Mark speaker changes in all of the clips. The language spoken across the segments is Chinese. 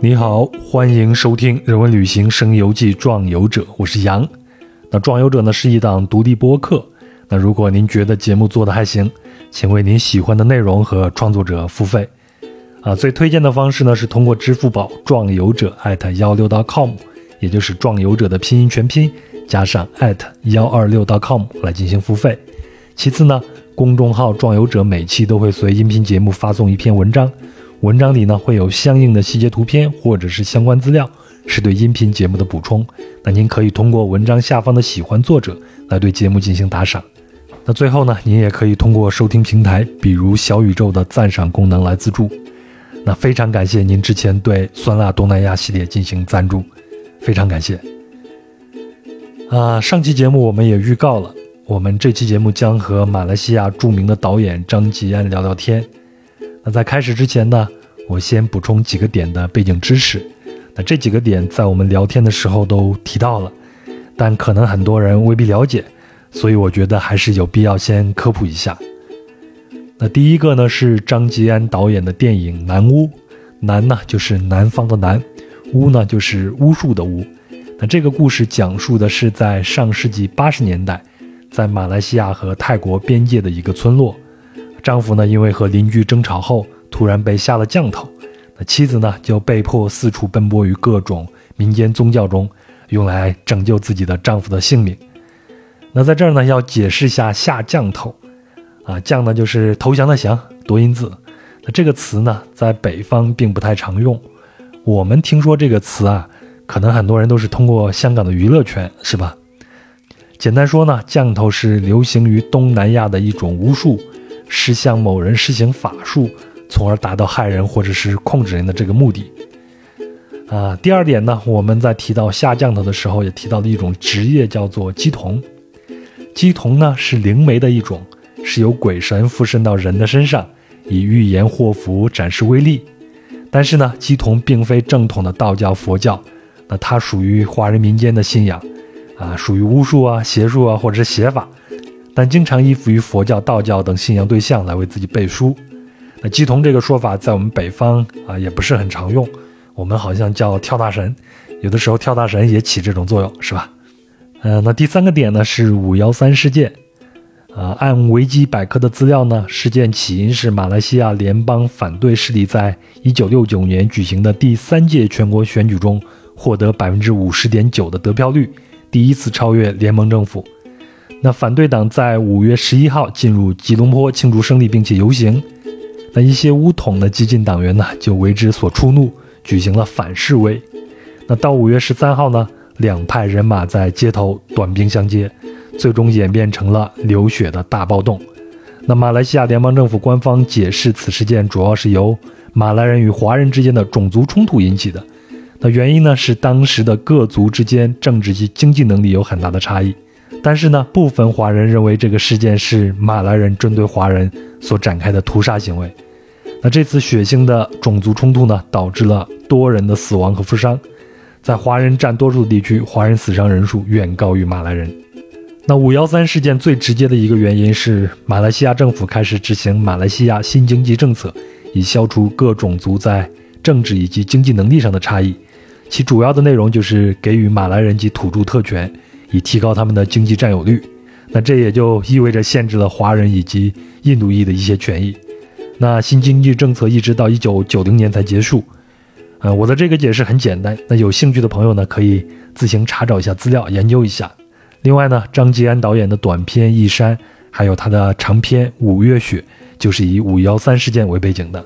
Speaker 1: 你好，欢迎收听《人文旅行声游记·壮游者》，我是杨。那《壮游者呢》是一档独立播客。那如果您觉得节目做的还行，请为您喜欢的内容和创作者付费。啊，最推荐的方式呢是通过支付宝“壮游者”@幺六 .com，也就是“壮游者”的拼音全拼加上幺二六 .com 来进行付费。其次呢，公众号“壮游者”每期都会随音频节目发送一篇文章，文章里呢会有相应的细节图片或者是相关资料，是对音频节目的补充。那您可以通过文章下方的喜欢作者来对节目进行打赏。那最后呢，您也可以通过收听平台，比如小宇宙的赞赏功能来资助。那非常感谢您之前对酸辣东南亚系列进行赞助，非常感谢。啊，上期节目我们也预告了，我们这期节目将和马来西亚著名的导演张吉安聊聊天。那在开始之前呢，我先补充几个点的背景知识。那这几个点在我们聊天的时候都提到了，但可能很多人未必了解，所以我觉得还是有必要先科普一下。那第一个呢是张吉安导演的电影《南巫》，南呢就是南方的南，巫呢就是巫术的巫。那这个故事讲述的是在上世纪八十年代，在马来西亚和泰国边界的一个村落，丈夫呢因为和邻居争吵后，突然被下了降头，那妻子呢就被迫四处奔波于各种民间宗教中，用来拯救自己的丈夫的性命。那在这儿呢要解释一下下降头。啊，降呢就是投降的降，多音字。那这个词呢，在北方并不太常用。我们听说这个词啊，可能很多人都是通过香港的娱乐圈，是吧？简单说呢，降头是流行于东南亚的一种巫术，是向某人施行法术，从而达到害人或者是控制人的这个目的。啊，第二点呢，我们在提到下降头的时候，也提到了一种职业叫做鸡童。鸡童呢是灵媒的一种，是由鬼神附身到人的身上，以预言祸福、展示威力。但是呢，鸡童并非正统的道教、佛教，那它属于华人民间的信仰，啊，属于巫术啊、邪术啊，或者是邪法，但经常依附于佛教、道教等信仰对象来为自己背书。那鸡童这个说法在我们北方啊也不是很常用，我们好像叫跳大神，有的时候跳大神也起这种作用，是吧？呃，那第三个点呢是五幺三事件。啊，按维基百科的资料呢，事件起因是马来西亚联邦反对势力在1969年举行的第三届全国选举中获得百分之五十点九的得票率，第一次超越联盟政府。那反对党在5月11号进入吉隆坡庆祝胜利，并且游行。那一些巫统的激进党员呢，就为之所触怒，举行了反示威。那到5月13号呢，两派人马在街头短兵相接。最终演变成了流血的大暴动。那马来西亚联邦政府官方解释，此事件主要是由马来人与华人之间的种族冲突引起的。那原因呢是当时的各族之间政治及经济能力有很大的差异。但是呢，部分华人认为这个事件是马来人针对华人所展开的屠杀行为。那这次血腥的种族冲突呢，导致了多人的死亡和负伤。在华人占多数地区，华人死伤人数远高于马来人。那五幺三事件最直接的一个原因是，马来西亚政府开始执行马来西亚新经济政策，以消除各种族在政治以及经济能力上的差异。其主要的内容就是给予马来人及土著特权，以提高他们的经济占有率。那这也就意味着限制了华人以及印度裔的一些权益。那新经济政策一直到一九九零年才结束。呃，我的这个解释很简单，那有兴趣的朋友呢，可以自行查找一下资料，研究一下。另外呢，张吉安导演的短片《一山》，还有他的长片《五月雪》，就是以五幺三事件为背景的。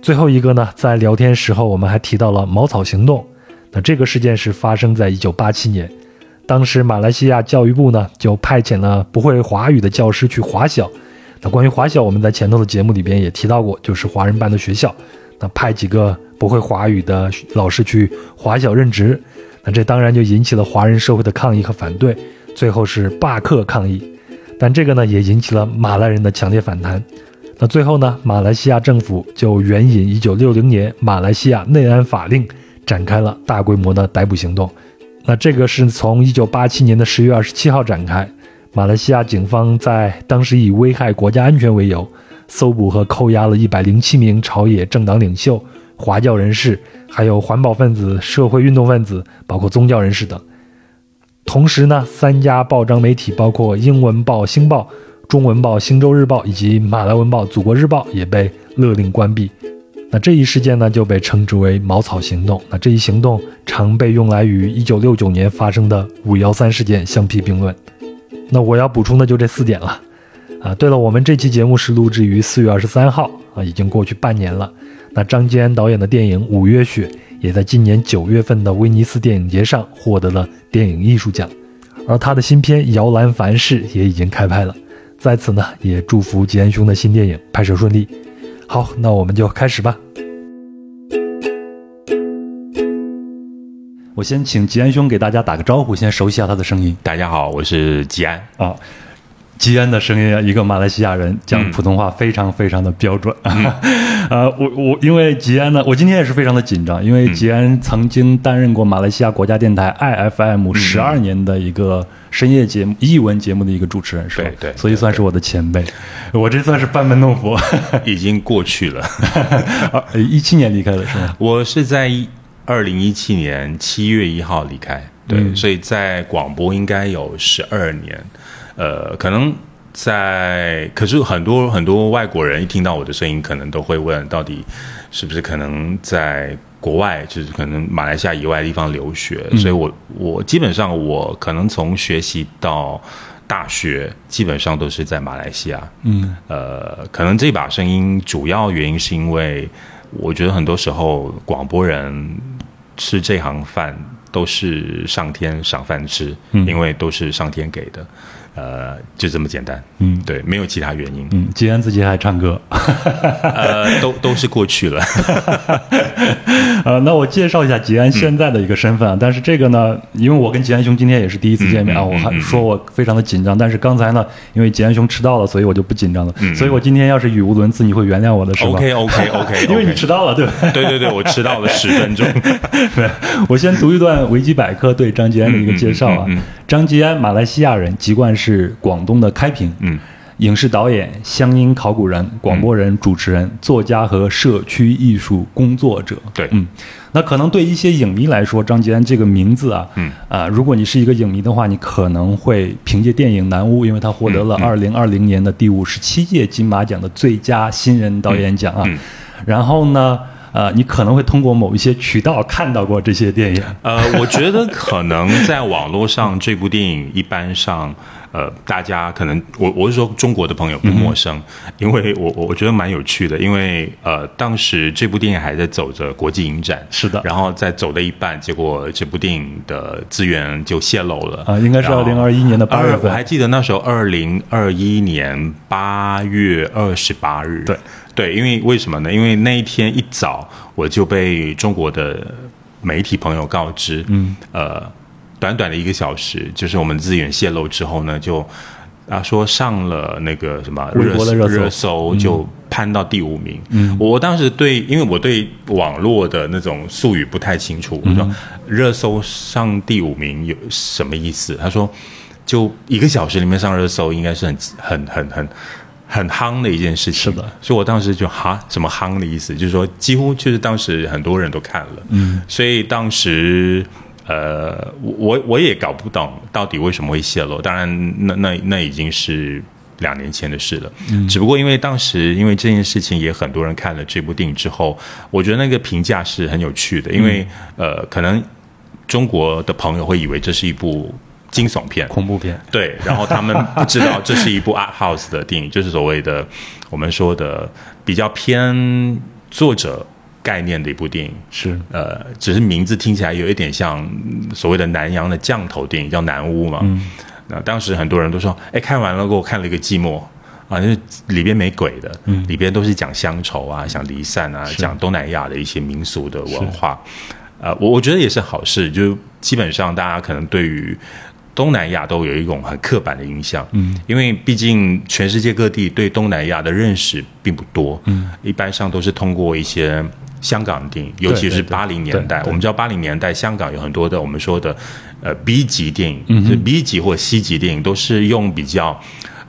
Speaker 1: 最后一个呢，在聊天时候我们还提到了茅草行动。那这个事件是发生在一九八七年，当时马来西亚教育部呢就派遣了不会华语的教师去华小。那关于华小，我们在前头的节目里边也提到过，就是华人办的学校。那派几个不会华语的老师去华小任职。那这当然就引起了华人社会的抗议和反对，最后是罢课抗议。但这个呢，也引起了马来人的强烈反弹。那最后呢，马来西亚政府就援引1960年马来西亚内安法令，展开了大规模的逮捕行动。那这个是从1987年的10月27号展开，马来西亚警方在当时以危害国家安全为由，搜捕和扣押了107名朝野政党领袖、华教人士，还有环保分子、社会运动分子，包括宗教人士等。同时呢，三家报章媒体，包括英文报《星报》、中文报《星洲日报》以及马来文报《祖国日报》，也被勒令关闭。那这一事件呢，就被称之为“茅草行动”。那这一行动常被用来与1969年发生的“五幺三”事件相提并论。那我要补充的就这四点了。啊，对了，我们这期节目是录制于4月23号啊，已经过去半年了。那张继安导演的电影《五月雪》也在今年九月份的威尼斯电影节上获得了电影艺术奖，而他的新片《摇篮凡事》也已经开拍了。在此呢，也祝福吉安兄的新电影拍摄顺利。好，那我们就开始吧。我先请吉安兄给大家打个招呼，先熟悉一下他的声音
Speaker 2: 大家好，我是吉安。
Speaker 1: 啊。吉安的声音，一个马来西亚人讲普通话非常非常的标准。 呃，我我因为吉安呢，我今天也是非常的紧张，因为吉安曾经担任过马来西亚国家电台 IFM 十二年的一个深夜节目、译文节目的一个主持人，是吧？
Speaker 2: 对对
Speaker 1: 所以算是我的前辈，我这算是班门弄 斧。
Speaker 2: 已经过去了，
Speaker 1: 呃一七年离开的是吗？
Speaker 2: 我是在二零一七年七月一号离开，对，所以在广播应该有十二年，呃，可能在，可是很多很多外国人一听到我的声音，可能都会问，到底是不是可能在国外，就是可能马来西亚以外的地方留学，所以我我基本上我可能从学习到。大学基本上都是在马来西亚，嗯，呃，可能这把声音主要原因是因为我觉得很多时候广播人吃这行饭都是上天赏饭吃，
Speaker 1: 嗯
Speaker 2: 因为都是上天给的，呃，就这么简单，嗯，对，没有其他原因，
Speaker 1: 嗯，吉安自己还唱歌。
Speaker 2: 呃，都都是过去了，
Speaker 1: 呃，那我介绍一下吉安现在的一个身份啊，但是这个呢，因为我跟吉安兄今天也是第一次见面啊，我还说我非常的紧张，但是刚才呢，因为吉安兄迟到了，所以我就不紧张了，所以我今天要是语无伦次，你会原谅我的是吧
Speaker 2: OK OK OK，
Speaker 1: 因为你迟到了，对 吧？
Speaker 2: 对对对，我迟到了十 分钟，
Speaker 1: 对，我先读一段维基百科对张吉安的一个介绍啊。张吉安，马来西亚人，籍贯是广东的开平，
Speaker 2: 嗯，
Speaker 1: 影视导演、乡音考古人、广播人、主持人、作家和社区艺术工作者。
Speaker 2: 对
Speaker 1: 嗯，那可能对一些影迷来说，张吉安这个名字啊，
Speaker 2: 嗯
Speaker 1: 啊、如果你是一个影迷的话，你可能会凭借电影《南巫》，因为他获得
Speaker 2: 嗯
Speaker 1: 了二零二零年的第五十七届金马奖的最佳新人导演奖啊，
Speaker 2: 嗯嗯
Speaker 1: 然后呢，呃，你可能会通过某一些渠道看到过这些电影。
Speaker 2: 呃，我觉得可能在网络上，这部电影一般上，呃，大家可能我我是说中国的朋友不陌生，因为我我我觉得蛮有趣的，因为呃，当时这部电影还在走着国际影展，
Speaker 1: 是的
Speaker 2: 然后在走的一半，结果这部电影的资源就泄露了
Speaker 1: 啊应该是
Speaker 2: 然后
Speaker 1: 2021年的8月份
Speaker 2: 二我还记得那时候二零二一年八月二十八日，
Speaker 1: 对
Speaker 2: 对，因为为什么呢？因为那一天一早我就被中国的媒体朋友告知，嗯，呃，短短的一个小时，就是我们资源泄露之后呢，就啊说上了那个什么
Speaker 1: 微博的
Speaker 2: 热
Speaker 1: 热搜
Speaker 2: 热搜就攀到第五名。嗯，我当时对，因为我对网络的那种术语不太清楚，我说热搜上第五名有什么意思？他说，就一个小时里面上热搜，应该是很很很很。很夯的一件事情，
Speaker 1: 是的，
Speaker 2: 所以我当时就哈，什么夯的意思，就是说几乎就是当时很多人都看了，嗯，所以当时呃，我我我也搞不懂到底为什么会泄露。当然那，那那已经是两年前的事了。只不过因为当时因为这件事情也很多人看了这部电影之后，我觉得那个评价是很有趣的，因为、呃，可能中国的朋友会以为这是一部惊悚片，
Speaker 1: 恐怖片，
Speaker 2: 对，然后他们不知道这是一部 art house 的电影，就是所谓的我们说的比较偏作者概念的一部电影。
Speaker 1: 是
Speaker 2: 呃，只是名字听起来有一点像嗯所谓的南洋的降头电影，叫《南屋》嘛。那当时很多人都说，哎，看完了给我看了一个寂寞啊，就是里边没鬼的，里边都是讲乡愁啊，讲离散啊，讲东南亚的一些民俗的文化。呃，我我觉得也是好事，就基本上大家可能对于东南亚都有一种很刻板的印象，嗯，因为毕竟全世界各地对东南亚的认识并不多，嗯，一般上都是通过一些香港电影，尤其是
Speaker 1: 对对
Speaker 2: 八零
Speaker 1: 对
Speaker 2: 年代
Speaker 1: 对，
Speaker 2: 我们知道八零年代香港有很多的我们说的呃 B 级电影，嗯、就 B 级或 C 级电影都是用比较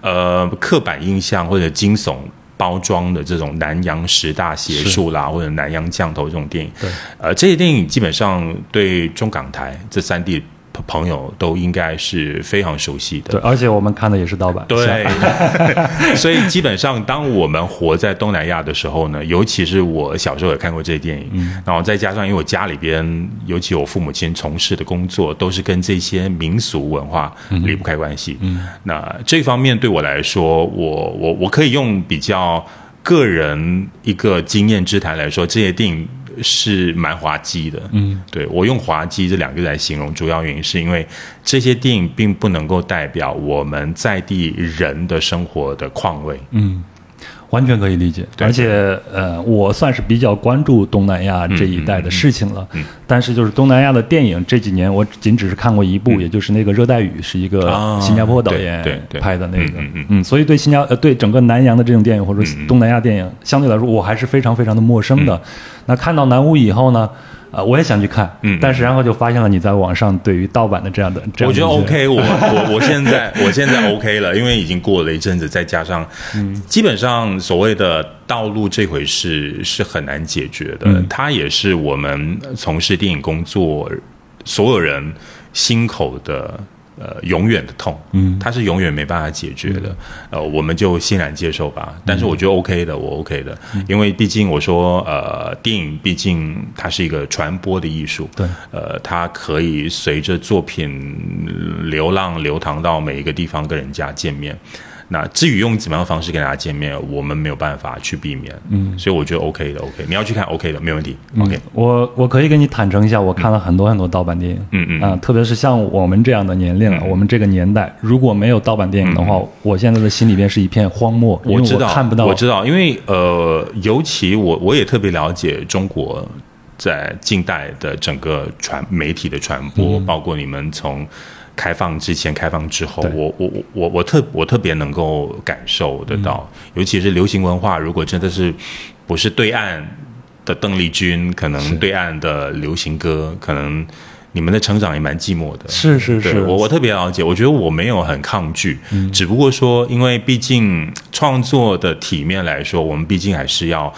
Speaker 2: 呃刻板印象或者惊悚包装的这种南洋十大邪术啦，或者南洋降头这种电影。
Speaker 1: 对，
Speaker 2: 呃，这些电影基本上对中港台这三地朋友都应该是非常熟悉的
Speaker 1: 对，。而且我们看的也是盗版。像，
Speaker 2: 对，所以基本上当我们活在东南亚的时候呢，尤其是我小时候也看过这些电影，然后再加上因为我家里边，尤其我父母亲从事的工作都是跟这些民俗文化离不开关系。嗯，那这方面对我来说，我我我可以用比较个人一个经验之谈来说，这些电影。是蛮滑稽的，嗯，对我用滑稽这两个字来形容，主要原因是因为这些电影并不能够代表我们在地人的生活的况味，
Speaker 1: 嗯完全可以理解。
Speaker 2: 对
Speaker 1: 而且呃，我算是比较关注东南亚这一带的事情了。
Speaker 2: 嗯
Speaker 1: 但是就是东南亚的电影这几年，我仅只是看过一部，也就是那个《热带雨》，是一个
Speaker 2: 嗯啊
Speaker 1: 新加坡导演
Speaker 2: 对对对
Speaker 1: 拍的那个。
Speaker 2: 嗯嗯嗯
Speaker 1: 所以对新加呃对整个南洋的这种电影或者说东南亚电影，相对来说我还是非常非常的陌生的。那看到南屋以后呢？呃，我也想去看，
Speaker 2: 嗯嗯
Speaker 1: 但是然后就发现了你在网上对于盗版的这样的，这样
Speaker 2: 我
Speaker 1: 的
Speaker 2: 觉得
Speaker 1: 一些
Speaker 2: OK，我我我现在我现在 OK 了，因为已经过了一阵子，再加上，
Speaker 1: 嗯
Speaker 2: 基本上所谓的道路这回事是很难解决的，
Speaker 1: 嗯
Speaker 2: 它也是我们从事电影工作所有人心口的。呃，永远的痛，嗯，它是永远没办法解决
Speaker 1: 嗯
Speaker 2: 的，呃，我们就欣然接受吧。但是我觉得 OK 的，我 OK 的，因为毕竟我说，呃，电影毕竟它是一个传播的艺术，
Speaker 1: 对，
Speaker 2: 呃，它可以随着作品流浪流淌到每一个地方跟人家见面。那至于用怎么样的方式跟大家见面，我们没有办法去避免，嗯，所以我觉得 OK 的，OK，你要去看 OK 的，没问题，OK，
Speaker 1: 我我可以跟你坦诚一下，我看了很多很多盗版电影，
Speaker 2: 嗯嗯
Speaker 1: 啊、特别是像我们这样的年龄了，啊我们这个年代，如果没有盗版电影的话，我现在的心里边是一片荒漠，因为
Speaker 2: 嗯我知道，
Speaker 1: 看不到，
Speaker 2: 我知道，因为呃，尤其我我也特别了解中国在近代的整个传媒体的传播，
Speaker 1: 嗯
Speaker 2: 包括你们从开放之前、开放之后
Speaker 1: 对，
Speaker 2: 我我我我我特我特别能够感受得到，
Speaker 1: 嗯
Speaker 2: 尤其是流行文化，如果真的是不是对岸的邓丽君，可能对岸的流行歌，可能你们的成长也蛮寂寞的，
Speaker 1: 是是
Speaker 2: 对
Speaker 1: 是，
Speaker 2: 我我特别了解，我觉得我没有很抗拒，只不过说，因为毕竟创作的体面来说，我们毕竟还是要，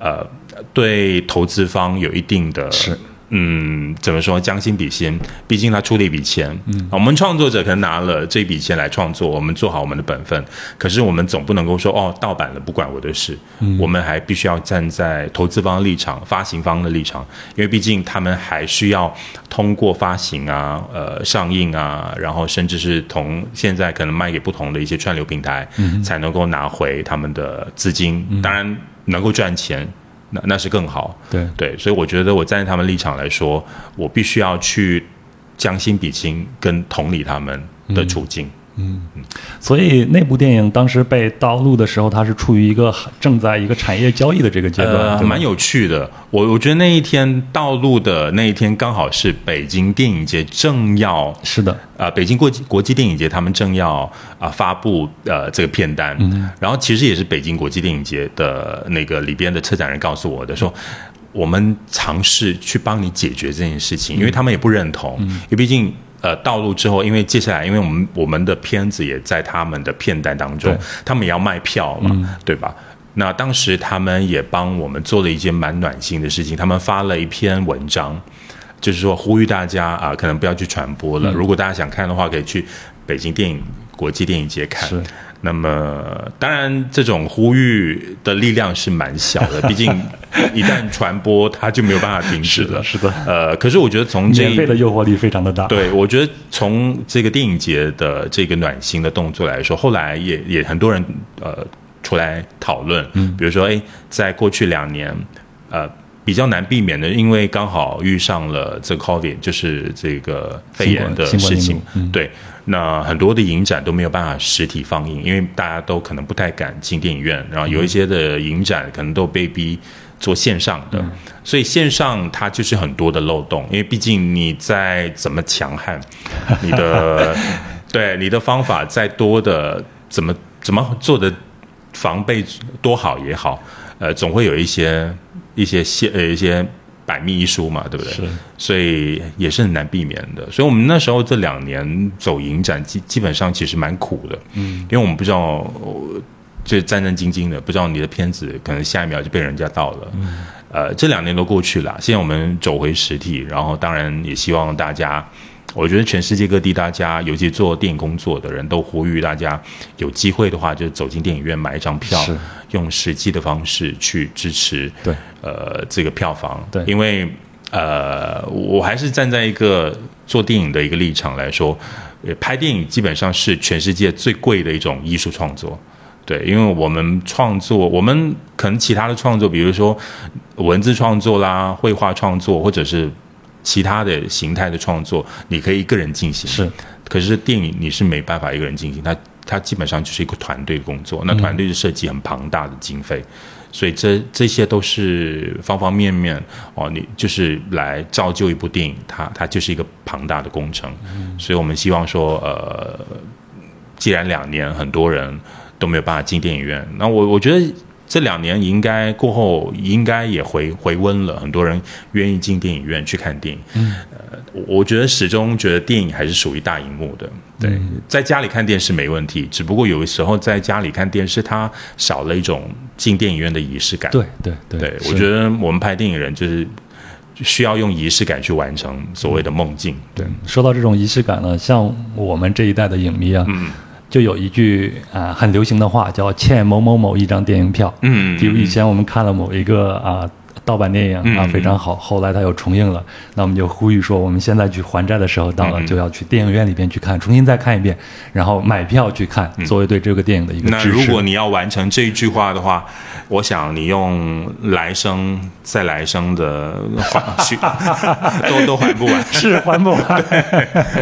Speaker 2: 呃，对投资方有一定的
Speaker 1: 是。
Speaker 2: 嗯，怎么说？将心比心，毕竟他出了一笔钱。嗯，我们创作者可能拿了这笔钱来创作，我们做好我们的本分。可是我们总不能够说哦，盗版了不管我的事。嗯，我们还必须要站在投资方的立场、发行方的立场，因为毕竟他们还需要通过发行啊、呃上映啊，然后甚至是同现在可能卖给不同的一些串流平台，嗯、才能够拿回他们的资金。当然能够赚钱，那那是更好。
Speaker 1: 对
Speaker 2: 对，所以我觉得我站在他们立场来说，我必须要去将心比心，跟同理他们的处境。
Speaker 1: 所以那部电影当时被盗录的时候，它是处于一个正在一个产业交易的这个阶段，
Speaker 2: 呃，
Speaker 1: 对吧
Speaker 2: 蛮有趣的。我我觉得那一天道路的那一天，刚好是北京电影节正要
Speaker 1: 是的，
Speaker 2: 啊，北京国际国际电影节他们正要啊、发布呃这个片单，然后其实也是北京国际电影节的那个里边的策展人告诉我的，说我们尝试去帮你解决这件事情，因为他们也不认同，因为毕竟。呃，道路之后，因为接下来，因为我们我们的片子也在他们的片单当中
Speaker 1: 对，
Speaker 2: 他们也要卖票嘛，对吧？那当时他们也帮我们做了一件蛮暖心的事情，他们发了一篇文章，就是说呼吁大家啊、可能不要去传播
Speaker 1: 嗯
Speaker 2: 了。如果大家想看的话，可以去北京电影国际电影节看
Speaker 1: 是。
Speaker 2: 那么，当然，这种呼吁的力量是蛮小 的，毕竟一旦传播，它就没有办法停止了。
Speaker 1: 是的
Speaker 2: 呃，可是我觉得从这
Speaker 1: 免
Speaker 2: 一
Speaker 1: 费的诱惑力非常的大，
Speaker 2: 对，我觉得从这个电影节的这个暖心的动作来说，后来也也很多人呃出来讨论，比如说，哎，在过去两年，呃。比较难避免的，因为刚好遇上了这个 COVID，就是这个肺炎的
Speaker 1: 新冠嗯新
Speaker 2: 事情
Speaker 1: 冠，
Speaker 2: 对，那很多的影展都没有办法实体放映，因为大家都可能不太敢进电影院，然后有一些的影展可能都被逼做线上的，
Speaker 1: 嗯
Speaker 2: 所以线上它就是很多的漏洞，因为毕竟你再怎么强悍，你的 对你的方法再多的怎么怎么做的防备多好也好，呃，总会有一些一些线呃一些百密一疏嘛，对不对？
Speaker 1: 是
Speaker 2: 所以也是很难避免的。所以我们那时候这两年走影展，基基本上其实蛮苦的，嗯，因为我们不知道、呃就战战兢兢的，不知道你的片子可能下一秒就被人家盗了。呃，这两年都过去了，现在我们走回实体，然后当然也希望大家，我觉得全世界各地大家，尤其做电影工作的人都呼吁大家，有机会的话就走进电影院买一张票
Speaker 1: 是，
Speaker 2: 用实际的方式去支持
Speaker 1: 对
Speaker 2: 呃这个票房，
Speaker 1: 对
Speaker 2: 因为呃我还是站在一个做电影的一个立场来说，呃拍电影基本上是全世界最贵的一种艺术创作。对，因为我们创作，我们可能其他的创作，比如说文字创作啦、绘画创作，或者是其他的形态的创作，你可以一个人进行。
Speaker 1: 是，
Speaker 2: 可是电影你是没办法一个人进行，它它基本上就是一个团队的工作。那团队的设计很庞大的经费，所以这这些都是方方面面哦。你就是来造就一部电影，它它就是一个庞大的工程。所以我们希望说，呃，既然两年很多人都没有办法进电影院，那我我觉得这两年应该过后应该也回回温了，很多人愿意进电影院去看电影。嗯，呃，我我觉得始终觉得电影还是属于大荧幕的。对，
Speaker 1: 嗯
Speaker 2: 在家里看电视没问题，只不过有的时候在家里看电视，它少了一种进电影院的仪式感。
Speaker 1: 对对对
Speaker 2: 对，
Speaker 1: 是
Speaker 2: 我觉得我们拍电影人就是需要用仪式感去完成所谓的梦境。对，
Speaker 1: 说到这种仪式感呢，像我们这一代的影迷啊，
Speaker 2: 嗯
Speaker 1: 就有一句啊、很流行的话叫“欠某某某一张电影票”。
Speaker 2: 嗯
Speaker 1: 比如以前我们看了某一个啊盗版电影啊
Speaker 2: 嗯
Speaker 1: 非常好，后来它又重映了，那我们就呼吁说，我们现在去还债的时候到
Speaker 2: 嗯
Speaker 1: 了，就要去电影院里边去看，重新再看一遍，然后买票去看，作为对这个电影的一个
Speaker 2: 嗯那
Speaker 1: 支
Speaker 2: 如
Speaker 1: 持。
Speaker 2: 果你要完成这一句话的话，我想你用来生再来生的还去，都都还不完。
Speaker 1: 是还不 完。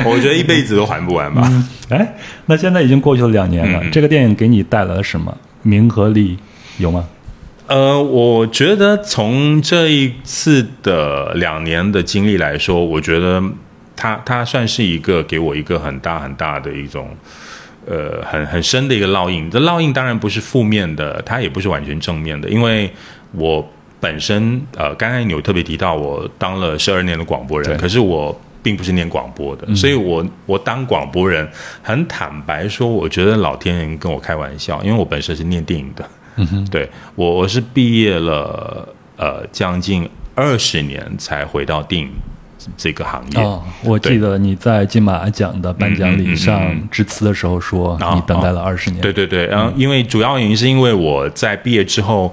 Speaker 2: 我觉得一辈子都还不完吧。
Speaker 1: 哎，那现在已经过去了两年了，
Speaker 2: 嗯
Speaker 1: 这个电影给你带来了什么名和利？有吗？
Speaker 2: 呃，我觉得从这一次的两年的经历来说，我觉得它它算是一个给我一个很大很大的一种。呃，很很深的一个烙印。这烙印当然不是负面的，它也不是完全正面的，因为我本身呃，刚才你有特别提到我当了十二年的广播人，可是我并不是念广播的，所以我我当广播人，很坦白说，我觉得老天爷跟我开玩笑，因为我本身是念电影的，对我我是毕业了呃将近二十年才回到电影这个行业。
Speaker 1: 哦，我记得你在金马奖的颁奖礼
Speaker 2: 嗯
Speaker 1: 上致辞的时候说，
Speaker 2: 啊
Speaker 1: 你等待了二十年。
Speaker 2: 对对对，然后因为主要原因是因为我在毕业之后，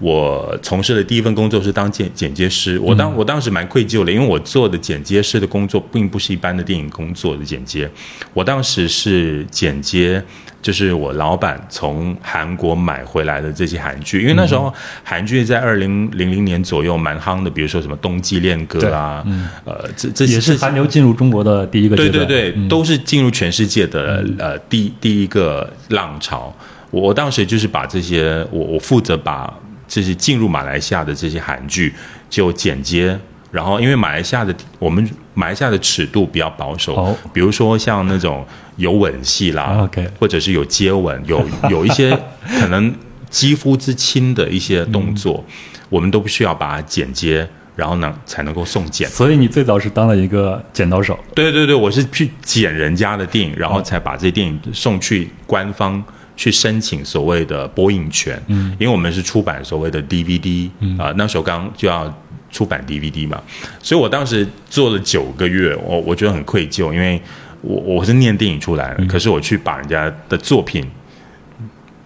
Speaker 2: 我从事的第一份工作是当剪剪接师。我
Speaker 1: 嗯
Speaker 2: 当我当时蛮愧疚的，因为我做的剪接师的工作并不是一般的电影工作的剪接，我当时是剪接。就是我老板从韩国买回来的这些韩剧，因为那时
Speaker 1: 嗯
Speaker 2: 候韩剧在二零零零年左右蛮夯的，比如说什么《冬季恋歌》啊，呃，这
Speaker 1: 嗯
Speaker 2: 这
Speaker 1: 也是
Speaker 2: 这
Speaker 1: 韩流进入中国的第一个阶
Speaker 2: 对
Speaker 1: 段。嗯
Speaker 2: 对对，都是进入全世界的呃第第一个浪潮。我我当时就是把这些，我我负责把这些进入马来西亚的这些韩剧就剪接，然后因为马来西亚的我们马来西亚的尺度比较保守，
Speaker 1: 哦
Speaker 2: 比如说像那种有吻戏啦、
Speaker 1: 啊，OK
Speaker 2: 或者是有接吻，有有一 些可能肌肤之亲的一些动作，
Speaker 1: 嗯
Speaker 2: 我们都不需要把它剪接，然后呢才能够送检。
Speaker 1: 所以你最早是当了一个剪刀手，
Speaker 2: 对对对，我是去捡人家的电影，然后才把这电影送去官方去申请所谓的播映权。嗯，因为我们是出版所谓的 DVD，啊、那时候刚就要出版 DVD 嘛，所以我当时做了九个月，我我觉得很愧疚，因为我我是念电影出来的，可是我去把人家的作品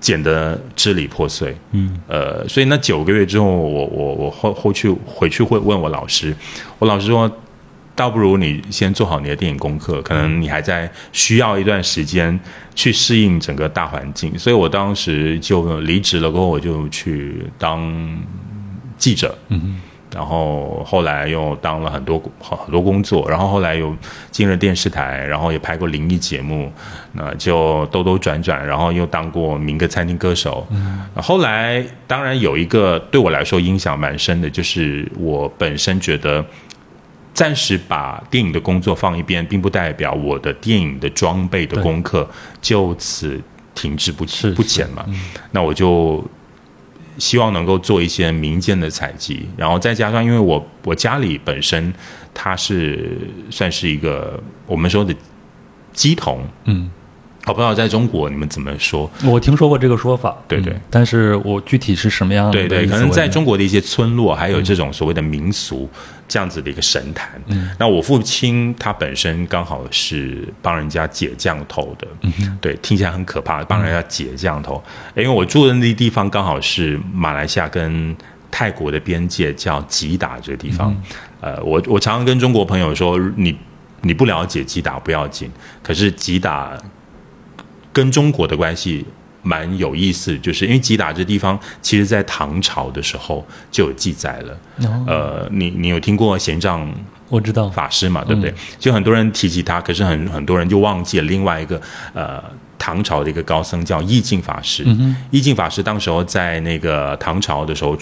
Speaker 2: 剪得支离破碎。嗯，呃，所以那九个月之后，我我我后后去回去会问我老师，我老师说，倒不如你先做好你的电影功课，可能你还在需要一段时间去适应整个大环境。所以我当时就离职了，过后我就去当记者。嗯。然后后来又当了很多很多工作，然后后来又进了电视台，然后也拍过灵异节目，那就兜兜转转，然后又当过民歌餐厅歌手。
Speaker 1: 嗯
Speaker 2: 后来当然有一个对我来说影响蛮深的，就是我本身觉得暂时把电影的工作放一边，并不代表我的电影的装备的功课就此停滞不
Speaker 1: 是嗯
Speaker 2: 不前嘛。那我就希望能够做一些民间的采集，然后再加上因为我我家里本身它是算是一个我们说的鸡童，
Speaker 1: 嗯，
Speaker 2: 我不知道在中国你们怎么说？
Speaker 1: 我听说过这个说法，
Speaker 2: 对对
Speaker 1: 嗯但是我具体是什么样的意
Speaker 2: 对
Speaker 1: 思？
Speaker 2: 对，可能
Speaker 1: 我
Speaker 2: 在
Speaker 1: 也
Speaker 2: 中国的一些村落，还有这种所谓的民俗这样子的一个神坛。那我父亲他本身刚好是帮人家解降头的，对，听起来很可怕，帮人家解降头。因为我住的那地方刚好是马来西亚跟泰国的边界，叫吉打这个地方。呃，我我常常跟中国朋友说，你你不了解吉打不要紧，可是吉打跟中国的关系蛮有意思，就是因为吉打这地方，其实在唐朝的时候就有记载了。
Speaker 1: 哦
Speaker 2: 呃，你你有听过贤丈
Speaker 1: 我知道，
Speaker 2: 法师嘛，对不对？就很多人提起他，可是很很多人就忘记了另外一个呃唐朝的一个高僧叫义净法师。义净法师当时候在那个唐朝的时候，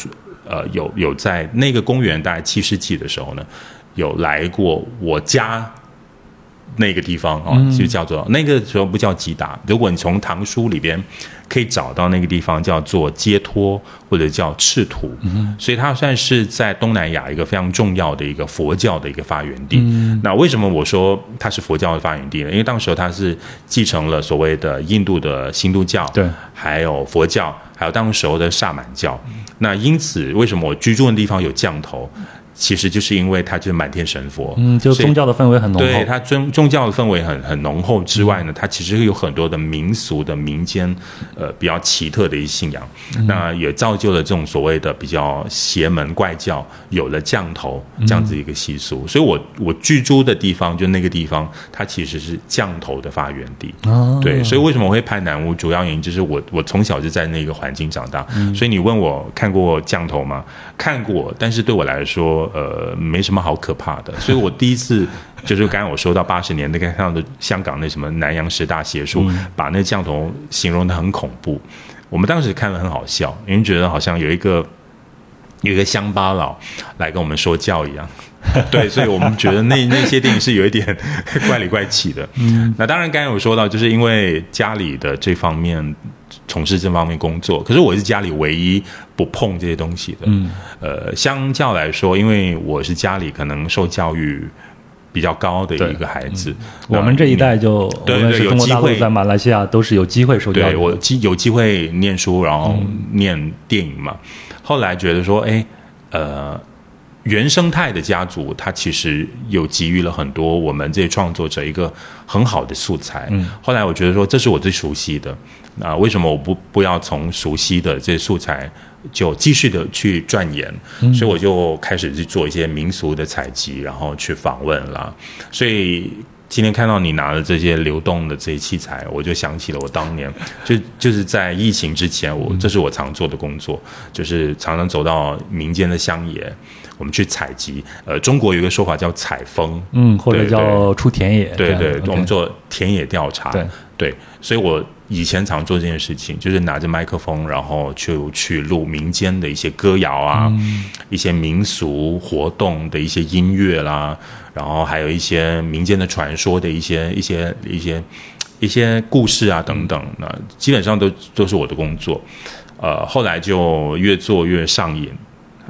Speaker 2: 呃，有有在那个公元大概七世纪的时候呢，有来过我家。那个地方哦，就叫做、那个时候不叫吉达。如果你从唐书里边可以找到那个地方，叫做接托或者叫赤土，所以它算是在东南亚一个非常重要的一个佛教的一个发源地。那为什么我说它是佛教的发源地呢？因为当时候它是继承了所谓的印度的新都教，
Speaker 1: 对
Speaker 2: 还有佛教，还有当时候的萨满教。那因此，为什么我居住的地方有降头？其实就是因为它就是满天神佛，
Speaker 1: 嗯，就
Speaker 2: 所以
Speaker 1: 宗教的氛围很浓
Speaker 2: 对
Speaker 1: 厚，
Speaker 2: 它宗宗教的氛围很很浓厚之外呢，它其实有很多的民俗的民间呃比较奇特的一信仰，
Speaker 1: 嗯
Speaker 2: 那也造就了这种所谓的比较邪门怪教有了降头
Speaker 1: 嗯
Speaker 2: 这样子一个习俗。所以我我居住的地方就那个地方，它其实是降头的发源地。
Speaker 1: 啊，
Speaker 2: 对，所以为什么我会拍南屋？主要原因就是我我从小就在那个环境长大，所以你问我看过降头吗？看过，但是对我来说，呃，没什么好可怕的。所以我第一次就是刚才我说到八十年代看到的香港那什么南洋十大邪术，把那降头形容的很恐怖。我们当时看了很好笑，因为觉得好像有一个有一个乡巴佬来跟我们说教一样。 对，所以我们觉得那 那些电影是有一点怪里怪气的。嗯，那当然刚才有说到，就是因为家里的这方面从事这方面工作，可是我是家里唯一不碰这些东西的。嗯，呃，相较来说，因为我是家里可能受教育比较高的一个孩子，那
Speaker 1: 我们这一代就无
Speaker 2: 对
Speaker 1: 论
Speaker 2: 对
Speaker 1: 是
Speaker 2: 有
Speaker 1: 中国
Speaker 2: 机
Speaker 1: 大陆
Speaker 2: 会
Speaker 1: 在马来西亚都是有机会受教
Speaker 2: 对
Speaker 1: 育，
Speaker 2: 我机有机会念书，然后
Speaker 1: 嗯
Speaker 2: 念电影嘛。后来觉得说，哎，呃，原生态的家族，它其实有给予了很多我们这些创作者一个很好的素材。后来我觉得说，这是我最熟悉的。那、为什么我不不要从熟悉的这些素材就继续的去钻研？所以我就开始去做一些民俗的采集，然后去访问啦。所以今天看到你拿的这些流动的这些器材，我就想起了我当年就就是在疫情之前，我这是我常做的工作，就是常常走到民间的乡野，我们去采集。呃，中国有一个说法叫采风，
Speaker 1: 嗯，或者
Speaker 2: 对
Speaker 1: 叫出田野，
Speaker 2: 对对，
Speaker 1: 这样
Speaker 2: 我们
Speaker 1: OK
Speaker 2: 做田野调查，
Speaker 1: 对
Speaker 2: 所以我以前常做这件事情，就是拿着麦克风，然后就去录民间的一些歌谣啊，
Speaker 1: 嗯
Speaker 2: 一些民俗活动的一些音乐啦，然后还有一些民间的传说的一些一些一些一些故事啊等等，那基本上都都是我的工作。呃，后来就越做越上瘾，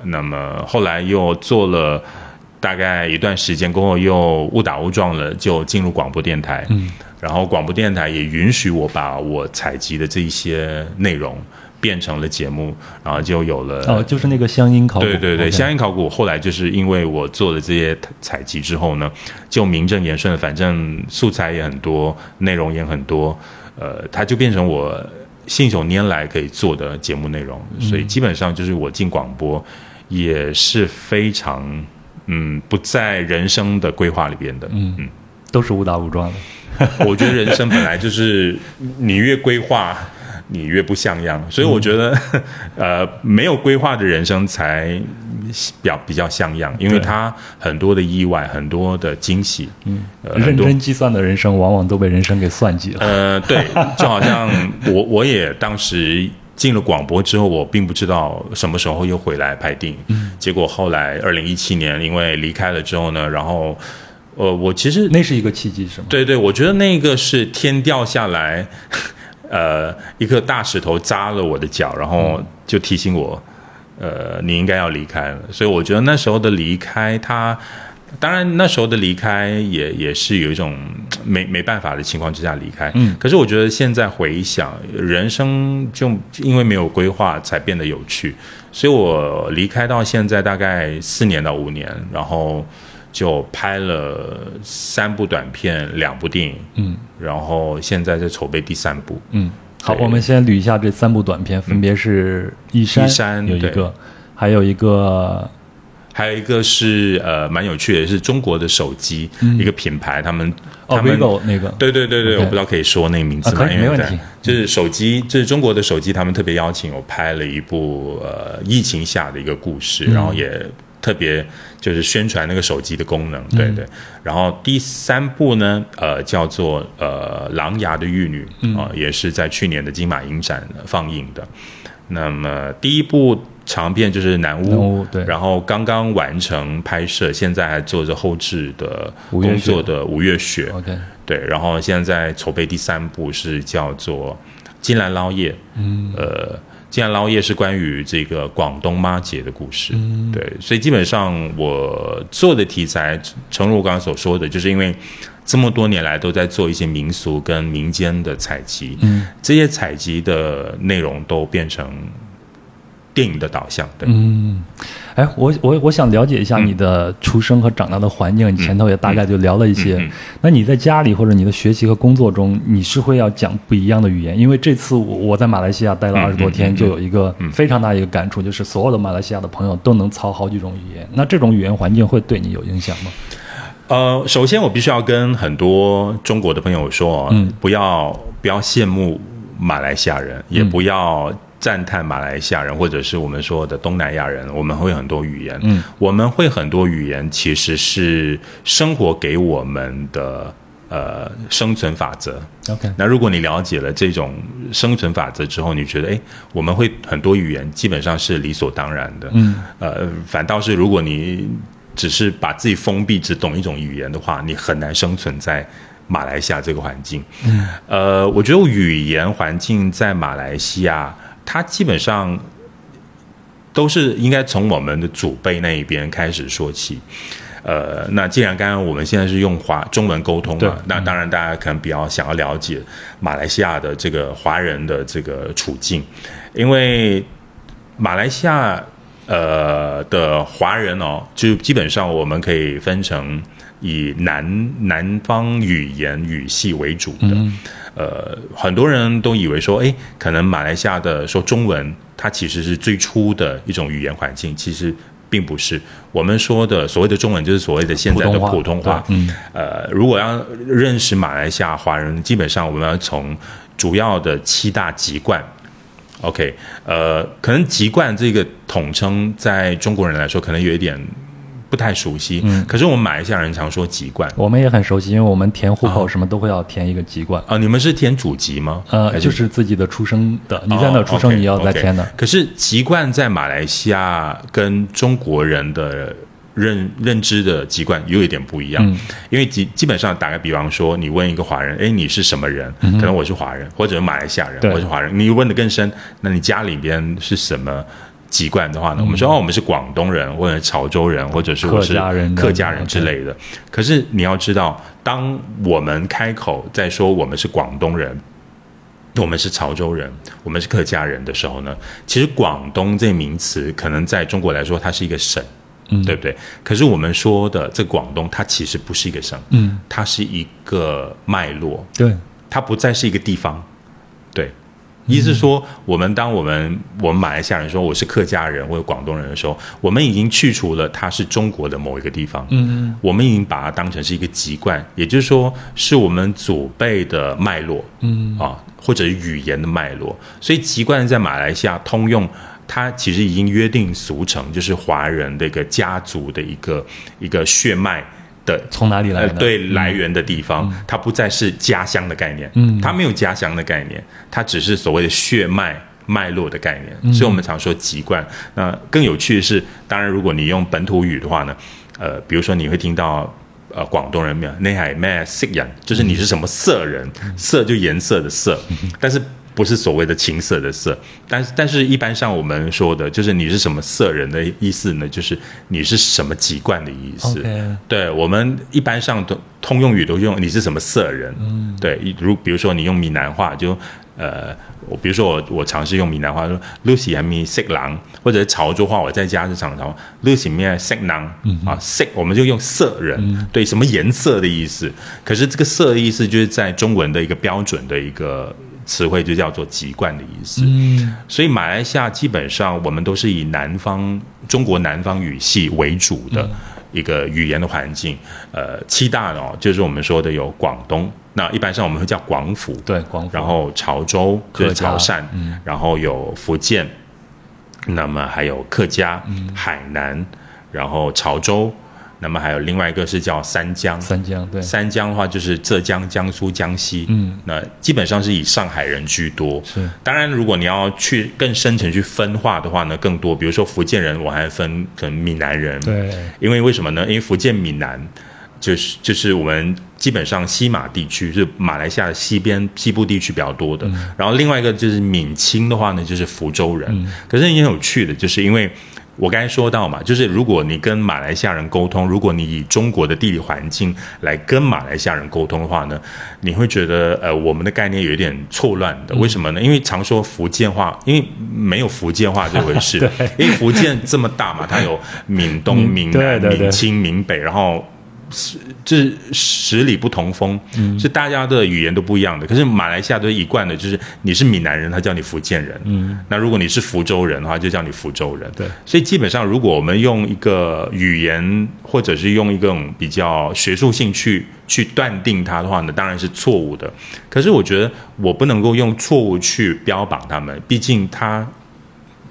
Speaker 2: 那么后来又做了大概一段时间过后，又误打误撞了，就进入广播电台。嗯，然后广播电台也允许我把我采集的这一些内容变成了节目，然后就有了。
Speaker 1: 哦，就是那个乡音考古，
Speaker 2: 对对对，
Speaker 1: OK
Speaker 2: 乡音考古后来就是因为我做了这些采集之后呢，就名正言顺，反正素材也很多，内容也很多，呃，它就变成我信手拈来可以做的节目内容，所以基本上就是我进广播也是非常嗯不在人生的规划里边的，嗯嗯，
Speaker 1: 都是误打误撞的，
Speaker 2: 我觉得人生本来就是你越规划，你越不像样，所以我觉得， 呃，没有规划的人生才表比较像样，因为它很多的意外，很多的惊喜，嗯，呃、很
Speaker 1: 认
Speaker 2: 多
Speaker 1: 真计算的人生往往都被人生给算计了。
Speaker 2: 呃，对，就好像我我也当时进了广播之后，我并不知道什么时候又回来拍电影。结果后来二零一七年因为离开了之后呢，然后呃，我其实
Speaker 1: 那是一个契机，是吗？
Speaker 2: 对对，我觉得那个是天掉下来， 呃，一颗大石头扎了我的脚，然后就提醒我，呃，你应该要离开了。所以我觉得那时候的离开，它当然那时候的离开也也是有一种没没办法的情况之下离开。嗯，可是我觉得现在回想，人生就因为没有规划才变得有趣，所以我离开到现在大概四年到五年，然后就拍了三部短片，两部电影，嗯，然后现在在筹备第三部，
Speaker 1: 嗯，好，
Speaker 2: 对
Speaker 1: 我们先捋一下这三部短片，分别是《一山》
Speaker 2: 一山
Speaker 1: 有一
Speaker 2: 对
Speaker 1: 个，还有一个
Speaker 2: 还有一个是呃蛮有趣的，是中国的手机、一个品牌，他们
Speaker 1: 嗯哦
Speaker 2: 他们
Speaker 1: ，vivo 那个，
Speaker 2: 对对对对，
Speaker 1: OK
Speaker 2: 我不知道可以说那个名字
Speaker 1: 啊
Speaker 2: 吗？
Speaker 1: 可以
Speaker 2: 因为
Speaker 1: 没问
Speaker 2: 在
Speaker 1: 题
Speaker 2: 就是手机，这、是中国的手机，他们特别邀请我拍了一部呃疫情下的一个故事，然后也特别就是宣传那个手机的
Speaker 1: 嗯
Speaker 2: 功能，对对。然后第三部呢，呃，叫做呃《琅琊的玉女》
Speaker 1: 嗯
Speaker 2: 啊、也是在去年的金马影展呃放映的。那么第一部长片就是南
Speaker 1: 南
Speaker 2: 屋
Speaker 1: 屋，对
Speaker 2: 然后刚刚完成拍摄，现在还做着后置的
Speaker 1: 五月
Speaker 2: 工
Speaker 1: 雪哦
Speaker 2: 作的五月雪，
Speaker 1: OK，
Speaker 2: 对，然后现在筹备第三部是叫做《金兰捞夜》，嗯，呃，《金兰捞夜》是关于这个广东妈姐的故事，嗯，对，所以基本上我做的题材，诚如我刚刚所说的，就是因为这么多年来都在做一些民俗跟民间的采集，嗯，这些采集的内容都变成电影的导向，对，
Speaker 1: 哎，我我我想了解一下
Speaker 2: 嗯
Speaker 1: 你的出生和长大的环境，你前头也大概就聊了一些。
Speaker 2: 嗯
Speaker 1: 那你在家里或者你的学习和工作中，你是会要讲不一样的语言？因为这次我我在马来西亚待了
Speaker 2: 嗯
Speaker 1: 二十多天，就有一个非常大一个感触，就是所有的马来西亚的朋友都能操好几种语言。那这种语言环境会对你有影响吗？
Speaker 2: 呃，首先我必须要跟很多中国的朋友说，嗯，不要不要羡慕马来西亚人，也不要赞叹马来西亚人，或者是我们说的东南亚人，我们会很多语言，嗯，我们会很多语言其实是生活给我们的呃生存法则，
Speaker 1: OK，
Speaker 2: 那如果你了解了这种生存法则之后，你觉得，哎，我们会很多语言基本上是理所当然的。嗯，呃，反倒是如果你只是把自己封闭，只懂一种语言的话，你很难生存在马来西亚这个环境。嗯，呃，我觉得语言环境在马来西亚，它基本上都是应该从我们的祖辈那一边开始说起。呃，那既然刚刚我们现在是用华中文沟通
Speaker 1: 对
Speaker 2: 嘛，那当然大家可能比较想要了解马来西亚的这个华人的这个处境，因为马来西亚呃的华人哦，就基本上我们可以分成以南南方语言语系为主的，呃，很多人都以为说，哎，可能马来西亚的说中文，它其实是最初的一种语言环境，其实并不是。我们说的所谓的中文，就是所谓的现在的
Speaker 1: 普通话
Speaker 2: 普通话。
Speaker 1: 对嗯，
Speaker 2: 呃，如果要认识马来西亚华人，基本上我们要从主要的七大籍贯。OK，呃，可能籍贯这个统称在中国人来说，可能有一点不太熟悉。嗯，可是我们马来西亚人常说籍贯。
Speaker 1: 我们也很熟悉，因为我们填户口什么都会要填一个籍贯，
Speaker 2: 啊、你们是填祖籍吗？还
Speaker 1: 呃，就是自己的出生的，你在哪儿出生，你要在填哪
Speaker 2: 的。
Speaker 1: 儿。
Speaker 2: 哦可是籍贯在马来西亚跟中国人的认认知的籍贯又有一点不一样，
Speaker 1: 嗯
Speaker 2: 因为基基本上打个比方说，你问一个华人，哎，你是什么人？可能我是华人，或者马来西亚人，
Speaker 1: 嗯对
Speaker 2: 我是华人。你问的更深，那你家里边是什么？籍贯的话
Speaker 1: 嗯
Speaker 2: 呢，我们说哦，我们是广东人，或者潮州人，或者是我
Speaker 1: 客
Speaker 2: 是
Speaker 1: 家人
Speaker 2: 客家人之类的。可是你要知道，当我们开口在说我们是广东人，我们是潮州人，我们是客家人的时候呢，其实广东这名词可能在中国来说它是一个省，嗯，对不对？可是我们说的这广东，它其实不是一个省，嗯，它是一个脉络，
Speaker 1: 对，
Speaker 2: 它不再是一个地方，对。意思是说，我们当我们我们马来西亚人说我是客家人或者广东人的时候，我们已经去除了它是中国的某一个地方，嗯，我们已经把它当成是一个籍贯，也就是说是我们祖辈的脉络，嗯啊，或者语言的脉络。所以籍贯在马来西亚通用，它其实已经约定俗成，就是华人的一个家族的一个一个血脉的
Speaker 1: 从哪里来
Speaker 2: 呃，
Speaker 1: 的？嗯
Speaker 2: 对来源的地方，它不再是家乡的概念，嗯，它没有家乡的概念，它只是所谓的血脉脉络的概念，
Speaker 1: 嗯
Speaker 2: 所以我们常说籍贯。那更有趣的是，当然如果你用本土语的话呢，呃，比如说你会听到。呃，广东人
Speaker 1: 嗯
Speaker 2: 没有，那还咩色人，就是你是什么色人，色就颜色的色，但是不是所谓的情色的色，但但是一般上我们说的就是你是什么色人的意思呢？就是你是什么籍贯的意思。
Speaker 1: OK
Speaker 2: 对我们一般上都通用语都用你是什么色人。嗯，对，一如比如说你用闽南话就呃，我比如说我我尝试用闽南话说 Lucy 还咪色狼，或者潮州话我在家就常常 Lucy 咪色狼、啊色，我们就用色人、对什么颜色的意思。可是这个色的意思就是在中文的一个标准的一个。词汇就叫做籍贯的意思，
Speaker 1: 嗯，
Speaker 2: 所以马来西亚基本上我们都是以南方中国南方语系为主的
Speaker 1: 嗯
Speaker 2: 一个语言的环境。呃，七大呢，就是我们说的有广东，那一般上我们会叫广府，
Speaker 1: 对，广府
Speaker 2: 然后潮州就是
Speaker 1: 客家嗯
Speaker 2: 潮汕，然后有福建，那么还有客家、
Speaker 1: 嗯
Speaker 2: 海南，然后潮州，那么还有另外一个是叫三江，
Speaker 1: 三江对，
Speaker 2: 三江的话就是浙江、江苏、江西，嗯，那基本上是以上海人居多。
Speaker 1: 是，
Speaker 2: 当然，如果你要去更深层去分化的话呢，更多，比如说福建人，我还分可能闽南人，
Speaker 1: 对，
Speaker 2: 因为为什么呢？因为福建闽南就是就是我们基本上西马地区是马来西亚的西边西部地区比较多的，然后另外一个就是闽清的话呢，就是福州人。可是也很有趣的，就是因为。我刚才说到嘛，就是如果你跟马来西亚人沟通，如果你以中国的地理环境来跟马来西亚人沟通的话呢，你会觉得呃我们的概念有一点错乱的。为什么呢？因为常说福建话，因为没有福建话这回事，因为福建这么大嘛，它有闽东、闽
Speaker 1: 对
Speaker 2: 南、
Speaker 1: 对对
Speaker 2: 闽清、闽北，然后就是十里不同风，
Speaker 1: 嗯
Speaker 2: 是大家的语言都不一样的。可是马来西亚都一贯的，就是你是闽南人，他叫你福建人；嗯，那如果你是福州人的话，就叫你福州人。
Speaker 1: 对，
Speaker 2: 所以基本上，如果我们用一个语言，或者是用一个比较学术性去去断定它的话呢，当然是错误的。可是我觉得我不能够用错误去标榜他们，毕竟它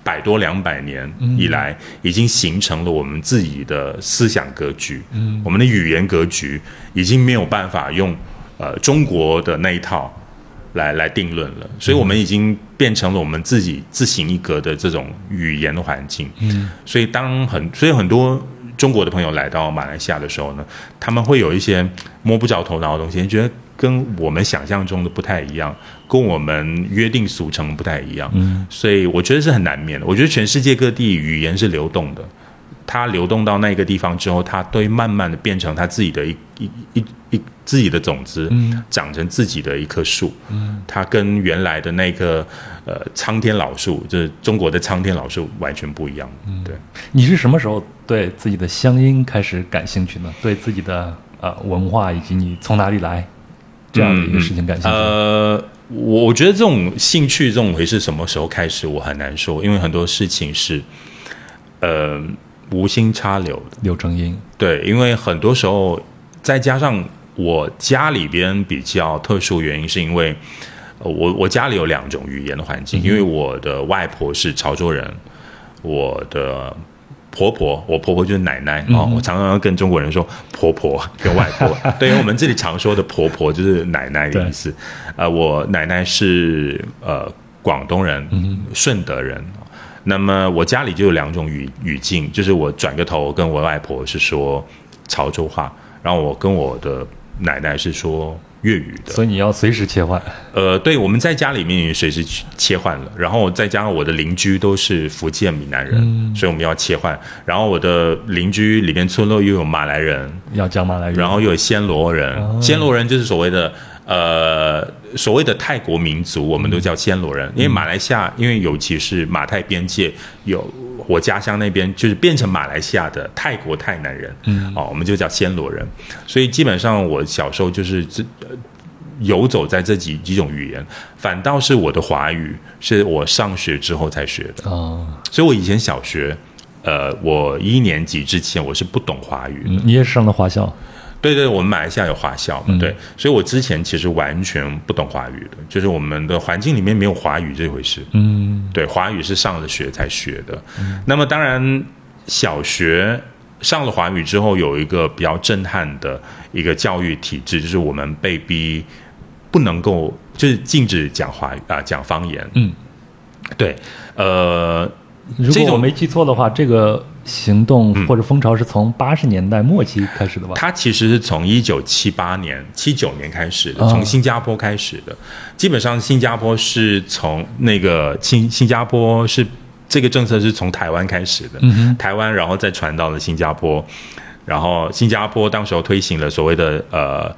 Speaker 2: 百多两百年以来，已经形成了我们自己的思想格局，嗯，我们的语言格局已经没有办法用呃中国的那一套来来定论了，所以我们已经变成了我们自己自行一格的这种语言的环境，嗯，所以当很所以很多。中国的朋友来到马来西亚的时候呢，他们会有一些摸不着头脑的东西，觉得跟我们想象中的不太一样，跟我们约定俗成不太一样。嗯，所以我觉得是很难免的。我觉得全世界各地语言是流动的，它流动到那个地方之后，它都会慢慢的变成它自己的一一一一自己的种子，嗯，长成自己的一棵树，嗯，它跟原来的那棵呃苍天老树，就是中国的苍天老树完全不一样，嗯，对。
Speaker 1: 你是什么时候对自己的乡音开始感兴趣呢？对自己的呃文化以及你从哪里来这样的一个事情感兴趣？
Speaker 2: 呃，我我觉得这种兴趣这种回是什么时候开始，我很难说，因为很多事情是呃无心插柳的。
Speaker 1: 柳成荫，
Speaker 2: 对，因为很多时候再加上我家里边比较特殊原因，是因为呃我我家里有两种语言的环境，因为我的外婆是潮州人，我的。婆婆，我婆婆就是奶奶、哦。我常常要跟中国人说婆婆跟外婆，对，因为我们这里常说的婆婆就是奶奶的意思。呃，我奶奶是呃广东人，顺德人。那么我家里就有两种语语境，就是我转个头跟我外婆是说潮州话，然后我跟我的奶奶是说粤语的。
Speaker 1: 所以你要随时切换。
Speaker 2: 呃，对，我们在家里面也随时去切换了，然后再加上我的邻居都是福建闽南人，所以我们要切换。然后我的邻居里面村落又有马来人，
Speaker 1: 要讲马来语，
Speaker 2: 然后又有暹罗人，暹罗人就是所谓的呃所谓的泰国民族，我们都叫暹罗人，因为马来西亚，因为尤其是马泰边界有。我家乡那边就是变成马来西亚的泰国泰南人，嗯，哦，我们就叫暹罗人，所以基本上我小时候就是这游走在这几几种语言，反倒是我的华语是我上学之后才学的，
Speaker 1: 啊、
Speaker 2: 所以我以前小学，呃，我一年级之前我是不懂华语的，
Speaker 1: 嗯你也是上的华校，
Speaker 2: 对对，我们马来西亚有华校嘛，对，所以我之前其实完全不懂华语的，就是我们的环境里面没有华语这回事，
Speaker 1: 嗯，
Speaker 2: 对，华语是上了学才学的。那么当然，小学上了华语之后，有一个比较震撼的一个教育体制，就是我们被逼不能够，就是禁止讲华语啊、讲方言。
Speaker 1: 嗯，
Speaker 2: 对，呃，
Speaker 1: 如
Speaker 2: 这
Speaker 1: 果我
Speaker 2: 种嗯
Speaker 1: 没记错的话，这个行动或者风潮是从八十年代末期开始的吧？
Speaker 2: 它其实是从一九七八年、七九年开始的，
Speaker 1: 啊
Speaker 2: 从新加坡开始的。基本上，新加坡是从那个新新加坡是这个政策是从台湾开始的，
Speaker 1: 嗯
Speaker 2: 台湾然后再传到了新加坡，然后新加坡当时候推行了所谓的呃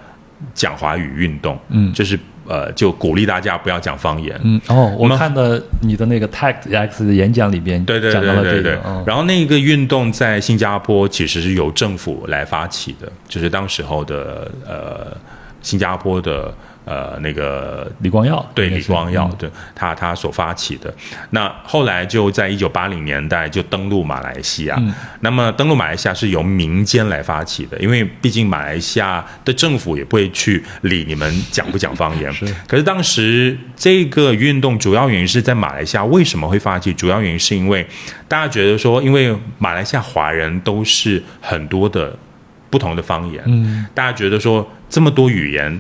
Speaker 2: 讲华语运动，嗯，就是呃就鼓励大家不要讲方言，
Speaker 1: 嗯，哦，我
Speaker 2: 那
Speaker 1: 看的你的那个 Tech X 的演讲里边
Speaker 2: 对对
Speaker 1: 讲到
Speaker 2: 对
Speaker 1: 了
Speaker 2: 对
Speaker 1: 这
Speaker 2: 对
Speaker 1: 个，嗯，
Speaker 2: 然后那个运动在新加坡其实是由政府来发起的，就是当时候的呃新加坡的呃那个
Speaker 1: 李光耀
Speaker 2: 对
Speaker 1: 应该
Speaker 2: 李
Speaker 1: 是
Speaker 2: 光耀
Speaker 1: 嗯，
Speaker 2: 对他他所发起的。那后来就在一九八零年代就登陆马来西亚。
Speaker 1: 嗯
Speaker 2: 那么登陆马来西亚是由民间来发起的，因为毕竟马来西亚的政府也不会去理你们讲不讲方 言。
Speaker 1: 是
Speaker 2: 可是当时这个运动主要原因是在马来西亚为什么会发起？主要原因是因为大家觉得说，因为马来西亚华人都是很多的不同的方言，
Speaker 1: 嗯，
Speaker 2: 大家觉得说这么多语言，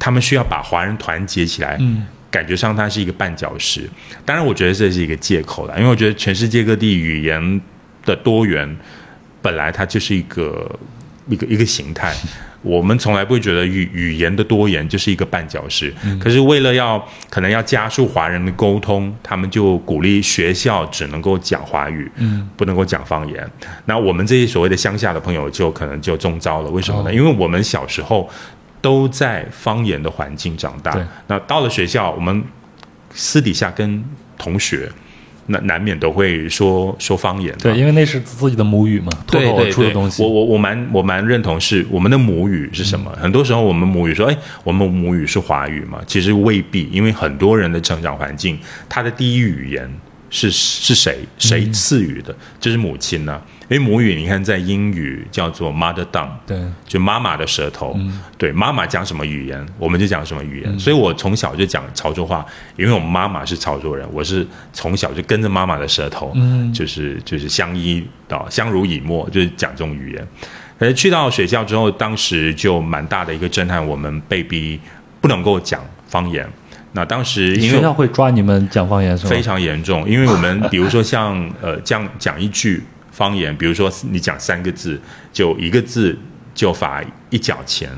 Speaker 2: 他们需要把华人团结起来，嗯，感觉上它是一个绊脚石。当然，我觉得这是一个借口啦，因为我觉得全世界各地语言的多元本来它就是一个一个一个形态。我们从来不会觉得语语言的多元就是一个绊脚石，可是为了要可能要加速华人的沟通，他们就鼓励学校只能够讲华语，嗯，不能够讲方言。那我们这些所谓的乡下的朋友就可能就中招了，为什么呢？因为我们小时候都在方言的环境长大
Speaker 1: 对，
Speaker 2: 那到了学校，我们私底下跟同学，那难免都会说说方言嘛，
Speaker 1: 对，因为那是自己的母语嘛，脱
Speaker 2: 对
Speaker 1: 口而
Speaker 2: 对
Speaker 1: 出的
Speaker 2: 对，
Speaker 1: 东西。
Speaker 2: 我我我蛮我蛮认同是我们的母语是什么？很多时候我们母语说，哎，我们母语是华语嘛？其实未必，因为很多人的成长环境，他的第一语言是是谁谁
Speaker 1: 嗯
Speaker 2: 赐予的？就是母亲呐、因为母语，你看在英语叫做 mother tongue，
Speaker 1: 对，
Speaker 2: 就妈妈的舌头，对妈妈讲什么语言，我们就讲什么语言。所以我从小就讲潮州话，因为我妈妈是潮州人，我是从小就跟着妈妈的舌头，就是就是相依啊，相濡以沫，就是讲这种语言。可是去到学校之后，当时就蛮大的一个震撼，我们被逼不能够讲方言。那当时因为
Speaker 1: 学校会抓你们讲方言是吗？
Speaker 2: 非常严重，因为我们比如说像呃讲讲一句方言，比如说你讲三个字，就一个字就罚一角钱，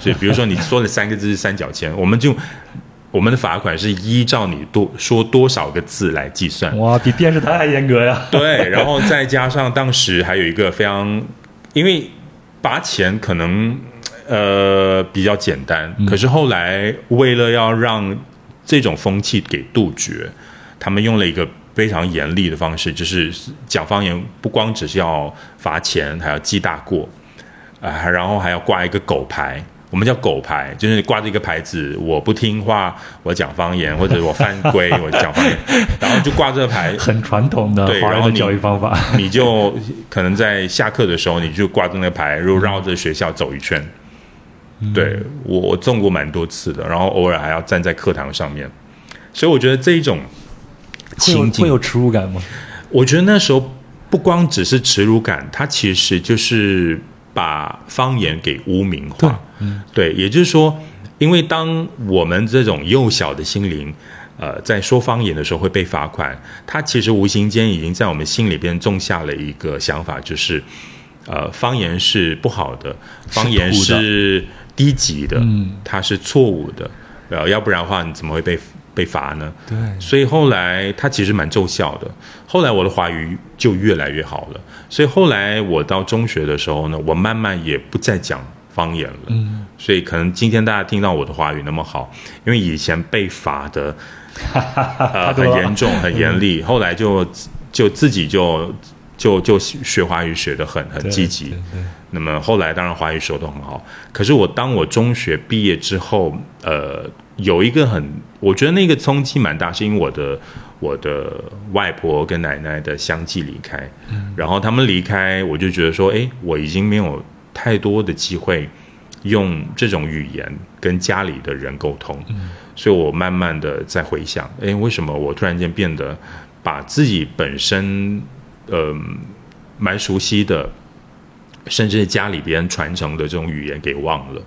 Speaker 2: 所以比如说你说的三个字是三角钱，我们就我们的罚款是依照你多说多少个字来计算。
Speaker 1: 哇，比电视台还严格 呀！
Speaker 2: 对，然后再加上当时还有一个非常，因为拔钱可能呃比较简单，可是后来为了要让这种风气给杜绝，他们用了一个非常严厉的方式，就是讲方言不光只是要罚钱，还要记大过。啊、然后还要挂一个狗牌，我们叫狗牌，就是挂着一个牌子，我不听话，我讲方言，或者我犯规，我讲方言，然后就挂这 个牌，
Speaker 1: 很传统的
Speaker 2: 对
Speaker 1: 华
Speaker 2: 然
Speaker 1: 人
Speaker 2: 后
Speaker 1: 的
Speaker 2: 你
Speaker 1: 教育方 法。
Speaker 2: 你就可能在下课的时候，你就挂着那个牌，然后绕着学校走一圈。
Speaker 1: 嗯
Speaker 2: 对我我中过蛮多次的，然后偶尔还要站在课堂上面，所以我觉得这一种
Speaker 1: 会有
Speaker 2: 情景
Speaker 1: 会有耻辱感吗？
Speaker 2: 我觉得那时候不光只是耻辱感，它其实就是把方言给污名化。
Speaker 1: 对
Speaker 2: 对也就是说，因为当我们这种幼小的心灵。呃，在说方言的时候会被罚款，它其实无形间已经在我们心里边种下了一个想法，就是，呃，方言是不好的，方言
Speaker 1: 土的嗯
Speaker 2: 是低级的，它是错误的，呃，要不然的话你怎么会被被罚呢？
Speaker 1: 对，
Speaker 2: 所以后来他其实蛮奏效的。后来我的华语就越来越好了，所以后来我到中学的时候呢，我慢慢也不再讲方言了。嗯，所以可能今天大家听到我的华语那么好，因为以前被罚 的，呃，
Speaker 1: 多
Speaker 2: 很
Speaker 1: 了嗯
Speaker 2: 严重、很严厉，后来就就自己就就就学华语学的很很积极。
Speaker 1: 对对
Speaker 2: 那么后来当然华语说的很好，可是我当我中学毕业之后，呃，有一个很，我觉得那个冲击蛮大，是因为我的我的外婆跟奶奶的相继离开，然后他们离开，我就觉得说，哎，我已经没有太多的机会用这种语言跟家里的人沟通，所以我慢慢的在回想，哎，为什么我突然间变得把自己本身，呃，蛮熟悉的。甚至家里边传承的这种语言给忘了。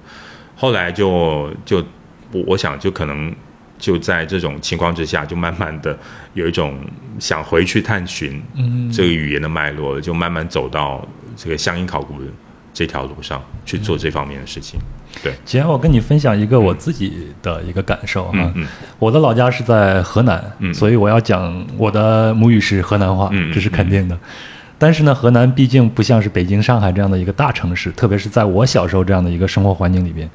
Speaker 2: 后来就就我我想就可能就在这种情况之下，就慢慢的有一种想回去探寻这个语言的脉络，就慢慢走到这个乡音考古的这条路上去做这方面的事情。对，
Speaker 1: 姐，我跟你分享一个我自己的一个感受哈、
Speaker 2: 嗯嗯
Speaker 1: 我的老家是在河南，
Speaker 2: 嗯
Speaker 1: 所以我要讲我的母语是河南话，
Speaker 2: 嗯嗯
Speaker 1: 这是肯定的。但是呢，河南毕竟不像是北京、上海这样的一个大城市，特别是在我小时候这样的一个生活环境里边，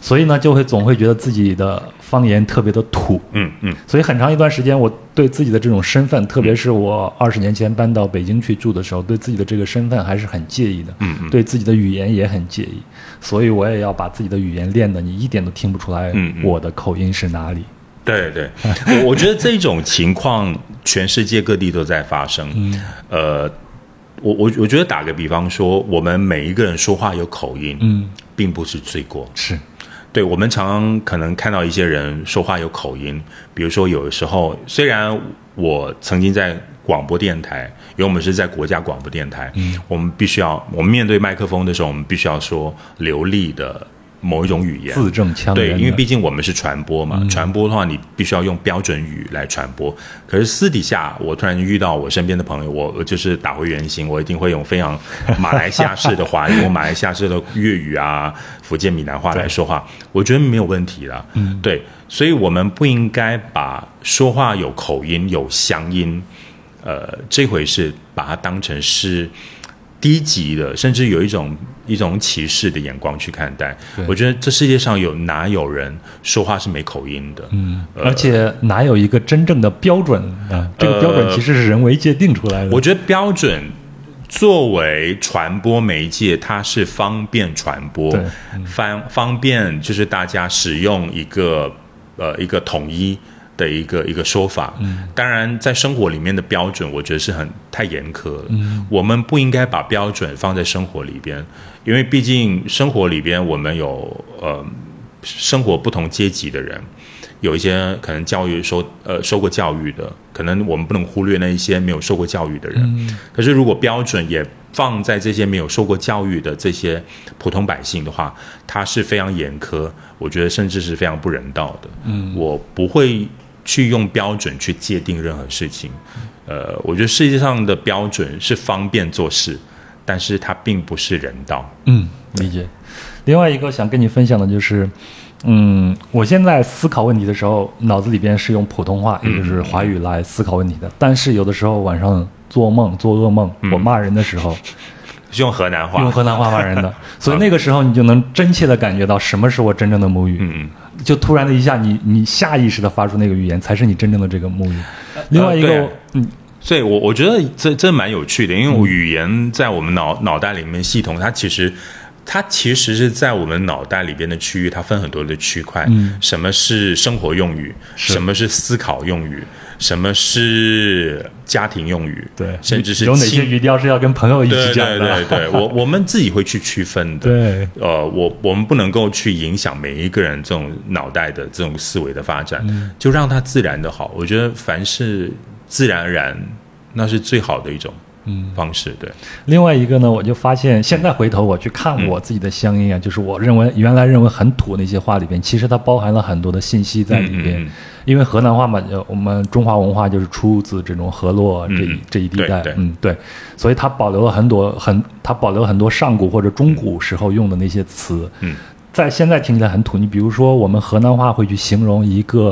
Speaker 1: 所以呢，就会总会觉得自己的方言特别的土。
Speaker 2: 嗯嗯
Speaker 1: 所以很长一段时间，我对自己的这种身份，特别是我二十年前搬到北京去住的时候，对自己的这个身份还是很介意的，
Speaker 2: 嗯嗯
Speaker 1: 对自己的语言也很介意，所以我也要把自己的语言练得你一点都听不出来
Speaker 2: 嗯嗯
Speaker 1: 我的口音是哪里。
Speaker 2: 对对， 我我觉得这种情况全世界各地都在发生。呃，我我我觉得打个比方说，我们每一个人说话有口音，
Speaker 1: 嗯，
Speaker 2: 并不是罪过。
Speaker 1: 是，
Speaker 2: 对我们常常可能看到一些人说话有口音，比如说有的时候，虽然我曾经在广播电台，因为我们是在国家广播电台，嗯，我们必须要，我们面对麦克风的时候，我们必须要说流利的某一种语言，
Speaker 1: 字正腔圆
Speaker 2: 对
Speaker 1: 的。，
Speaker 2: 因为毕竟我们是传播嘛，传播的话你必须要用标准语来传播。可是私底下，我突然遇到我身边的朋友，我我就是打回原形，我一定会用非常马来西亚式的华语，或马来西亚式的粤语啊、福建闽南话来说话，我觉得没有问题啦。嗯，对，所以我们不应该把说话有口音、有乡音，呃，这回事把它当成是。低级的，甚至有一种一种歧视的眼光去看待。我觉得这世界上有哪有人说话是没口音的？嗯，
Speaker 1: 而且哪有一个真正的标准啊？这个标
Speaker 2: 呃
Speaker 1: 准其实是人为界定出来的。
Speaker 2: 我觉得标准作为传播媒介，它是方便传播
Speaker 1: 对，
Speaker 2: 方方便就是大家使用一个呃一个统一。的一个一个说法，当然在生活里面的标准，我觉得是很太严苛了。我们不应该把标准放在生活里边，因为毕竟生活里边我们有呃生活不同阶级的人，有一些可能教育受呃受过教育的，可能我们不能忽略那一些没有受过教育的人。可是如果标准也放在这些没有受过教育的这些普通百姓的话，它是非常严苛，我觉得甚至是非常不人道的。嗯，我不会去用标准去界定任何事情。呃，我觉得世界上的标准是方便做事，但是它并不是人道。
Speaker 1: 嗯，理解。另外一个想跟你分享的就是，嗯，我现在思考问题的时候，脑子里边是用普通话，也就是华语来思考问题的。但是有的时候晚上做梦、做噩梦，我骂人的时候、
Speaker 2: 是用河南话，
Speaker 1: 嗯 用河南话骂人的， 所以那个时候你就能真切的感觉到什么是我真正的母语。
Speaker 2: 嗯。
Speaker 1: 就突然的一下你，你下意识的发出那个语言，才是你真正的这个母语。另外一个，
Speaker 2: 对啊
Speaker 1: 嗯，
Speaker 2: 所以我，我觉得这这蛮有趣的，因为我语言在我们脑脑袋里面系统，它其实它其实是在我们脑袋里边的区域，它分很多的区块。嗯，什么是生活用语？什么是思考用语？什么是家庭用语？
Speaker 1: 对，
Speaker 2: 甚至是
Speaker 1: 有哪
Speaker 2: 亲
Speaker 1: 些语调是要跟朋友一起
Speaker 2: 对
Speaker 1: 讲
Speaker 2: 对
Speaker 1: 的？
Speaker 2: 对对，我我们自己会去区分的。
Speaker 1: 对，
Speaker 2: 呃，我我们不能够去影响每一个人这种脑袋的这种思维的发展，就让它自然的好。我觉得凡事自然而然，那是最好的一种方式。对，
Speaker 1: 另外一个呢，我就发现现在回头我去看我自己的乡
Speaker 2: 嗯
Speaker 1: 音啊，就是我认为原来认为很土的一些话里边，其实它包含了很多的信息在里边。
Speaker 2: 嗯嗯嗯
Speaker 1: 因为河南话嘛，呃我们中华文化就是出自这种河洛这一、
Speaker 2: 嗯嗯
Speaker 1: 这一地带
Speaker 2: 对对，
Speaker 1: 嗯，对，所以它保留了很多很，它保留了很多上古或者中古时候用的那些词，
Speaker 2: 嗯
Speaker 1: 在现在听起来很土。你比如说，我们河南话会去形容一个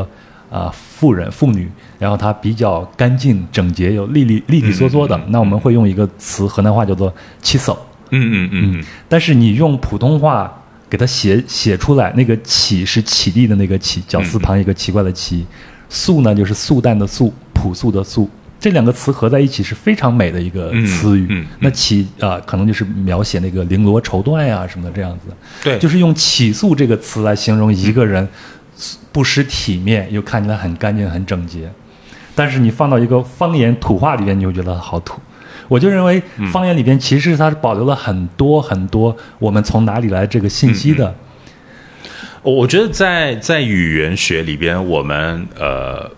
Speaker 1: 啊、呃妇人、妇女，然后她比较干净、整洁，有利利利利索索的，那我们会用一个词，河南话叫做“七叟
Speaker 2: 嗯嗯嗯嗯”。
Speaker 1: 但是你用普通话给它写写出来，那个“起”是起地的那个“起”，绞丝旁一个奇怪的“奇”，“
Speaker 2: 嗯
Speaker 1: 素”呢就是素淡的“素”，朴素的“素”。这两个词合在一起是非常美的一个
Speaker 2: 嗯
Speaker 1: 词语。
Speaker 2: 嗯嗯
Speaker 1: 那起啊、可能就是描写那个绫罗绸缎呀、什么的这样子。
Speaker 2: 对，
Speaker 1: 就是用“起诉”这个词来形容一个人不失体面，又看起来很干净、很整洁。但是你放到一个方言土话里边，你会觉得好土。我就认为
Speaker 2: 嗯
Speaker 1: 方言里边其实它是保留了很多很多我们从哪里来这个信息的。
Speaker 2: 我我觉得在在语言学里边，我们呃，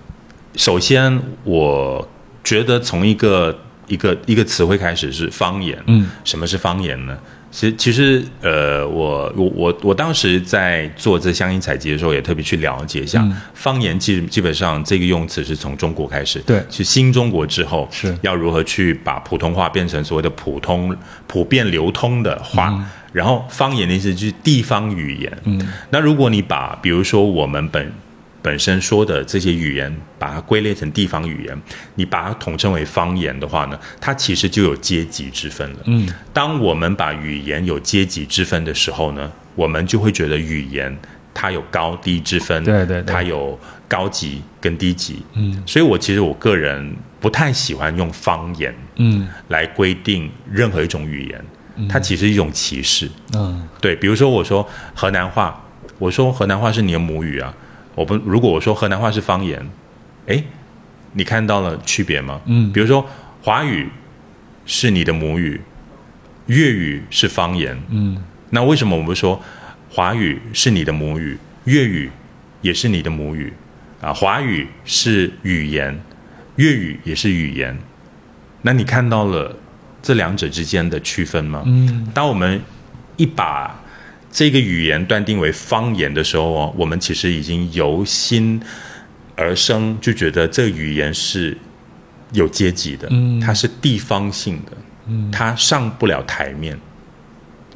Speaker 2: 首先我觉得从一个一个一个词汇开始是方言。
Speaker 1: 嗯，
Speaker 2: 什么是方言呢？其实其实呃，我我我我当时在做这乡音采集的时候，也特别去了解一下、
Speaker 1: 嗯
Speaker 2: 方言基基本上这个用词是从中国开始，
Speaker 1: 对
Speaker 2: 是新中国之后
Speaker 1: 是
Speaker 2: 要如何去把普通话变成所谓的普通普遍流通的话。然后方言的意思就是地方语言。嗯，那如果你把比如说我们本本身说的这些语言，把它归类成地方语言，你把它统称为方言的话呢，它其实就有阶级之分了。嗯，当我们把语言有阶级之分的时候呢，我们就会觉得语言它有高低之分，
Speaker 1: 对对对
Speaker 2: 它有高级跟低级。嗯，所以我其实我个人不太喜欢用方言
Speaker 1: 嗯
Speaker 2: 来规定任何一种语言，它其实是一种歧视。
Speaker 1: 嗯
Speaker 2: 对，比如说我说河南话，我说河南话是你的母语啊，我不如果我说河南话是方言，诶，你看到了区别吗？
Speaker 1: 嗯
Speaker 2: 比如说华语是你的母语，粤语是方言，
Speaker 1: 嗯
Speaker 2: 那为什么我们说华语是你的母语，粤语也是你的母语啊？华语是语言，粤语也是语言。那你看到了这两者之间的区分吗？
Speaker 1: 嗯，
Speaker 2: 当我们一把这个语言断定为方言的时候哦，我们其实已经由心而生，就觉得这个语言是有阶级的，
Speaker 1: 嗯
Speaker 2: 它是地方性的，它上不了台面。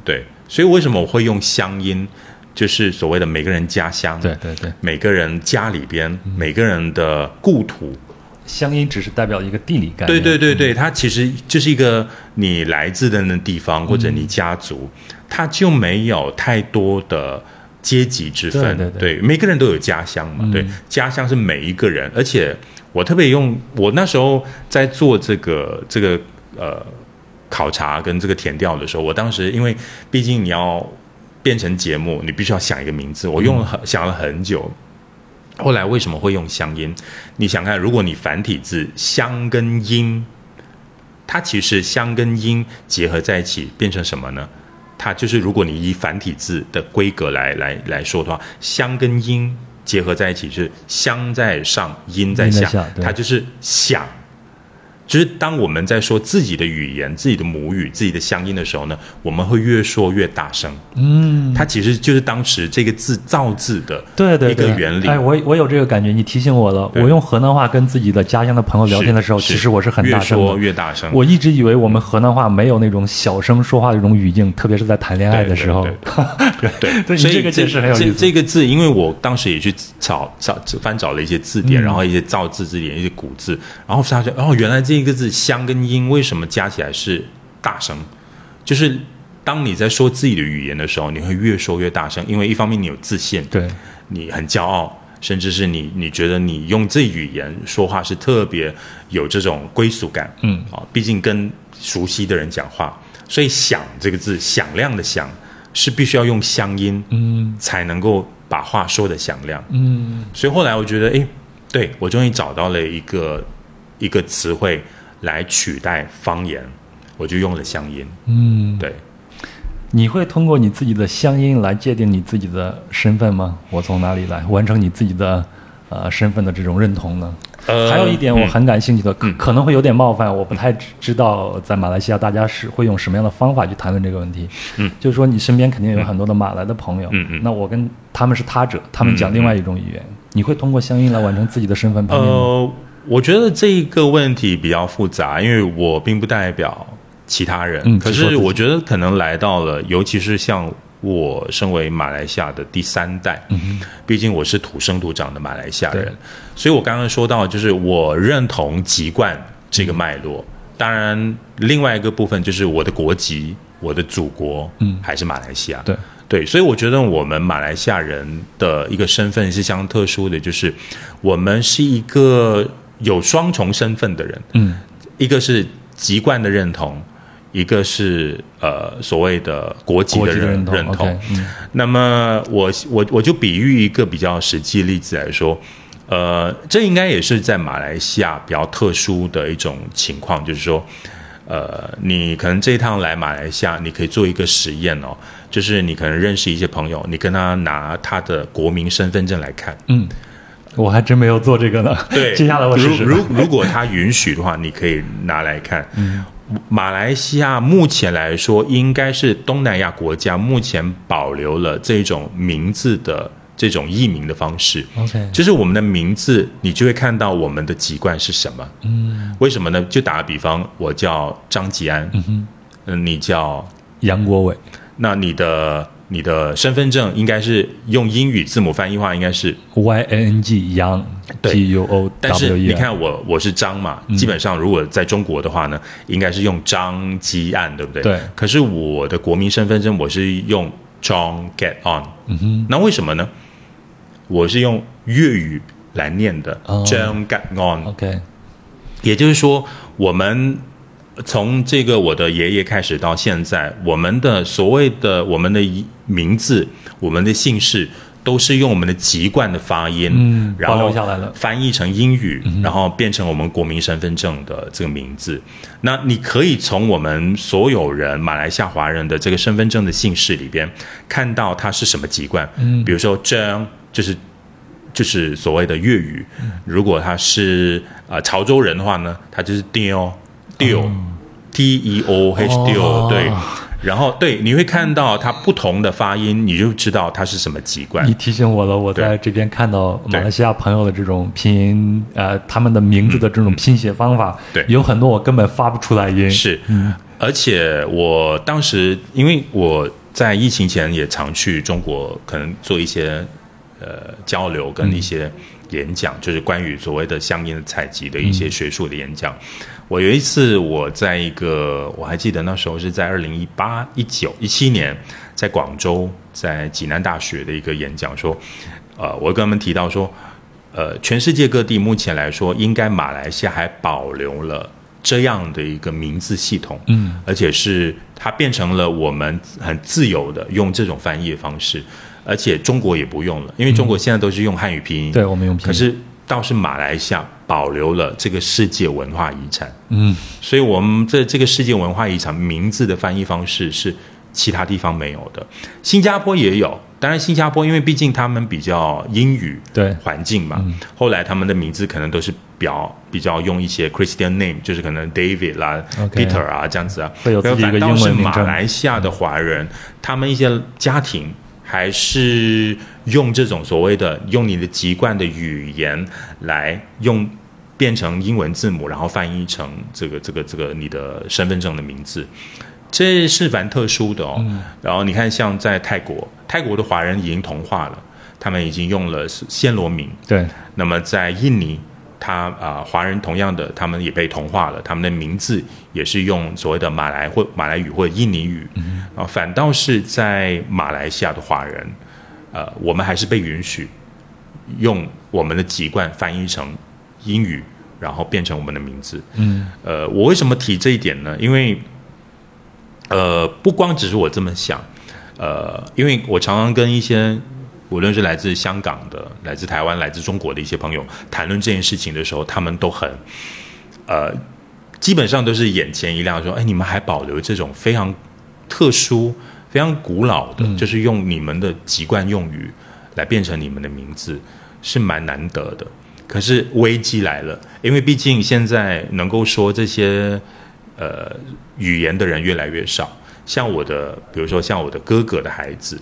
Speaker 2: 对，所以为什么我会用乡音，就是所谓的每个人家乡，
Speaker 1: 对，对对，
Speaker 2: 每个人家里边，每个人的故土，嗯
Speaker 1: 乡音只是代表一个地理概念。
Speaker 2: 对对对对，它其实就是一个你来自的那地方或者你家族，嗯它就没有太多的阶级之分。
Speaker 1: 对对对
Speaker 2: 每个人都有家乡嘛，对，家乡是每一个人，而且我特别用我那时候在做这个这个呃考察跟这个填调的时候，我当时因为毕竟你要变成节目，你必须要想一个名字，我用了很、想了很久。后来为什么会用乡音？你想看，如果你繁体字“乡”跟“音”，它其实“乡”跟“音”结合在一起变成什么呢？它就是如果你以繁体字的规格来来来说的话，“乡”跟“音”结合在一起就是“乡”在上，“音”在
Speaker 1: 音
Speaker 2: 下
Speaker 1: 在下，对
Speaker 2: 它就是“想”。就是当我们在说自己的语言、自己的母语、自己的乡音的时候呢，我们会越说越大声。嗯，它其实就是当时这个字造字的
Speaker 1: 对对
Speaker 2: 一个
Speaker 1: 对，
Speaker 2: 原理。
Speaker 1: 哎，我我有这个感觉，你提醒我了。
Speaker 2: 对
Speaker 1: 我用河南话跟自己的家乡的朋友聊天的时候，
Speaker 2: 是
Speaker 1: 其实我是很大声
Speaker 2: 越说
Speaker 1: 的。
Speaker 2: 越大声。
Speaker 1: 我一直以为我们河南话没有那种小声说话的这种语境，特别是在谈恋爱的时候
Speaker 2: 对。对
Speaker 1: 对你
Speaker 2: 所以
Speaker 1: 这个解释很有意
Speaker 2: 这
Speaker 1: 思
Speaker 2: 这个字，因为我当时也去找找翻找了一些字
Speaker 1: 嗯
Speaker 2: 典，然后一些造字字典，一些古字，然后发现哦，原来这个字“乡”跟“音”为什么加起来是大声？就是当你在说自己的语言的时候，你会越说越大声，因为一方面你有自信，
Speaker 1: 对，
Speaker 2: 你很骄傲，甚至是你你觉得你用这语言说话是特别有这种归属感，
Speaker 1: 嗯
Speaker 2: 啊，毕竟跟熟悉的人讲话，所以“响”这个字，响亮的“响”是必须要用乡音，
Speaker 1: 嗯
Speaker 2: 才能够把话说的响亮。
Speaker 1: 嗯
Speaker 2: 所以后来我觉得，哎，对我终于找到了一个一个词汇来取代方言，我就用了乡音，
Speaker 1: 嗯，
Speaker 2: 对。
Speaker 1: 你会通过你自己的乡音来界定你自己的身份吗？我从哪里来，完成你自己的呃身份的这种认同呢？
Speaker 2: 呃
Speaker 1: 还有一点我很感兴趣的，可
Speaker 2: 嗯
Speaker 1: 可能会有点冒犯，我不太知知道在马来西亚大家是会用什么样的方法去谈论这个问题。
Speaker 2: 嗯，
Speaker 1: 就是说你身边肯定有很多的马来的朋友，
Speaker 2: 嗯嗯
Speaker 1: 那我跟他们是他者，他们讲另外一种语言，你会通过相应来完成自己的身份判定吗？
Speaker 2: 呃，我觉得这一个问题比较复杂，因为我并不代表其他人。
Speaker 1: 嗯
Speaker 2: 可
Speaker 1: 只说自
Speaker 2: 是
Speaker 1: 己
Speaker 2: 我觉得可能来到了，尤其是像我身为马来西亚的第三代，毕竟我是土生土长的马来西亚
Speaker 1: 嗯对
Speaker 2: 人，所以我刚刚说到，就是我认同籍贯这个脉络。当然，另外一个部分就是我的国籍，我的祖国，嗯，还是马来西亚。
Speaker 1: 对，
Speaker 2: 对，所以我觉得我们马来西亚人的一个身份是相当特殊的，就是我们是一个有双重身份的人，
Speaker 1: 嗯，
Speaker 2: 一个是籍贯的认同，一个是呃所谓的国籍
Speaker 1: 国
Speaker 2: 的
Speaker 1: 际的
Speaker 2: 认
Speaker 1: 认同，OK，嗯
Speaker 2: 那么我我我就比喻一个比较实际例子来说，呃，这应该也是在马来西亚比较特殊的一种情况，就是说，呃，你可能这一趟来马来西亚，你可以做一个实验哦，就是你可能认识一些朋友，你跟他拿他的国民身份证来看，
Speaker 1: 嗯，我还真没有做这个呢。
Speaker 2: 对，
Speaker 1: 接下来我试试。
Speaker 2: 如如如果他允许的话，你可以拿来看。马来西亚目前来说，应该是东南亚国家目前保留了这种名字的这种译名的方式。
Speaker 1: OK，
Speaker 2: 就是我们的名字，你就会看到我们的籍贯是什么。
Speaker 1: 嗯
Speaker 2: 为什么呢？就打个比方，我叫张吉安，
Speaker 1: 嗯哼，
Speaker 2: 嗯，你叫，
Speaker 1: 杨国伟
Speaker 2: 那你的你的身份证应该是用英语字母翻译话，应该是，
Speaker 1: Y N N G 杨
Speaker 2: 对
Speaker 1: G U O
Speaker 2: 但是
Speaker 1: W E，嗯
Speaker 2: 你看我我是张嘛，基本上如果在中国的话呢，应该是用张吉安，对不对？
Speaker 1: 对
Speaker 2: 可是我的国民身份证我是用 John Get On，
Speaker 1: 嗯哼，
Speaker 2: 那为什么呢？我是用粤语来念的、
Speaker 1: 哦
Speaker 2: John Get On，
Speaker 1: ，OK，
Speaker 2: 也就是说，我们从这个我的爷爷开始到现在，我们的所谓的我们的名字、我们的姓氏，都是用我们的籍贯的发音，
Speaker 1: 嗯
Speaker 2: 然
Speaker 1: 保
Speaker 2: 后
Speaker 1: 留下来了嗯
Speaker 2: 翻译成英语，然后变成我们国民身份证的这个名字。那你可以从我们所有人马来西亚华人的这个身份证的姓氏里边看到他是什么籍贯，
Speaker 1: 嗯
Speaker 2: 比如说张就是就是所谓的粤语。如果他是呃潮州人的话呢，他就是 Teo Teo、T E O H Teo、
Speaker 1: 哦
Speaker 2: 对。然后对，你会看到它不同的发音，你就知道它是什么籍贯
Speaker 1: 你。提醒我了，我
Speaker 2: 哎对
Speaker 1: 在这边看到马
Speaker 2: 对
Speaker 1: 来西亚朋友的这种拼音，呃，他们的名字的这种拼写方法，
Speaker 2: 嗯对
Speaker 1: 有很多我根本发不出来音，
Speaker 2: 是，而且我当时因为我在疫情前也常去中国，可能做一些呃交流跟一些演讲，就是关于所谓的相应的采集的一些学术的演讲。我有一次我在一个我还记得那时候是在二零一八、一九、一七年，在广州在济南大学的一个演讲说，呃，我跟他们提到说，呃，全世界各地目前来说，应该马来西亚还保留了这样的一个名字系统，
Speaker 1: 嗯，
Speaker 2: 而且是它变成了我们很自由的用这种翻译的方式，而且中国也不用了，因为中国现在都是用汉语拼音，
Speaker 1: 嗯对我们用拼音，
Speaker 2: 可是倒是马来西亚保留了这个世界文化遗产，
Speaker 1: 嗯，
Speaker 2: 所以我们这这个世界文化遗产名字的翻译方式是其他地方没有的，新加坡也有。当然，新加坡因为毕竟他们比较英语
Speaker 1: 对嗯
Speaker 2: 环境嘛，后来他们的名字可能都是比较比较用一些 Christian name，就是可能 David 啦、
Speaker 1: OK
Speaker 2: Peter 啊这样子啊，
Speaker 1: 会有自己一个
Speaker 2: 反倒
Speaker 1: 英
Speaker 2: 是
Speaker 1: 文名
Speaker 2: 马
Speaker 1: 称
Speaker 2: 来西亚的华人，他们一些家庭还是用这种所谓的用你的籍贯的语言来用变成英文字母，然后翻译成这个这个这个你的身份证的名字，这是蛮特殊的哦。
Speaker 1: 嗯
Speaker 2: 然后你看，像在泰国，泰国的华人已经同化了，他们已经用了暹罗名，
Speaker 1: 对，
Speaker 2: 那么在印尼，他啊、呃华人同样的，他们也被同化了，他们的名字也是用所谓的马来或马来语或印尼语，啊、反倒是在马来西亚的华人，呃，我们还是被允许用我们的籍贯翻译成英语，然后变成我们的名字。
Speaker 1: 嗯
Speaker 2: 呃，我为什么提这一点呢？因为，呃，不光只是我这么想，呃，因为我常常跟一些无论是来自香港的、来自台湾、来自中国的一些朋友谈论这件事情的时候，他们都很，呃，基本上都是眼前一亮，说：“哎，你们还保留这种非常特殊、非常古老的，就是用你们的籍贯用语来变成你们的名字，是蛮难得的。”可是危机来了，因为毕竟现在能够说这些呃语言的人越来越少。像我的，比如说像我的哥哥的孩子，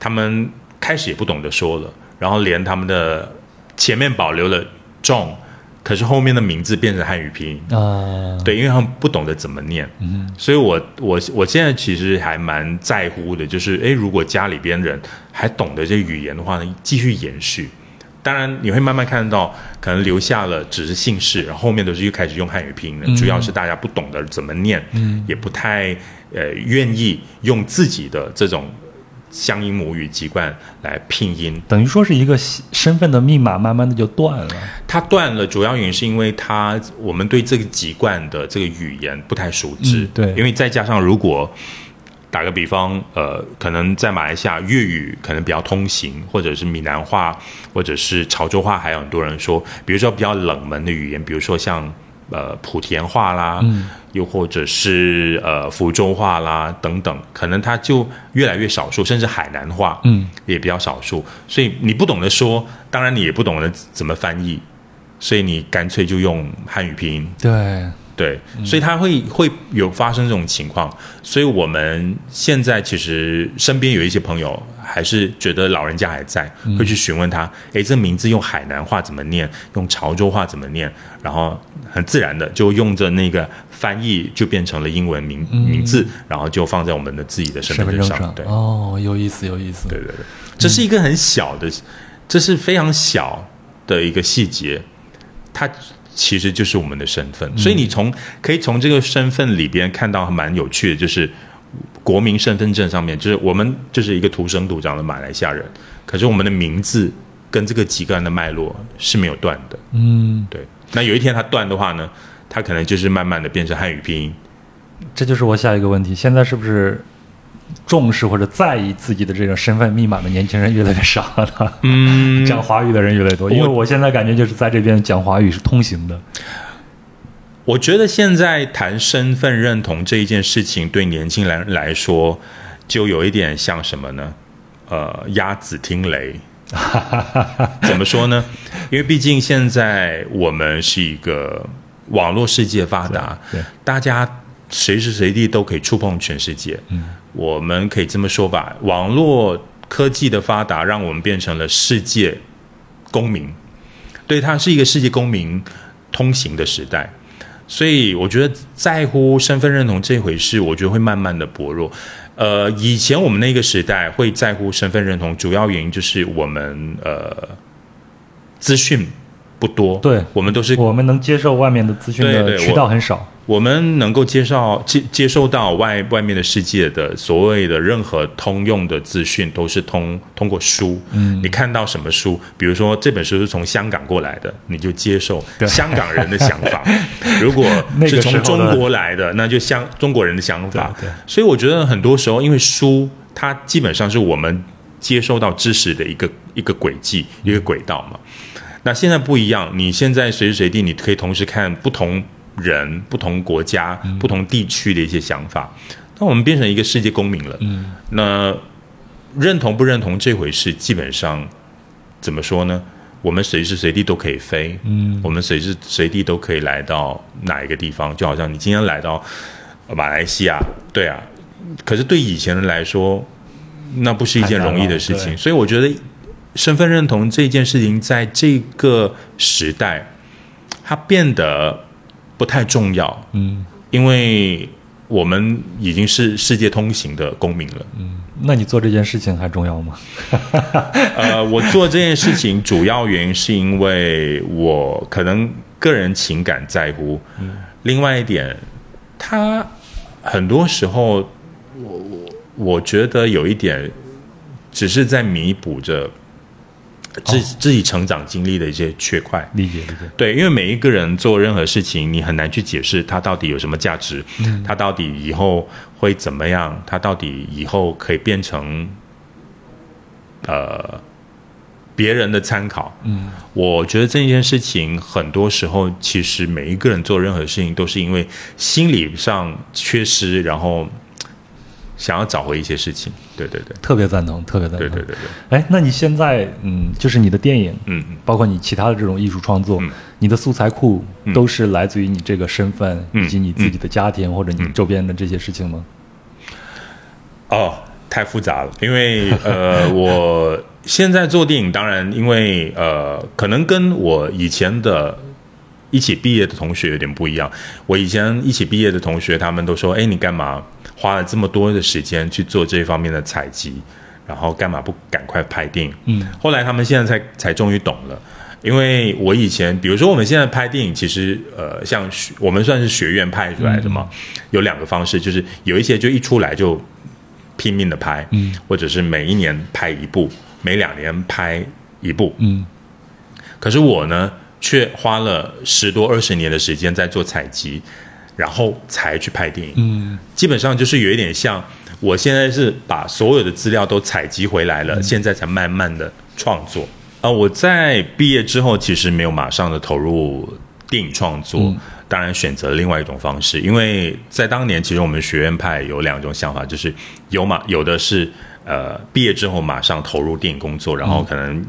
Speaker 2: 他们开始也不懂得说了，然后连他们的前面保留了 John，可是后面的名字变成汉语拼音。
Speaker 1: 啊，
Speaker 2: 对，因为他们不懂得怎么念，所以我我我现在其实还蛮在乎的，就是诶，如果家里边人还懂得这语言的话呢，继续延续。当然，你会慢慢看到，可能留下了只是姓氏，然后后面都是又开始用汉语拼音了。主要是大家不懂得怎么念，也不太呃愿意用自己的这种乡音母语籍贯来拼音
Speaker 1: 等于说是一个身身份的密码，慢慢的就断了，
Speaker 2: 它断了，主要原因是因为它我们对这个籍贯的这个语言不太熟知，
Speaker 1: 嗯对
Speaker 2: 因为再加上如果打个比方，呃，可能在马来西亚粤语可能比较通行，或者是闽南话，或者是潮州话，还有很多人说，比如说比较冷门的语言，比如说像呃莆田话啦，
Speaker 1: 嗯
Speaker 2: 又或者是呃福州话啦等等，可能它就越来越少数，甚至海南话，
Speaker 1: 嗯，
Speaker 2: 也比较少数。所以你不懂得说，当然你也不懂得怎么翻译，所以你干脆就用汉语拼音。
Speaker 1: 对，
Speaker 2: 对，所以他会会有发生这种情况，所以我们现在其实身边有一些朋友还是觉得老人家还在，会去询问他，诶，这名字用海南话怎么念，用潮州话怎么念，然后很自然的就用着那个翻译就变成了英文名、名字，然后就放在我们的自己嗯的身
Speaker 1: 身份
Speaker 2: 份
Speaker 1: 证
Speaker 2: 证
Speaker 1: 上
Speaker 2: 上，对。
Speaker 1: 哦，有意思，有意思。
Speaker 2: 对对对，这是一个很小的，这是非常小的一个细节，它其实就是我们的身份。所以你从可以从这个身份里边看到蛮有趣的，就是国民身份证上面，就是我们就是一个土生土长的马来西亚人，可是我们的名字跟这个籍贯的脉络是没有断的。
Speaker 1: 嗯，
Speaker 2: 对，那有一天它断的话呢，它可能就是慢慢的变成汉语拼音。
Speaker 1: 这就是我下一个问题。现在是不是重视或者在意自己的这个身份密码的年轻人越来越少了？
Speaker 2: 嗯
Speaker 1: 讲华语的人越来越多，因为
Speaker 2: 我
Speaker 1: 我现在感觉就是在这边讲华语是通行的。
Speaker 2: 我觉得现在谈身份认同这一件事情，对年轻人来说，就有一点像什么呢？呃，鸭子听 雷。怎么说呢？因为毕竟现在我们是一个网络世界发达
Speaker 1: 对对，
Speaker 2: 大家随时随地都可以触碰全世界。嗯，我们可以这么说吧，网络科技的发达让我们变成了世界公民。对，它是一个世界公民通行的时代。所以我觉得在乎身份认同这回事，我觉得会慢慢的薄弱。呃，以前我们那个时代会在乎身份认同，主要原因就是我们呃资讯不多，
Speaker 1: 对
Speaker 2: 我们都是
Speaker 1: 我们能接受外面的资讯
Speaker 2: 对
Speaker 1: 的
Speaker 2: 对
Speaker 1: 渠
Speaker 2: 我
Speaker 1: 道很少。
Speaker 2: 我们能够接受接接受到外外面的世界的所谓的任何通用的资讯，都是通通过书。嗯，你看到什么书，比如说这本书是从香港过来的，你就接受香港人的想 法；如果
Speaker 1: 那个
Speaker 2: 是
Speaker 1: 时候
Speaker 2: 从
Speaker 1: 的
Speaker 2: 中国来的，那就香中国人的想法。
Speaker 1: 对对
Speaker 2: 所以我觉得很多时候，因为书它基本上是我们接收到知识的一个一个轨迹、
Speaker 1: 嗯
Speaker 2: 一个轨道嘛。那现在不一样，你现在随时随地你可以同时看不同人、不同国家、
Speaker 1: 嗯
Speaker 2: 不同地区的一些想法。那我们变成一个世界公民了，嗯，那认同不认同这回事，基本上怎么说呢？我们随时随地都可以飞，嗯，我们随时随地都可以来到哪一个地方，就好像你今天来到马来西亚，对啊，可是对以前人来说，那不是一件容易的事
Speaker 1: 太难了
Speaker 2: 情，所以我觉得身份认同这件事情，在这个时代，它变得不太重要，
Speaker 1: 嗯，
Speaker 2: 因为我们已经是世界通行的公民了。
Speaker 1: 那你做这件事情还重要吗？
Speaker 2: 呃，我做这件事情主要原因是因为我可能个人情感在乎，另外一点，他很多时候，我我我觉得有一点，只是在弥补着自、自己成长经历的一些缺块。
Speaker 1: 理解理解。
Speaker 2: 对，因为每一个人做任何事情，你很难去解释他到底有什么价值，他到底以后会怎么样，他到底以后可以变成呃别人的参考。嗯，我觉得这件事情很多时候，其实每一个人做任何事情都是因为心理上缺失，然后想要找回一些事情。对对对，
Speaker 1: 特别赞同，特别赞同。
Speaker 2: 对对对对，
Speaker 1: 哎，那你现在嗯，就是你的电影，
Speaker 2: 嗯嗯。
Speaker 1: 包括你其他的这种艺术创作，
Speaker 2: 嗯
Speaker 1: 你的素材库都是来自于你这个身份、
Speaker 2: 嗯
Speaker 1: 以及你自己的家庭或者你周边的这些事情吗？
Speaker 2: 哦，太复杂了，因为呃，我现在做电影，当然因为呃，可能跟我以前的一起毕业的同学有点不一样。我以前一起毕业的同学，他们都说：“哎，你干嘛花了这么多的时间去做这方面的采集？然后干嘛不赶快拍电影？”
Speaker 1: 嗯，
Speaker 2: 后来他们现在才才终于懂了。因为我以前，比如说我们现在拍电影，其实呃，像学我们算是学院派出来的嘛，有两个方式，就是有一些就一出来就拼命的拍，
Speaker 1: 嗯，
Speaker 2: 或者是每一年拍一部，每两年拍一部，
Speaker 1: 嗯，
Speaker 2: 可是我呢，却花了十多二十年的时间在做采集，然后才去拍电影。嗯，基本上就是有一点像，我现在是把所有的资料都采集回来了，现在才慢慢的创作。啊、我在毕业之后其实没有马上的投入电影创作。当然，选择了另外一种方式，因为在当年，其实我们学院派有两种想法，就是有马有的是呃毕业之后马上投入电影工作，然后可能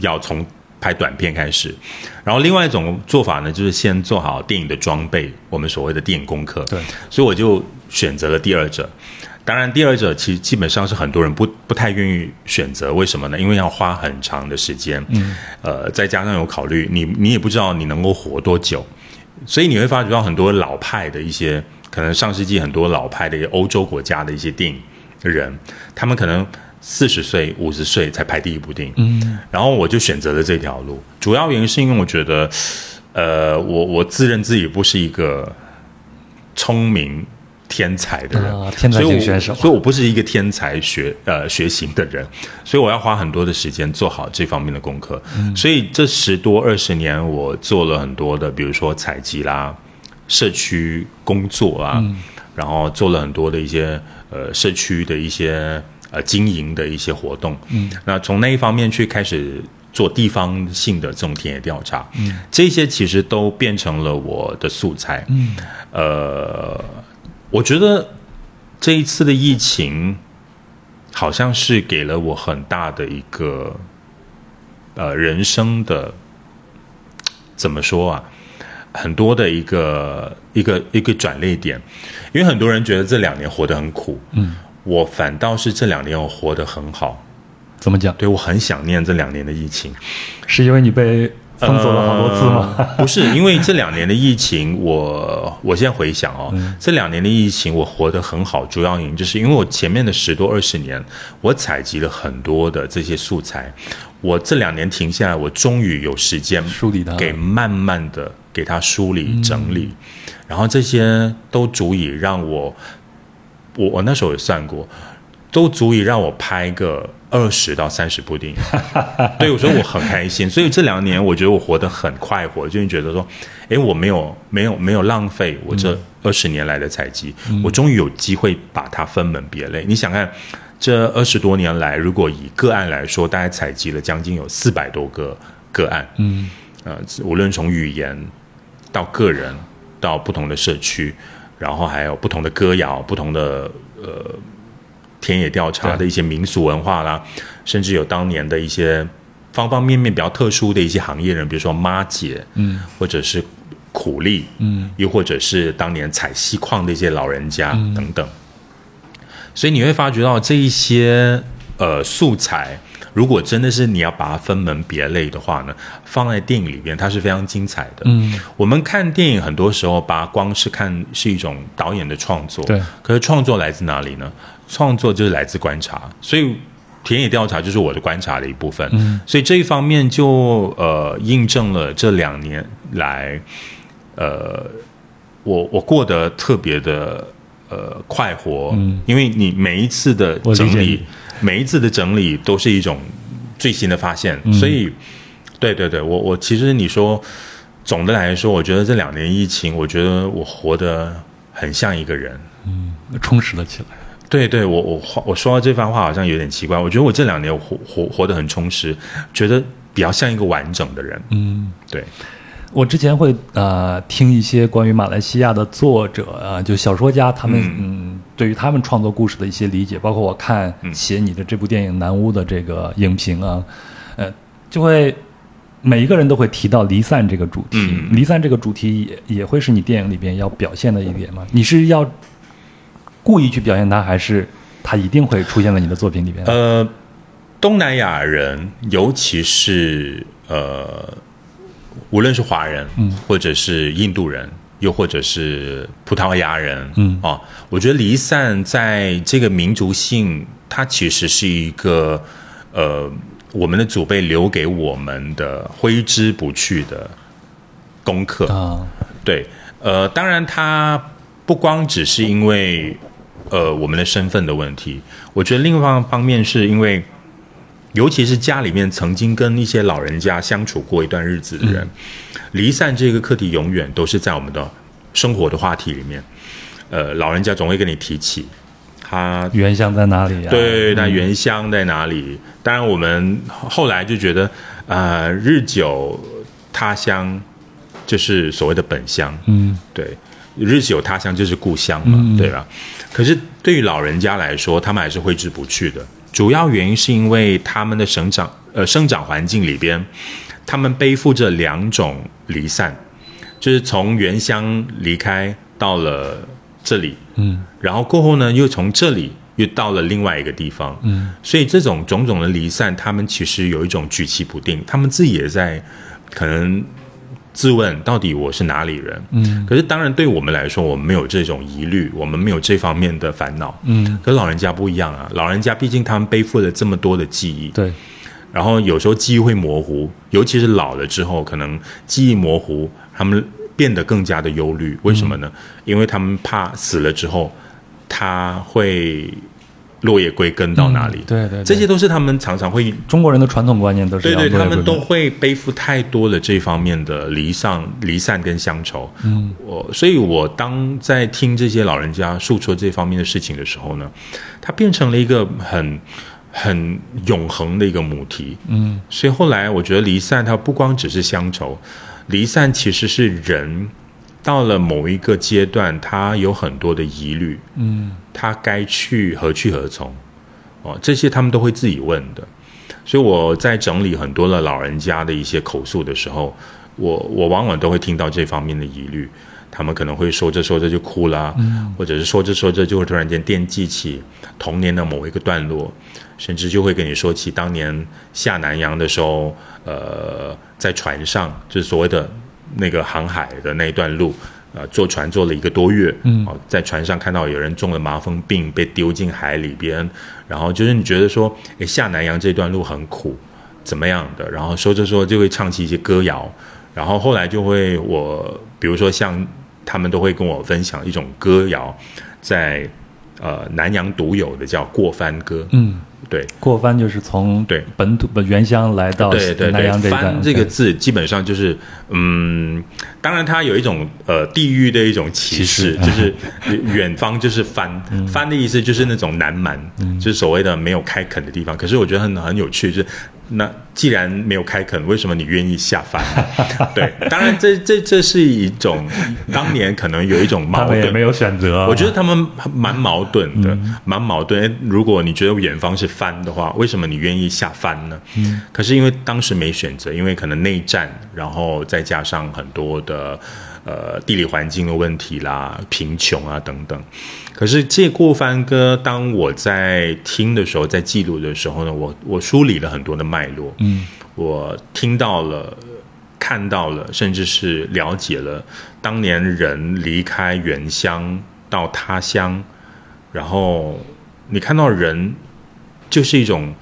Speaker 2: 要从拍短片开始。然后另外一种做法呢，就是先做好电影的装备，我们所谓的电影功课。
Speaker 1: 对，
Speaker 2: 所以我就选择了第二者。当然，第二者其实基本上是很多人不不太愿意选择，为什么呢？因为要花很长的时间，嗯，呃，再加上有考虑，你你也不知道你能够活多久，所以你会发觉到很多老派的一些，可能上世纪很多老派的一些欧洲国家的一些电影人，他们可能四十岁、五十岁才拍第一部电影，嗯，然后我就选择了这条路，主要原因是因为我觉得，呃，我我自认自己不是一个聪明天才的人，
Speaker 1: 啊天才
Speaker 2: 所以
Speaker 1: 型
Speaker 2: 我
Speaker 1: 选手
Speaker 2: 所以我不是一个天才学呃学型的人，所以我要花很多的时间做好这方面的功课。
Speaker 1: 嗯
Speaker 2: 所以这十多二十年，我做了很多的，比如说采集啦、社区工作啊，
Speaker 1: 嗯
Speaker 2: 然后做了很多的一些呃社区的一些呃经营的一些活动。嗯，那从那一方面去开始。做地方性的这种田野调查，嗯，这些其实都变成了我的素材。嗯，呃，我觉得这一次的疫情，好像是给了我很大的一个呃人生的怎么说啊，很多的一个一个一个转捩点，因为很多人觉得这两年活得很苦，嗯，我反倒是这两年我活得很好，
Speaker 1: 怎么讲？
Speaker 2: 对我很想念这两年的疫情，
Speaker 1: 是因为你被封锁了好多次吗？
Speaker 2: 呃不是，因为这两年的疫情，我我现在回想哦，
Speaker 1: 嗯
Speaker 2: 这两年的疫情我活得很好，主要原因就是因为我前面的十多二十年，我采集了很多的这些素材，我这两年停下来，我终于有时间
Speaker 1: 梳理它
Speaker 2: 给慢慢的给它梳理整理，然后这些都足以让我，我我那时候也算过，都足以让我拍个二十到三十部电影。 对，所以我很开心。所以这两年，我觉得我活得很快活，就是觉得说，诶，我没有没有没有浪费我这二十年来的采集，我终于有机会把它分门别类。你想看，这二十多年来，如果以个案来说，大概采集了将近有四百多个个案，嗯，呃，无论从语言到个人，到不同的社区，然后还有不同的歌谣、不同的呃田野调查的一些民俗文化啦，甚至有当年的一些方方面面比较特殊的一些行业人，比如说妈姐，嗯，或者是苦力，嗯，又或者是当年采锡矿的一些老人家、等等。所以你会发觉到这一些呃素材，如果真的是你要把它分门别类的话呢，放在电影里边，它是非常精彩的。嗯，我们看电影很多时候把光是看是一种导演的创作，
Speaker 1: 对
Speaker 2: 可是创作来自哪里呢？创作就是来自观察，所以。田野调查就是我的观察的一部分，嗯、所以这一方面就呃印证了这两年来，呃，我我过得特别的呃快活，因为你每一次的
Speaker 1: 嗯我理解
Speaker 2: 整理
Speaker 1: 你，
Speaker 2: 每一次的整理都是一种最新的发现，
Speaker 1: 嗯
Speaker 2: 所以，对对对，我我其实你说总的来说，我觉得这两年疫情，我觉得我活得很像一个人。呃
Speaker 1: 充实了起来。
Speaker 2: 对对，我我话我说到这番话好像有点奇怪，我觉得我这两年我活活活得很充实，觉得比较像一个完整的人。嗯，对，
Speaker 1: 我之前会呃听一些关于马来西亚的作者呃，就小说家他们嗯对于他们创作故事的一些理解，包括我看
Speaker 2: 嗯
Speaker 1: 写你的这部电影《南屋》的这个影评啊，呃，就会每一个人都会提到离散这个主题，
Speaker 2: 嗯
Speaker 1: 离散这个主题也也会是你电影里边要表现的一点吗？你是要故意去表现它，还是它一定会出现在你的作品里边？
Speaker 2: 呃，东南亚人，尤其是呃，无论是华人，嗯，或者是印度人，又或者是葡萄牙人，嗯，哦，我觉得离散在这个民族性，它其实是一个呃，我们的祖辈留给我们的挥之不去的功课，
Speaker 1: 啊，
Speaker 2: 对，呃，当然，它不光只是因为呃我们的身份的问题，我觉得另外一方面是因为，尤其是家里面曾经跟一些老人家相处过一段日子的人，离散这个课题永远都是在我们的生活的话题里面。呃，老人家总会跟你提起他
Speaker 1: 原乡在哪里啊？
Speaker 2: 对，那原乡在哪里？当然，我们后来就觉得，呃，日久他乡就是所谓的本乡，嗯，对，日久他乡就是故乡嘛，对吧？可是对于老人家来说，他们还是挥之不去的。主要原因是因为他们的生长呃生长环境里边，他们背负着两种离散，就是从原乡离开到了这里，
Speaker 1: 嗯，
Speaker 2: 然后过后呢，又从这里又到了另外一个地方，
Speaker 1: 嗯，
Speaker 2: 所以这种种种的离散，他们其实有一种举棋不定，他们自己也在可能自问到底我是哪里人，
Speaker 1: 嗯，
Speaker 2: 可是当然对我们来说，我们没有这种疑虑，我们没有这方面的烦恼，
Speaker 1: 嗯，
Speaker 2: 可老人家不一样啊，老人家毕竟他们背负了这么多的记忆，
Speaker 1: 对，
Speaker 2: 然后有时候记忆会模糊，尤其是老了之后，可能记忆模糊，他们变得更加的忧虑。为什么呢？因为他们怕死了之后，他会落叶归根到哪里？
Speaker 1: 嗯对对对
Speaker 2: 这些都是他们常常会
Speaker 1: 中国人的传统观念都是
Speaker 2: 对
Speaker 1: 要
Speaker 2: 对，
Speaker 1: 落叶
Speaker 2: 他们
Speaker 1: 归
Speaker 2: 都
Speaker 1: 根
Speaker 2: 会背负太多的这方面的离散、离散跟乡愁。嗯，我所以，我当在听这些老人家诉说这方面的事情的时候呢，它变成了一个很很永恒的一个母题。
Speaker 1: 嗯，
Speaker 2: 所以后来我觉得离散它不光只是乡愁，离散其实是人到了某一个阶段，他有很多的疑虑，
Speaker 1: 嗯
Speaker 2: 他该去何去何从，哦，这些他们都会自己问的。所以我在整理很多的老人家的一些口述的时候，我我往往都会听到这方面的疑虑，他们可能会说着说着就哭啦，或者是说着说着就会突然间惦记起童年的某一个段落，甚至就会跟你说起当年下南洋的时候，呃，在船上就是所谓的那个航海的那一段路。呃，坐船坐了一个多月，嗯、哦，在船上看到有人中了麻风病，被丢进海里边，然后就是你觉得说，诶，下南洋这段路很苦，怎么样的？然后说着说着就会唱起一些歌谣，然后后来就会我，比如说像他们都会跟我分享一种歌谣，在呃南洋独有的叫过番歌，
Speaker 1: 嗯，
Speaker 2: 对
Speaker 1: 过番就是从
Speaker 2: 对
Speaker 1: 本土本原乡来到
Speaker 2: 对对
Speaker 1: 南
Speaker 2: 对
Speaker 1: 洋，这一带
Speaker 2: 番，这个字基本上就是嗯，当然它有一种呃地域的一种歧视，
Speaker 1: 歧视嗯
Speaker 2: 就是远方就是番，番的意思就是那种南蛮，就是所谓的没有开垦的地方。可是我觉得很很有趣，就是那既然没有开垦，为什么你愿意下 凡？对，当然这这这是一种当年可能有一种
Speaker 1: 他
Speaker 2: 矛
Speaker 1: 们也
Speaker 2: 盾
Speaker 1: 没。有选择。啊
Speaker 2: 我觉得他们蛮矛盾的，蛮矛盾。诶如果你觉得远方是翻的话，为什么你愿意下翻呢？嗯，可是因为当时没选择，因为可能内战，然后再加上很多的呃地理环境的问题啦、贫穷啊等等。可是借过番歌，当我在听的时候，在记录的时候呢，我我梳理了很多的脉络，嗯，我听到了。看到了，甚至是了解了当年人离开原乡到他乡，然后你看到人就是一种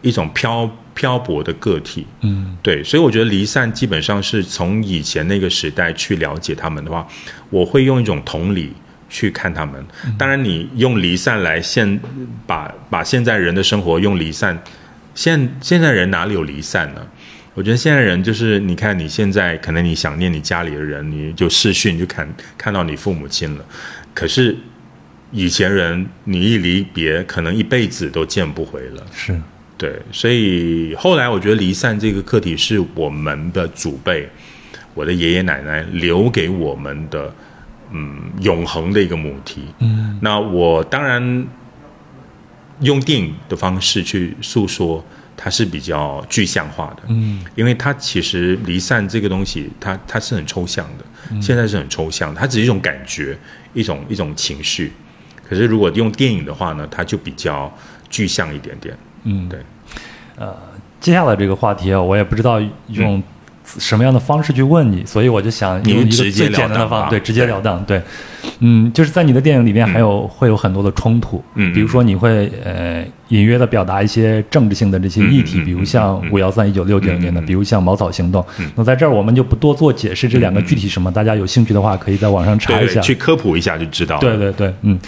Speaker 2: 一种漂漂泊的个体，
Speaker 1: 嗯，
Speaker 2: 对，所以我觉得离散基本上是从以前那个时代去了解他们的话，我会用一种同理去看他们。当然，你用离散来现把把现在人的生活用离散，现现在人哪里有离散呢？我觉得现在人就是，你看你现在可能你想念你家里的人，你就视讯就看看到你父母亲了，可是以前人你一离别，可能一辈子都见不回了。
Speaker 1: 是，
Speaker 2: 对，所以后来我觉得离散这个课题是我们的祖辈，我的爷爷奶奶留给我们的，嗯，永恒的一个母题。
Speaker 1: 嗯，
Speaker 2: 那我当然用电影的方式去诉说，它是比较具象化的。
Speaker 1: 嗯，
Speaker 2: 因为它其实离散这个东西，它它是很抽象的，
Speaker 1: 嗯
Speaker 2: 现在是很抽象，它只是一种感觉，一种一种情绪。可是如果用电影的话呢，它就比较具象一点点。
Speaker 1: 嗯，
Speaker 2: 对。
Speaker 1: 呃，接下来这个话题啊，我也不知道用什么样的方式去问你，所以我就想
Speaker 2: 嗯你
Speaker 1: 用一个
Speaker 2: 直
Speaker 1: 最
Speaker 2: 截了
Speaker 1: 简单的
Speaker 2: 当啊
Speaker 1: 方
Speaker 2: 吧
Speaker 1: 对，直截了当，对，嗯，就是在你的电影里面还有会有很多的冲突，
Speaker 2: 嗯嗯
Speaker 1: 比如说你会呃隐约的表达一些政治性的这些议题，
Speaker 2: 嗯嗯嗯嗯
Speaker 1: 比如像五幺三一九六九年的，比如像茅草行动。那在这儿我们就不多做解释这两个具体什么，大家有兴趣的话可以在网上查
Speaker 2: 对
Speaker 1: 一
Speaker 2: 嗯对，
Speaker 1: 下，
Speaker 2: 去科普一下就知道了。
Speaker 1: 对对对，嗯，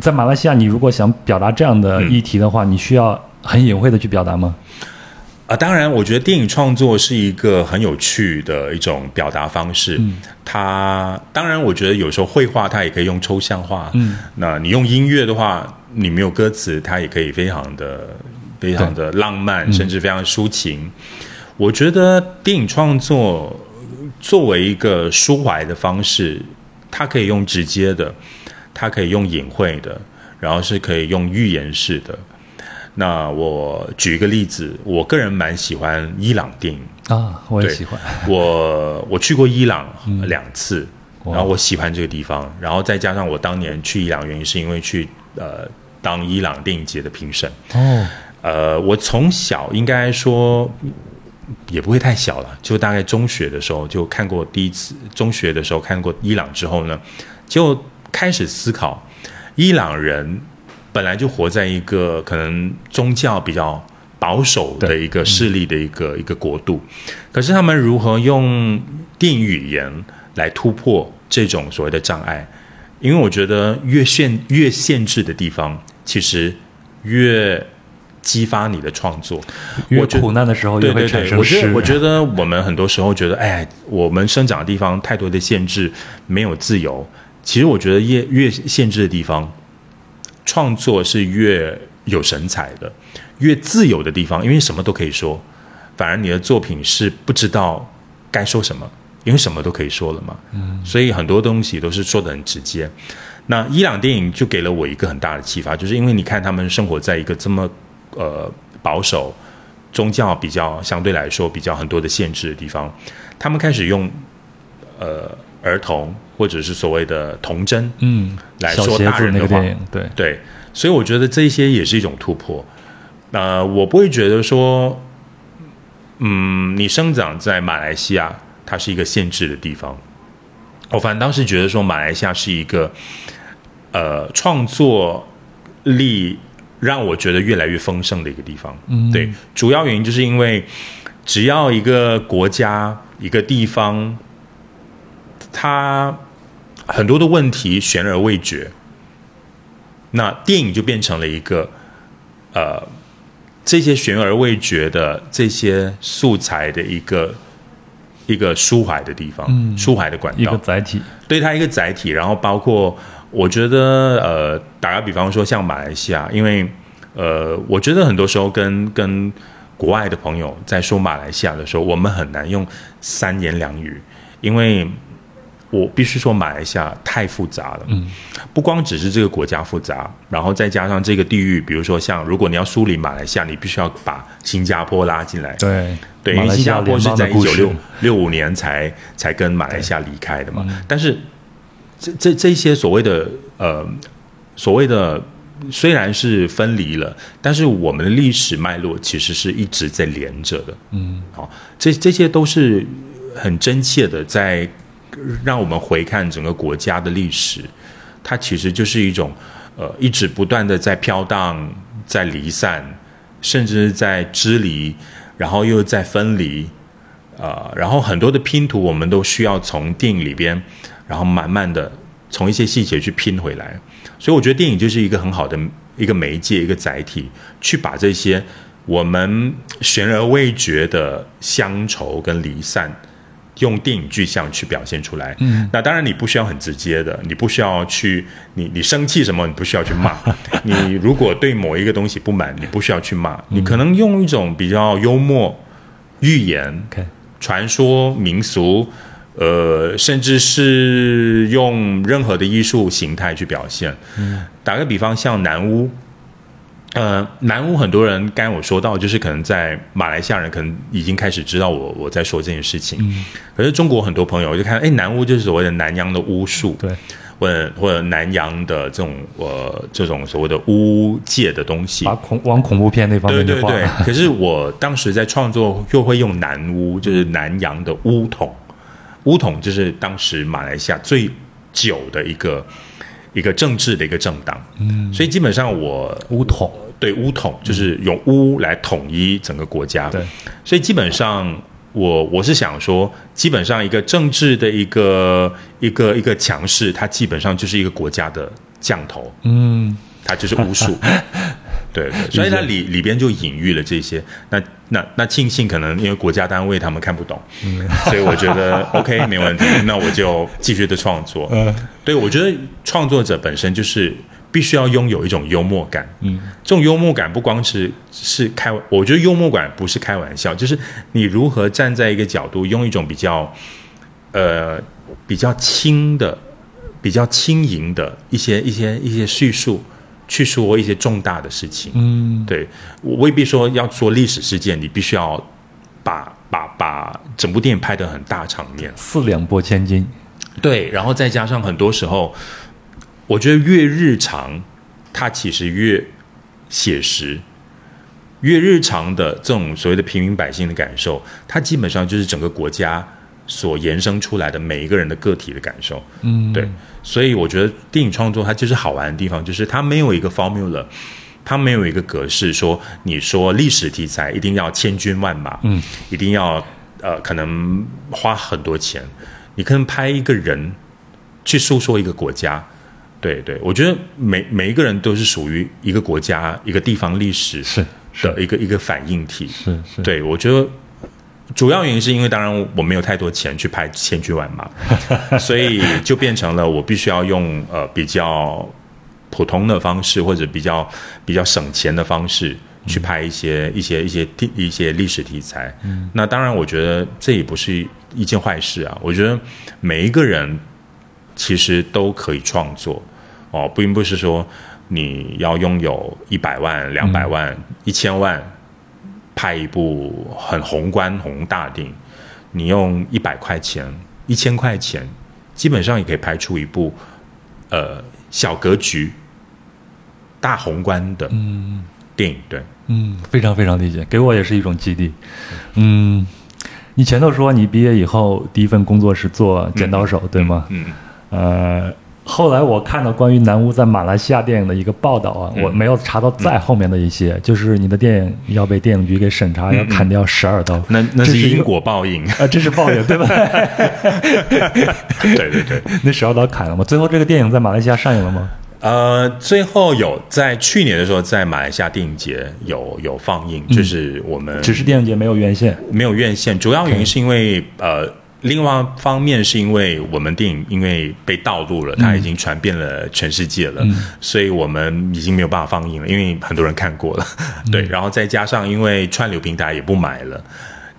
Speaker 1: 在马来西亚，你如果想表达这样的议题的话，你需要很隐晦的去表达吗？
Speaker 2: 啊，当然，我觉得电影创作是一个很有趣的一种表达方式。
Speaker 1: 嗯
Speaker 2: 它当然，我觉得有时候绘画它也可以用抽象画。
Speaker 1: 嗯，
Speaker 2: 那你用音乐的话，你没有歌词，它也可以非常的、非常的浪漫，
Speaker 1: 嗯
Speaker 2: 甚至非常抒情。我觉得电影创作作为一个抒怀的方式，它可以用直接的，它可以用隐晦的，然后是可以用预言式的。那我举一个例子，我个人蛮喜欢伊朗电影，
Speaker 1: 啊，我也喜欢。
Speaker 2: 我我去过伊朗两次，然后我喜欢这个地方，然后再加上我当年去伊朗原因是因为去呃当伊朗电影节的评审。
Speaker 1: 哦，
Speaker 2: 呃，我从小应该说也不会太小了，就大概中学的时候就看过第一次，中学的时候看过伊朗之后呢，就开始思考，伊朗人本来就活在一个可能宗教比较保守的一个势力的一个、一个国度，可是他们如何用电影语言来突破这种所谓的障碍？因为我觉得越限越限制的地方，其实越激发你的创作。
Speaker 1: 越
Speaker 2: 我觉得
Speaker 1: 苦难的时候越
Speaker 2: 对
Speaker 1: 会
Speaker 2: 对
Speaker 1: 产
Speaker 2: 对，
Speaker 1: 生
Speaker 2: 我觉
Speaker 1: 诗。
Speaker 2: 得我觉得我们很多时候觉得，哎，我们生长的地方太多的限制，没有自由。其实我觉得越越限制的地方，创作是越有神采的，越自由的地方，因为什么都可以说，反而你的作品是不知道该说什么，因为什么都可以说了嘛。嗯，所以很多东西都是说的很直接。那伊朗电影就给了我一个很大的启发，就是因为你看他们生活在一个这么呃保守、宗教比较相对来说比较很多的限制的地方，他们开始用呃儿童或者是所谓的童真
Speaker 1: 嗯，
Speaker 2: 来
Speaker 1: 小
Speaker 2: 说
Speaker 1: 鞋
Speaker 2: 大
Speaker 1: 子
Speaker 2: 人
Speaker 1: 那
Speaker 2: 的
Speaker 1: 个
Speaker 2: 话
Speaker 1: 电，影，对，
Speaker 2: 对，所以我觉得这些也是一种突破。那、我不会觉得说，嗯，你生长在马来西亚，它是一个限制的地方。我反倒是觉得说，马来西亚是一个，呃，创作力让我觉得越来越丰盛的一个地方。
Speaker 1: 嗯
Speaker 2: 对，主要原因就是因为，只要一个国家、一个地方，它很多的问题悬而未决，那电影就变成了一个，呃，这些悬而未决的这些素材的一个一个抒怀的地方，
Speaker 1: 嗯
Speaker 2: 抒怀的管
Speaker 1: 一个
Speaker 2: 道，
Speaker 1: 载体，
Speaker 2: 对它一个载体，然后包括我觉得呃，打个比方说像马来西亚，因为呃，我觉得很多时候跟跟国外的朋友在说马来西亚的时候，我们很难用三言两语，因为我必须说马来西亚太复杂了，嗯，不光只是这个国家复杂，然后再加上这个地域，比如说像如果你要梳理马来西亚，你必须要把新加坡拉进来，
Speaker 1: 对，
Speaker 2: 对，因
Speaker 1: 马
Speaker 2: 为
Speaker 1: 来
Speaker 2: 新
Speaker 1: 西
Speaker 2: 加
Speaker 1: 亚
Speaker 2: 坡
Speaker 1: 联
Speaker 2: 是
Speaker 1: 邦
Speaker 2: 在
Speaker 1: 的
Speaker 2: 一
Speaker 1: 故
Speaker 2: 九
Speaker 1: 事
Speaker 2: 六，六五年才才跟马来西亚离开的
Speaker 1: 嗯
Speaker 2: 嘛。但是这这这些所谓的呃所谓的虽然是分离了，但是我们的历史脉络其实是一直在连着的。
Speaker 1: 嗯，
Speaker 2: 好，这这些都是很真切的在让我们回看整个国家的历史，它其实就是一种呃一直不断的在飘荡、在离散，甚至在支离，然后又在分离，呃，然后很多的拼图我们都需要从电影里边，然后慢慢的从一些细节去拼回来，所以我觉得电影就是一个很好的一个媒介、一个载体，去把这些我们悬而未决的乡愁跟离散。用电影具象去表现出来，嗯，那当然你不需要很直接的，你不需要去，你你生气什么，你不需要去骂，你如果对某一个东西不满，你不需要去骂，你可能用一种比较幽默、寓言，
Speaker 1: ，OK，
Speaker 2: 传说、民俗，呃，甚至是用任何的艺术形态去表现。打个比方，像南屋，呃，南屋很多人刚才我说到，就是可能在马来西亚人可能已经开始知道我我在说这件事情，可是中国很多朋友就看，哎，南屋就是所谓的南洋的巫术，
Speaker 1: 对，
Speaker 2: 或者或者南洋的这种呃这种所谓的巫界的东西，
Speaker 1: 把恐往恐怖片那方
Speaker 2: 对
Speaker 1: 面
Speaker 2: 对
Speaker 1: 去画，
Speaker 2: 对， 可是我当时在创作又会用南巫，就是南洋的巫统，巫统就是当时马来西亚最久的一个一个政治的一个政党，嗯，所以基本上我
Speaker 1: 乌桶，
Speaker 2: 对巫统就是用巫来统一整个国家，
Speaker 1: 对，
Speaker 2: 所以基本上。我我是想说，基本上一个政治的一个一个一个强势，它基本上就是一个国家的降头。
Speaker 1: 嗯，
Speaker 2: 它就是巫术。对对，所以它里里边就隐喻了这些。那那那庆幸可能因为国家单位他们看不懂，所以我觉得 OK 没问题。那我就继续的创作。
Speaker 1: 呃，
Speaker 2: 对，我觉得创作者本身就是必须要拥有一种幽默感。
Speaker 1: 嗯，
Speaker 2: 这种幽默感不光是是开，我觉得幽默感不是开玩笑，就是你如何站在一个角度，用一种比较呃比较轻的、比较轻盈的一些一些一些叙述去说一些重大的事情。
Speaker 1: 嗯，
Speaker 2: 对，我未必说要说历史事件，你必须要把把把整部电影拍得很大场面。
Speaker 1: 四两拨千斤，
Speaker 2: 对，然后再加上很多时候，我觉得越日常，它其实越写实。越日常的这种所谓的平民百姓的感受，它基本上就是整个国家所延伸出来的每一个人的个体的感受。
Speaker 1: 嗯，
Speaker 2: 对，所以我觉得电影创作它就是好玩的地方，就是它没有一个 formula，它没有一个格式，说你说历史题材一定要千军万马，
Speaker 1: 嗯，
Speaker 2: 一定要呃可能花很多钱，你可能拍一个人去诉说一个国家。对对，我觉得每每一个人都是属于一个国家、一个地方历史
Speaker 1: 是
Speaker 2: 的一个一个反应体。
Speaker 1: 是是，
Speaker 2: 对，我觉得主要原因是因为，当然我没有太多钱去拍千军万马，所以就变成了我必须要用呃比较普通的方式，或者比较比较省钱的方式。去拍一些一些一些地一些历史题材，嗯，那当然，我觉得这也不是一件坏事啊。我觉得每一个人其实都可以创作哦，并不是说你要拥有一百万、两百万、一千万拍一部很宏观宏大的电影，你用一百块钱、一千块钱，基本上也可以拍出一部呃小格局、大宏观的电影。对，
Speaker 1: 嗯，非常非常理解，给我也是一种激励。嗯，你前头说你毕业以后第一份工作是做剪刀手，对吗？
Speaker 2: 嗯，
Speaker 1: 呃，后来我看到关于南屋在马来西亚电影的一个报道
Speaker 2: 嗯
Speaker 1: 啊，我没有查到再后面的一些，就是你的电影要被电影局给审查，要砍掉十二刀。
Speaker 2: 嗯那那
Speaker 1: 这
Speaker 2: 是
Speaker 1: 是一个
Speaker 2: 因果报应。
Speaker 1: 啊，这是报应，对吧？
Speaker 2: 对对对。
Speaker 1: 那十二刀砍了吗？最后这个电影在马来西亚上映了吗？
Speaker 2: 呃，最后有在去年的时候，在马来西亚电影节有有放映，嗯就是我们
Speaker 1: 只是电影节没有院线。
Speaker 2: 没有院线，主要原因是因为呃，另外一方面是因为我们电影因为被盗录了，它已经传遍了全世界了，所以我们已经没有办法放映了，因为很多人看过了，对，然后再加上因为串流平台也不买了。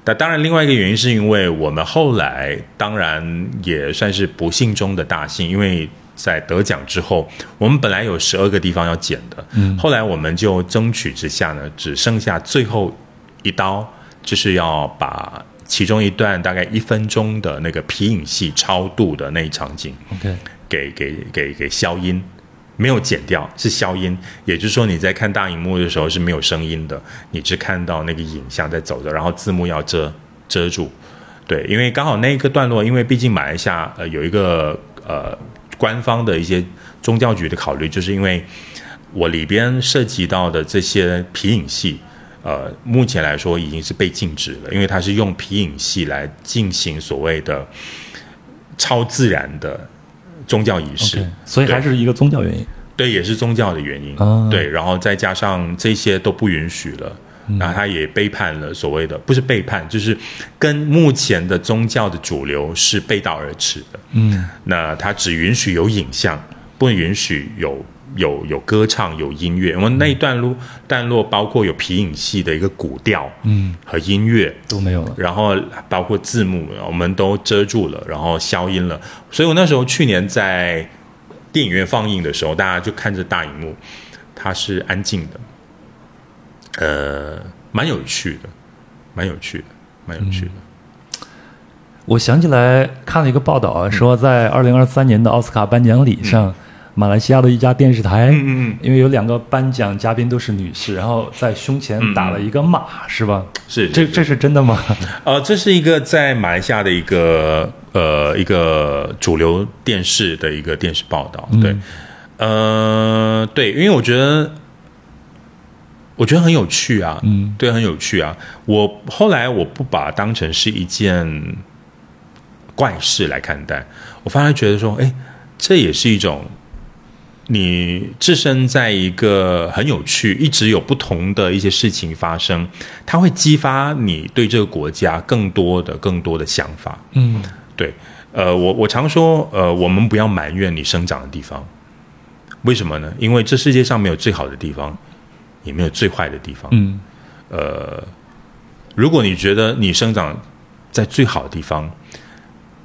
Speaker 2: 那当然，另外一个原因是因为我们后来当然也算是不幸中的大幸，因为在得奖之后，我们本来有十二个地方要剪的，嗯，后来我们就争取之下呢，只剩下最后一刀，就是要把其中一段大概一分钟的那个皮影戏超度的那一场景
Speaker 1: OK，
Speaker 2: 给给给给消音。没有剪掉，是消音，也就是说你在看大荧幕的时候是没有声音的，你只看到那个影像在走着，然后字幕要遮遮住。对，因为刚好那一个段落，因为毕竟马来西亚呃有一个呃官方的一些宗教局的考虑，就是因为我里边涉及到的这些皮影戏，呃，目前来说已经是被禁止了，因为它是用皮影戏来进行所谓的超自然的宗教仪式。
Speaker 1: OK，所以还是一个宗教原因。
Speaker 2: 对，也是宗教的原因。
Speaker 1: 啊
Speaker 2: 对，然后再加上这些都不允许了，
Speaker 1: 嗯
Speaker 2: 然后他也背叛了所谓的不是背叛，就是跟目前的宗教的主流是背道而驰的。
Speaker 1: 嗯，
Speaker 2: 那他只允许有影像，不允许有有有歌唱、有音乐。我们那一段路段落包括有皮影戏的一个古调，
Speaker 1: 嗯，
Speaker 2: 和音乐，
Speaker 1: 都没有了。
Speaker 2: 然后包括字幕，我们都遮住了，然后消音了。所以我那时候去年在电影院放映的时候，大家就看着大荧幕，它是安静的，呃，蛮有趣的，蛮有趣的，蛮有趣的。
Speaker 1: 我想起来看了一个报道
Speaker 2: 嗯
Speaker 1: 啊，说在二零二三年的奥斯卡颁奖礼上，马来西亚的一家电视台，
Speaker 2: 嗯嗯
Speaker 1: 因为有两个颁奖嘉宾都是女士，然后在胸前打了一个马，
Speaker 2: 嗯
Speaker 1: 是吧？
Speaker 2: 是
Speaker 1: 这
Speaker 2: 是
Speaker 1: 这是真的吗？
Speaker 2: 呃，这是一个在马来西亚的一个呃一个主流电视的一个电视报道，对，呃，对，因为我觉得我觉得很有趣啊，
Speaker 1: 嗯，
Speaker 2: 对，很有趣啊。我后来我不把它当成是一件怪事来看待，我反而觉得说，哎，这也是一种你置身在一个很有趣，一直有不同的一些事情发生，它会激发你对这个国家更多的、更多的想法。
Speaker 1: 嗯，
Speaker 2: 对，呃，我我常说，呃，我们不要埋怨你生长的地方，为什么呢？因为这世界上没有最好的地方，也没有最坏的地方。呃
Speaker 1: 嗯，
Speaker 2: 如果你觉得你生长在最好的地方，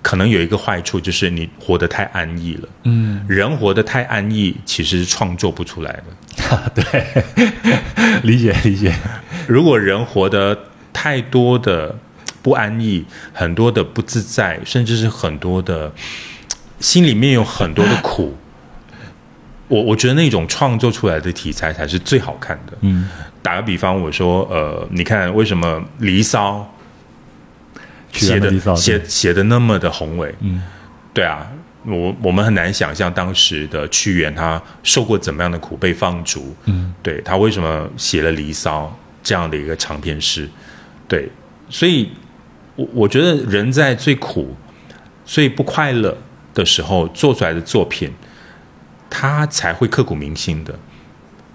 Speaker 2: 可能有一个坏处就是你活得太安逸了。
Speaker 1: 嗯，
Speaker 2: 人活得太安逸，其实是创作不出来的。
Speaker 1: 理解理解。
Speaker 2: 如果人活得太多的不安逸，很多的不自在，甚至是很多的心里面有很多的苦。我我觉得那种创作出来的题材才是最好看的。嗯，打个比方，我说，呃，你看为什么《离骚》
Speaker 1: 曲
Speaker 2: 写
Speaker 1: 原离骚
Speaker 2: 的写
Speaker 1: 对
Speaker 2: 写的那么的宏伟？嗯，对啊，我我们很难想象当时的屈原他受过怎么样的苦，被放逐。嗯，对他为什么写了《离骚》这样的一个长篇诗？对，所以我我觉得人在最苦、最不快乐的时候做出来的作品，它才会刻骨铭心的。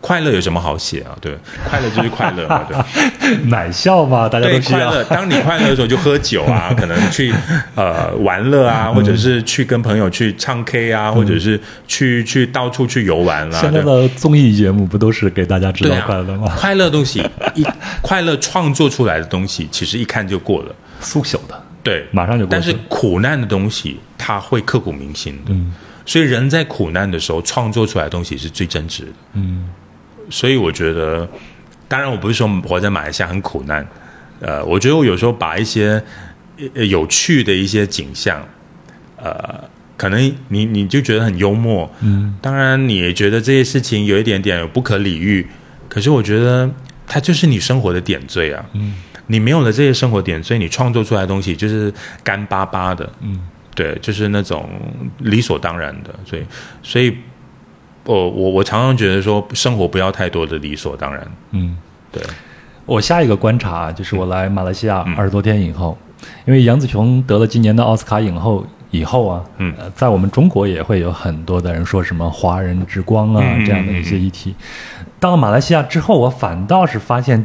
Speaker 2: 快乐有什么好写啊？对，快乐就是快乐嘛，对。
Speaker 1: 奶笑嘛，大家
Speaker 2: 对，
Speaker 1: 都需
Speaker 2: 快
Speaker 1: 要
Speaker 2: 乐。当你快乐的时候，就喝酒 啊，可能去呃玩乐啊，
Speaker 1: 嗯
Speaker 2: 或者是去跟朋友去唱 K 啊，或者是去去到处去游玩啦、
Speaker 1: 现在
Speaker 2: 对
Speaker 1: 的综艺节目不都是给大家制
Speaker 2: 对
Speaker 1: 造
Speaker 2: 啊，
Speaker 1: 快乐吗？
Speaker 2: 快乐东西，一快乐创作出来的东西，其实一看就过了。
Speaker 1: 速朽的，
Speaker 2: 对，
Speaker 1: 马上就过去
Speaker 2: 但是苦难的东西，它会刻骨铭心的。
Speaker 1: 嗯
Speaker 2: 所以人在苦难的时候创作出来的东西是最真挚的。
Speaker 1: 嗯，
Speaker 2: 所以我觉得，当然我不是说活在马来西亚很苦难，呃，我觉得我有时候把一些呃有趣的一些景象，呃，可能你你就觉得很幽默，嗯，当然你也觉得这些事情有一点点不可理喻，可是我觉得它就是你生活的点缀啊，嗯，你没有了这些生活点缀，你创作出来的东西就是干巴巴的，嗯，对，就是那种理所当然的，所以所以我我我常常觉得说，生活不要太多的理所当然。
Speaker 1: 嗯。
Speaker 2: 对，
Speaker 1: 我下一个观察
Speaker 2: 嗯
Speaker 1: 就是我来马来西亚二十多天以后，因为杨紫琼得了今年的奥斯卡影后以后啊，
Speaker 2: 嗯
Speaker 1: 呃在我们中国也会有很多的人说什么“华人之光啊”
Speaker 2: 嗯
Speaker 1: 这样的一些议题。到了马来西亚之后，我反倒是发现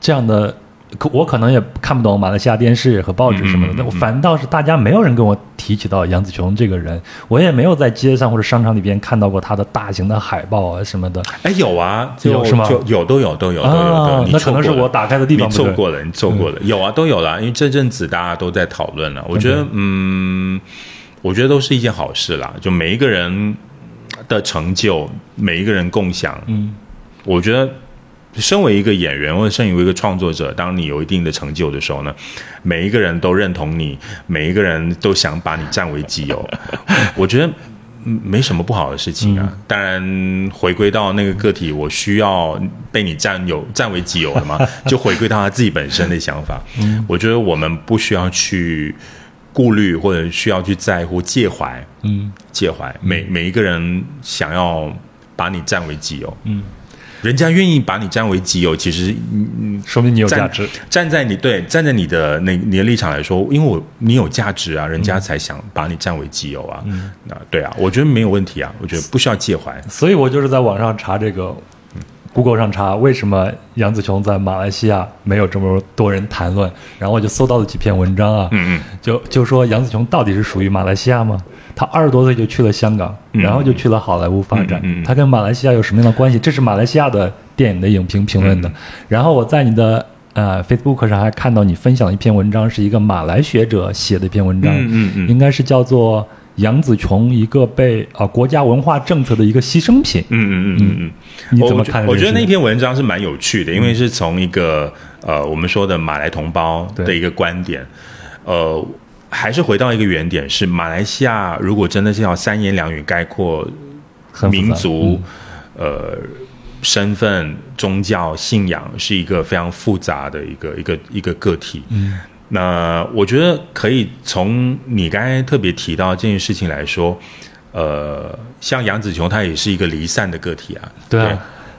Speaker 1: 这样的，可我可能也看不懂马来西亚电视和报纸什么的，
Speaker 2: 嗯嗯嗯
Speaker 1: 但我反倒是大家没有人跟我提起到杨紫琼这个人，我也没有在街上或者商场里边看到过她的大型的海报啊什么的。
Speaker 2: 哎，有啊，就
Speaker 1: 有是吗
Speaker 2: 就有都有都有都有
Speaker 1: 啊
Speaker 2: 都有，你
Speaker 1: 那可
Speaker 2: 错
Speaker 1: 能是
Speaker 2: 过了
Speaker 1: 我打开的地方
Speaker 2: 你
Speaker 1: 不对
Speaker 2: 错过了，你错过了，有啊，都有啦。因为这阵子大家都在讨论了，我觉得，嗯，我觉得都是一件好事啦。就每一个人的成就，每一个人共享，
Speaker 1: 嗯，
Speaker 2: 我觉得。身为一个演员或者身为一个创作者，当你有一定的成就的时候呢，每一个人都认同你，每一个人都想把你占为己有。 我觉得嗯没什么不好的事情啊。当然，回归到那个个体，我需要被你占有、占为己有了吗？就回归到他自己本身的想法。我觉得我们不需要去顾虑，或者需要去在乎、介怀、
Speaker 1: 嗯，
Speaker 2: 介怀。每每一个人想要把你占为己有，
Speaker 1: 嗯，
Speaker 2: 人家愿意把你占为己有，其实嗯嗯
Speaker 1: 说明你有
Speaker 2: 站
Speaker 1: 价值。
Speaker 2: 站在你对站在你的那你的立场来说，因为我你有价值啊，人家才想把你占为己有啊。那对啊，我觉得没有问题啊，我觉得不需要介怀。
Speaker 1: 所以我就是在网上查这个，Google 上查为什么杨紫琼在马来西亚没有这么多人谈论，然后我就搜到了几篇文章啊，
Speaker 2: 嗯
Speaker 1: 就就说杨紫琼到底是属于马来西亚吗？她二十多岁就去了香港，
Speaker 2: 嗯
Speaker 1: 然后就去了好莱坞发展，
Speaker 2: 嗯嗯嗯
Speaker 1: 她跟马来西亚有什么样的关系？这是马来西亚的电影的影评评
Speaker 2: 嗯
Speaker 1: 论的。然后我在你的呃 Facebook 上还看到你分享了一篇文章，是一个马来学者写的一篇文章，
Speaker 2: 嗯嗯嗯
Speaker 1: 应该是叫做。杨紫琼一个被啊、呃国家文化政策的一个牺牲品，
Speaker 2: 嗯嗯嗯嗯嗯，
Speaker 1: 你
Speaker 2: 我
Speaker 1: 怎么
Speaker 2: 我觉
Speaker 1: 看这
Speaker 2: 我
Speaker 1: 件
Speaker 2: 觉
Speaker 1: 事
Speaker 2: 得那
Speaker 1: 情嗯
Speaker 2: 篇文章是蛮有趣的，因为是从一个呃我们说的马来同胞的
Speaker 1: 对
Speaker 2: 一个观点，呃，还是回到一个原点，是马来西亚如果真的是要三言两语概括
Speaker 1: 很复杂嗯
Speaker 2: 民族、呃身份、宗教信仰是一个非常复杂的一个一个一个个体。嗯，那我觉得可以从你刚才特别提到这件事情来说，呃，像杨紫琼她也是一个离散的个体啊。
Speaker 1: 对啊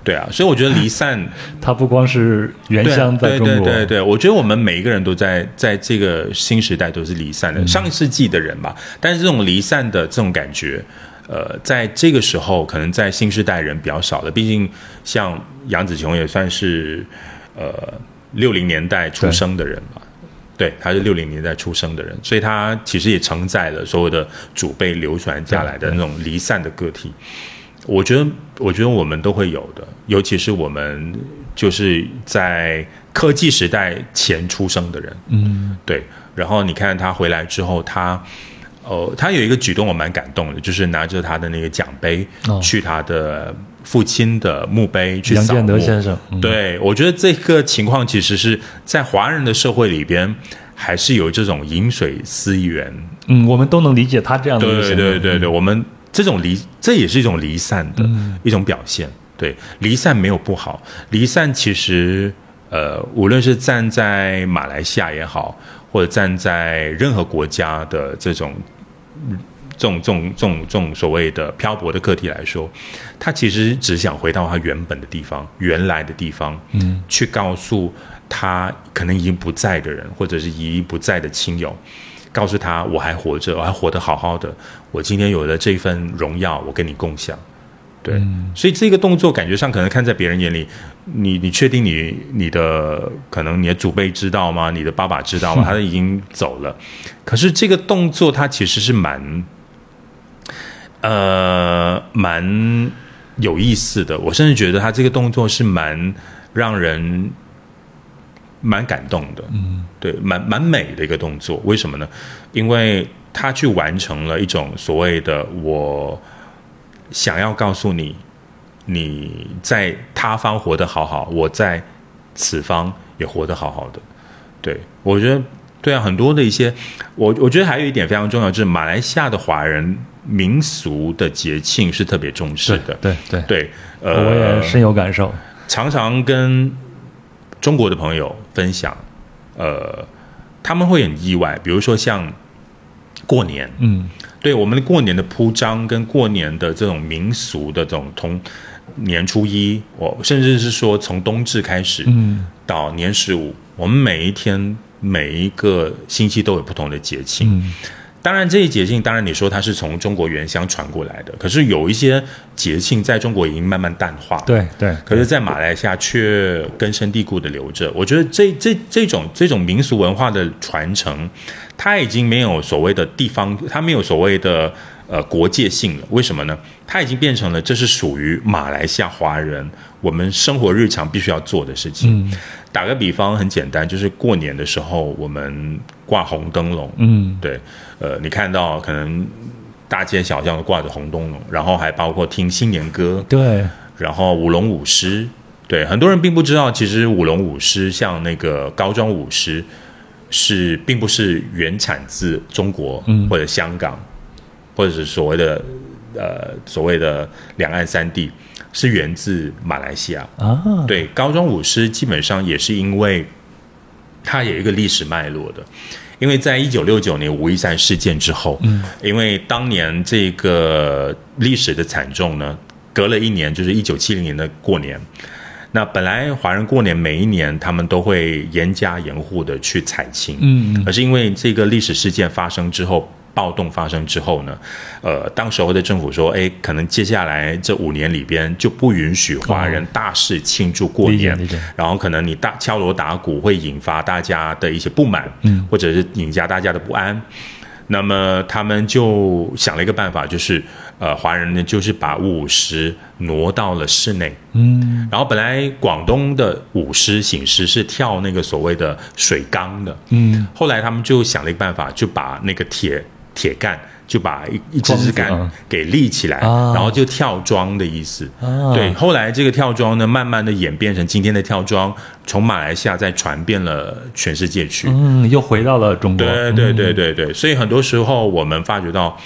Speaker 2: 对对啊，所以我觉得离散。
Speaker 1: 它不光是原
Speaker 2: 对啊
Speaker 1: 乡在中国，
Speaker 2: 对对对对，我觉得我们每一个人都在在这个新时代都是离散的，上世纪的人吧。但是这种离散的这种感觉，呃，在这个时候可能在新时代人比较少了，毕竟像杨紫琼也算是呃六零年代出生的人吧。对，他是六零年代出生的人，所以他其实也承载了所有的祖辈流传下来的那种离散的个体。我觉得，我觉得我们都会有的，尤其是我们就是在科技时代前出生的人，
Speaker 1: 嗯，
Speaker 2: 对。然后你看他回来之后，他，呃，他有一个举动我蛮感动的，就是拿着他的那个奖杯、
Speaker 1: 哦
Speaker 2: 去他的父亲的墓碑去
Speaker 1: 杨
Speaker 2: 扫
Speaker 1: 建德
Speaker 2: 墓
Speaker 1: 先生，嗯
Speaker 2: 对，我觉得这个情况其实是在华人的社会里边还是有这种饮水思源。
Speaker 1: 嗯，我们都能理解他这样的一个
Speaker 2: 对
Speaker 1: 行为
Speaker 2: 对对对，我们这种离，这也是一种离散的、一种表现。对，离散没有不好，离散其实呃，无论是站在马来西亚也好，或者站在任何国家的这种这种这种这种这种所谓的漂泊的个体来说，他其实只想回到他原本的地方、原来的地方，嗯，去告诉他可能已经不在的人，或者是已经不在的亲友，告诉他我还活着，我还活得好好的，我今天有了这份荣耀，我跟你共享。对，所以这个动作感觉上可能看在别人眼里，你你确定你你的可能你的祖辈知道吗？你的爸爸知道吗？他已经走了，可是这个动作它其实是蛮呃蛮有意思的。我甚至觉得他这个动作是蛮让人蛮感动的，嗯，对，蛮蛮美的一个动作。为什么呢？因为他去完成了一种所谓的我想要告诉你，你在他方活得好好，我在此方也活得好好的。对，我觉得对啊，很多的一些，我我觉得还有一点非常重要，就是马来西亚的华人民俗的节庆是特别重视的。
Speaker 1: 对对，
Speaker 2: 对，呃，
Speaker 1: 我也深有感受。
Speaker 2: 常常跟中国的朋友分享，呃，他们会很意外，比如说像过年，
Speaker 1: 嗯，
Speaker 2: 对我们的过年的铺张跟过年的这种民俗的这种从年初一，我甚至是说从冬至开始，
Speaker 1: 嗯，
Speaker 2: 到年十五，我们每一天每一个星期都有不同的节庆，
Speaker 1: 嗯
Speaker 2: 当然，这一节庆，当然你说它是从中国原乡传过来的，可是有一些节庆在中国已经慢慢淡化了，
Speaker 1: 对对，
Speaker 2: 可是，在马来西亚却根深蒂固的留着。我觉得这这这种这种民俗文化的传承，它已经没有所谓的地方，它没有所谓的呃国界性了。为什么呢？它已经变成了这是属于马来西亚华人我们生活日常必须要做的事情。打个比方，很简单，就是过年的时候我们挂红灯笼，
Speaker 1: 嗯
Speaker 2: 对，呃，你看到可能大街小巷都挂着红灯笼，然后还包括听新年歌，
Speaker 1: 对，
Speaker 2: 然后舞龙舞狮，对，很多人并不知道，其实舞龙舞狮像那个高庄舞狮是并不是原产自中国或者香港，或者是所谓的呃所谓的两岸三地，是源自马来西亚。
Speaker 1: 啊，
Speaker 2: 对，高庄舞狮基本上也是因为它有一个历史脉络的，因为在一九六九年五一三事件之后，嗯，因为当年这个历史的惨重呢，隔了一年就是一九七零年的过年。那本来华人过年每一年他们都会严加严护的去采青，
Speaker 1: 嗯嗯
Speaker 2: 而是因为这个历史事件发生之后，暴动发生之后呢，呃，当时候的政府说，哎，可能接下来这五年里边就不允许华人大肆庆祝过
Speaker 1: 哦理解
Speaker 2: 年，
Speaker 1: 理解
Speaker 2: 然后可能你大敲锣打鼓会引发大家的一些不满，嗯，或者是引发大家的不安。那么他们就想了一个办法，就是呃，华人呢就是把舞狮挪到了室内，
Speaker 1: 嗯，
Speaker 2: 然后本来广东的舞狮、醒狮是跳那个所谓的水缸的，嗯，后来他们就想了一个办法，就把那个铁铁杆就把一一支支
Speaker 1: 桩子
Speaker 2: 杆
Speaker 1: 啊
Speaker 2: 给立起来，
Speaker 1: 啊
Speaker 2: 然后哦就跳桩的意思。
Speaker 1: 啊
Speaker 2: 对，后来这个跳桩呢，慢慢的演变成今天的跳桩，从马来西亚再传遍了全世界去。
Speaker 1: 嗯，又回到了中国。
Speaker 2: 对对对对对，所以很多时候我们发觉到，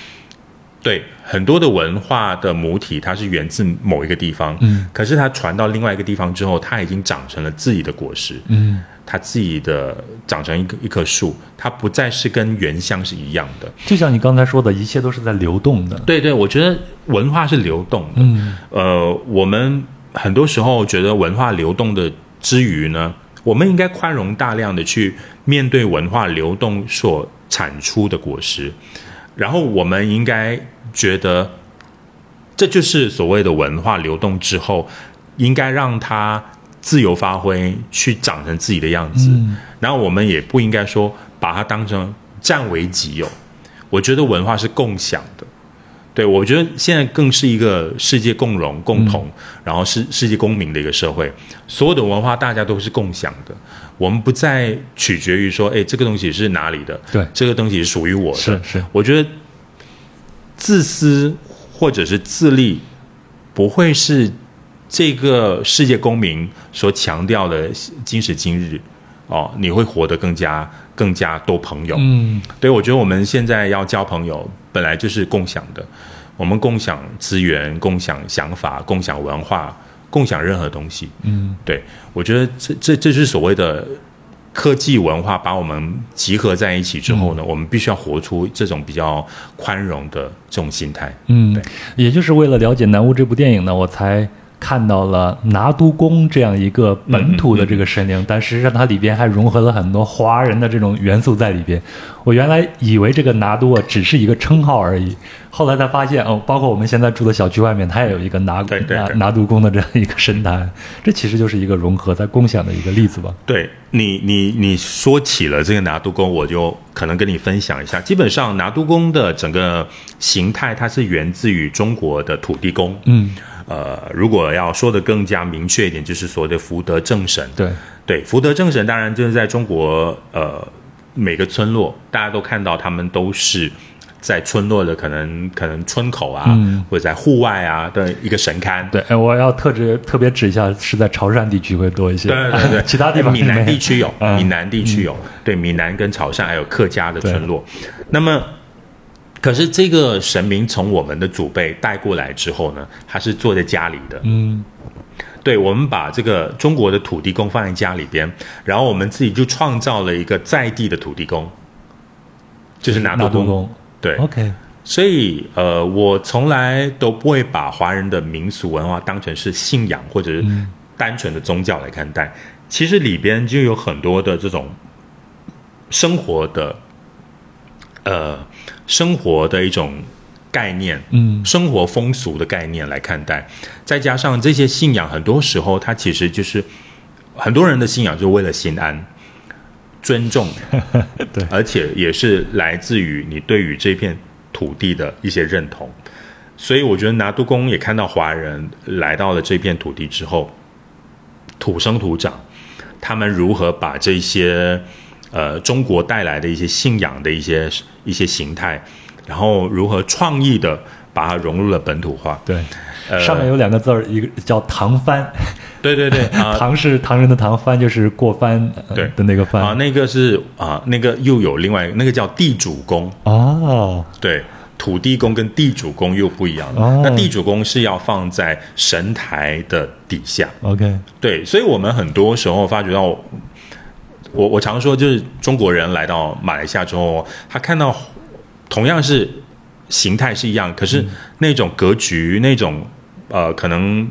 Speaker 2: 对很多的文化的母体，它是源自某一个地方，嗯，可是它传到另外一个地方之后，它已经长成了自己的果实，嗯，它自己的长成一棵一棵树，它不再是跟原乡是一样的。
Speaker 1: 就像你刚才说的，一切都是在流动的。
Speaker 2: 对对，我觉得文化是流动的，
Speaker 1: 嗯
Speaker 2: 呃，我们很多时候觉得文化流动的之余呢，我们应该宽容大量的去面对文化流动所产出的果实，然后我们应该觉得这就是所谓的文化流动之后，应该让它自由发挥，去长成自己的样子。
Speaker 1: 嗯
Speaker 2: 然后我们也不应该说把它当成占为己有。我觉得文化是共享的，对我觉得现在更是一个世界共荣、共同，
Speaker 1: 嗯
Speaker 2: 然后是世界公民的一个社会。所有的文化大家都是共享的，我们不再取决于说，哎，这个东西是哪里的？
Speaker 1: 对
Speaker 2: 这个东西是属于我的。
Speaker 1: 是是，
Speaker 2: 我觉得自私或者是自利，不会是这个世界公民所强调的今时今日。哦，你会活得更加更加多朋友。
Speaker 1: 嗯
Speaker 2: 对，我觉得我们现在要交朋友，本来就是共享的，我们共享资源、共享想法、共享文化、共享任何东西。
Speaker 1: 嗯
Speaker 2: 对，我觉得这这这是所谓的科技文化把我们集合在一起之后呢，我们必须要活出这种比较宽容的这种心态。
Speaker 1: 嗯，也就是为了了解《南巫》这部电影呢，我才看到了拿督宫这样一个本土的这个神灵，但实际上它里边还融合了很多华人的这种元素在里边。我原来以为这个拿督啊只是一个称号而已，后来才发现哦，包括我们现在住的小区外面，它也有一个拿
Speaker 2: 对对
Speaker 1: 拿
Speaker 2: 对
Speaker 1: 拿督宫的这样一个神坛，这其实就是一个融合在共享的一个例子吧。
Speaker 2: 对你，你你说起了这个拿督公，我就可能跟你分享一下。基本上拿督公的整个形态，它是源自于中国的土地公。
Speaker 1: 嗯，
Speaker 2: 呃，如果要说的更加明确一点，就是所谓的福德正神。
Speaker 1: 对，
Speaker 2: 对，福德正神当然就是在中国呃每个村落，大家都看到他们都是在村落的可能可能村口啊，
Speaker 1: 嗯
Speaker 2: 或者在户外啊的一个神龛。
Speaker 1: 对，哎我要特指特别指一下，是在潮汕地区会多一些，
Speaker 2: 对对 对，
Speaker 1: 其他地方
Speaker 2: 闽南地
Speaker 1: 区
Speaker 2: 区有，
Speaker 1: 嗯
Speaker 2: 闽南地区有，对，闽南跟潮汕还有客家的村落。那么，可是这个神明从我们的祖辈带过来之后呢，他是坐在家里的。
Speaker 1: 嗯
Speaker 2: 对，我们把这个中国的土地公放在家里边，然后我们自己就创造了一个在地的土地公，就是拿
Speaker 1: 拿
Speaker 2: 督
Speaker 1: 督
Speaker 2: 公。
Speaker 1: 宫
Speaker 2: 对，
Speaker 1: ，OK，
Speaker 2: 所以呃，我从来都不会把华人的民俗文化当成是信仰或者是单纯的宗教来看待。其实里边就有很多的这种生活的呃生活的一种概念，
Speaker 1: 嗯
Speaker 2: 生活风俗的概念来看待，再加上这些信仰，很多时候它其实就是很多人的信仰就是为了心安、尊重，
Speaker 1: 对
Speaker 2: 而且也是来自于你对于这片土地的一些认同。所以我觉得拿督公也看到华人来到了这片土地之后，土生土长，他们如何把这些呃中国带来的一些信仰的一些一些形态，然后如何创意的把它融入了本土化。
Speaker 1: 对，
Speaker 2: 呃
Speaker 1: 上面有两个字儿，一个叫“唐帆
Speaker 2: 对对对”， 啊
Speaker 1: 唐是唐人的唐，帆就是过帆呃
Speaker 2: 对
Speaker 1: 的那个
Speaker 2: 啊，
Speaker 1: 帆。
Speaker 2: 那个是啊，那个又有另外一个那个叫地主公，
Speaker 1: 哦，
Speaker 2: 对。土地公跟地主公又不一样了。
Speaker 1: 哦
Speaker 2: 那地主公是要放在神台的底下，
Speaker 1: ，OK，
Speaker 2: 对，所以我们很多时候发觉到，我我常说就是中国人来到马来西亚之后，他看到同样是形态是一样，可
Speaker 1: 嗯
Speaker 2: 是那种格局，那种呃，可能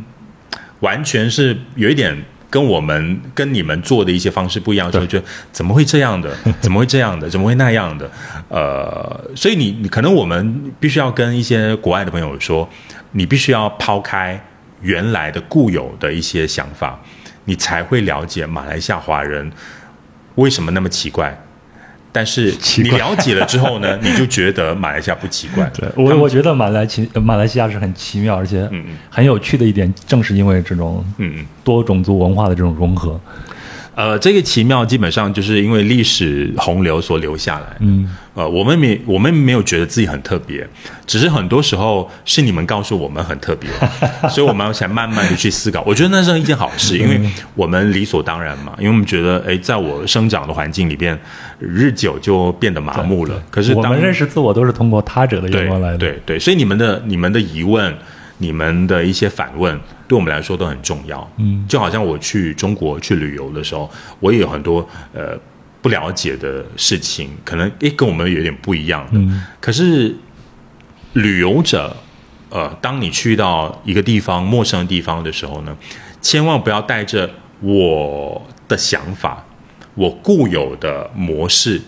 Speaker 2: 完全是有一点。跟我们跟你们做的一些方式不一样，所以就怎么会这样的？ 怎么会这样的？怎么会那样的？呃，所以你你可能我们必须要跟一些国外的朋友说，你必须要抛开原来的固有的一些想法，你才会了解马来西亚华人为什么那么奇怪。但是
Speaker 1: 奇
Speaker 2: 你
Speaker 1: 怪
Speaker 2: 了解了之后呢，你就觉得马来西亚不奇怪。对
Speaker 1: 我我觉得马来奇马来西亚是很奇妙，而且
Speaker 2: 嗯
Speaker 1: 很有趣的一点，正是因为这种
Speaker 2: 嗯嗯。
Speaker 1: 多种族文化的这种融合。
Speaker 2: 呃，这个奇妙基本上就是因为历史洪流所留下来。
Speaker 1: 嗯，
Speaker 2: 呃，我们没我们没有觉得自己很特别，只是很多时候是你们告诉我们 很特别，所以我们才慢慢的去思考。我觉得那是一件好事，因为我们理所当然嘛，因为我们觉得，哎，在我生长的环境里边，日久就变得麻木了。可是
Speaker 1: 我
Speaker 2: 当
Speaker 1: 们认识自我都是通过他者的眼
Speaker 2: 对
Speaker 1: 光来的。，
Speaker 2: 对对，所以你们的你们的疑问，你们的一些反问，对我们来说都很重要。嗯，就好像我去中国去旅游的时候，我也有很多呃不了解的事情，可能诶跟我们有点不一样的。
Speaker 1: 嗯
Speaker 2: 可是旅游者，呃，当你去到一个地方陌生的地方的时候呢，千万不要带着我的想法、我固有的模式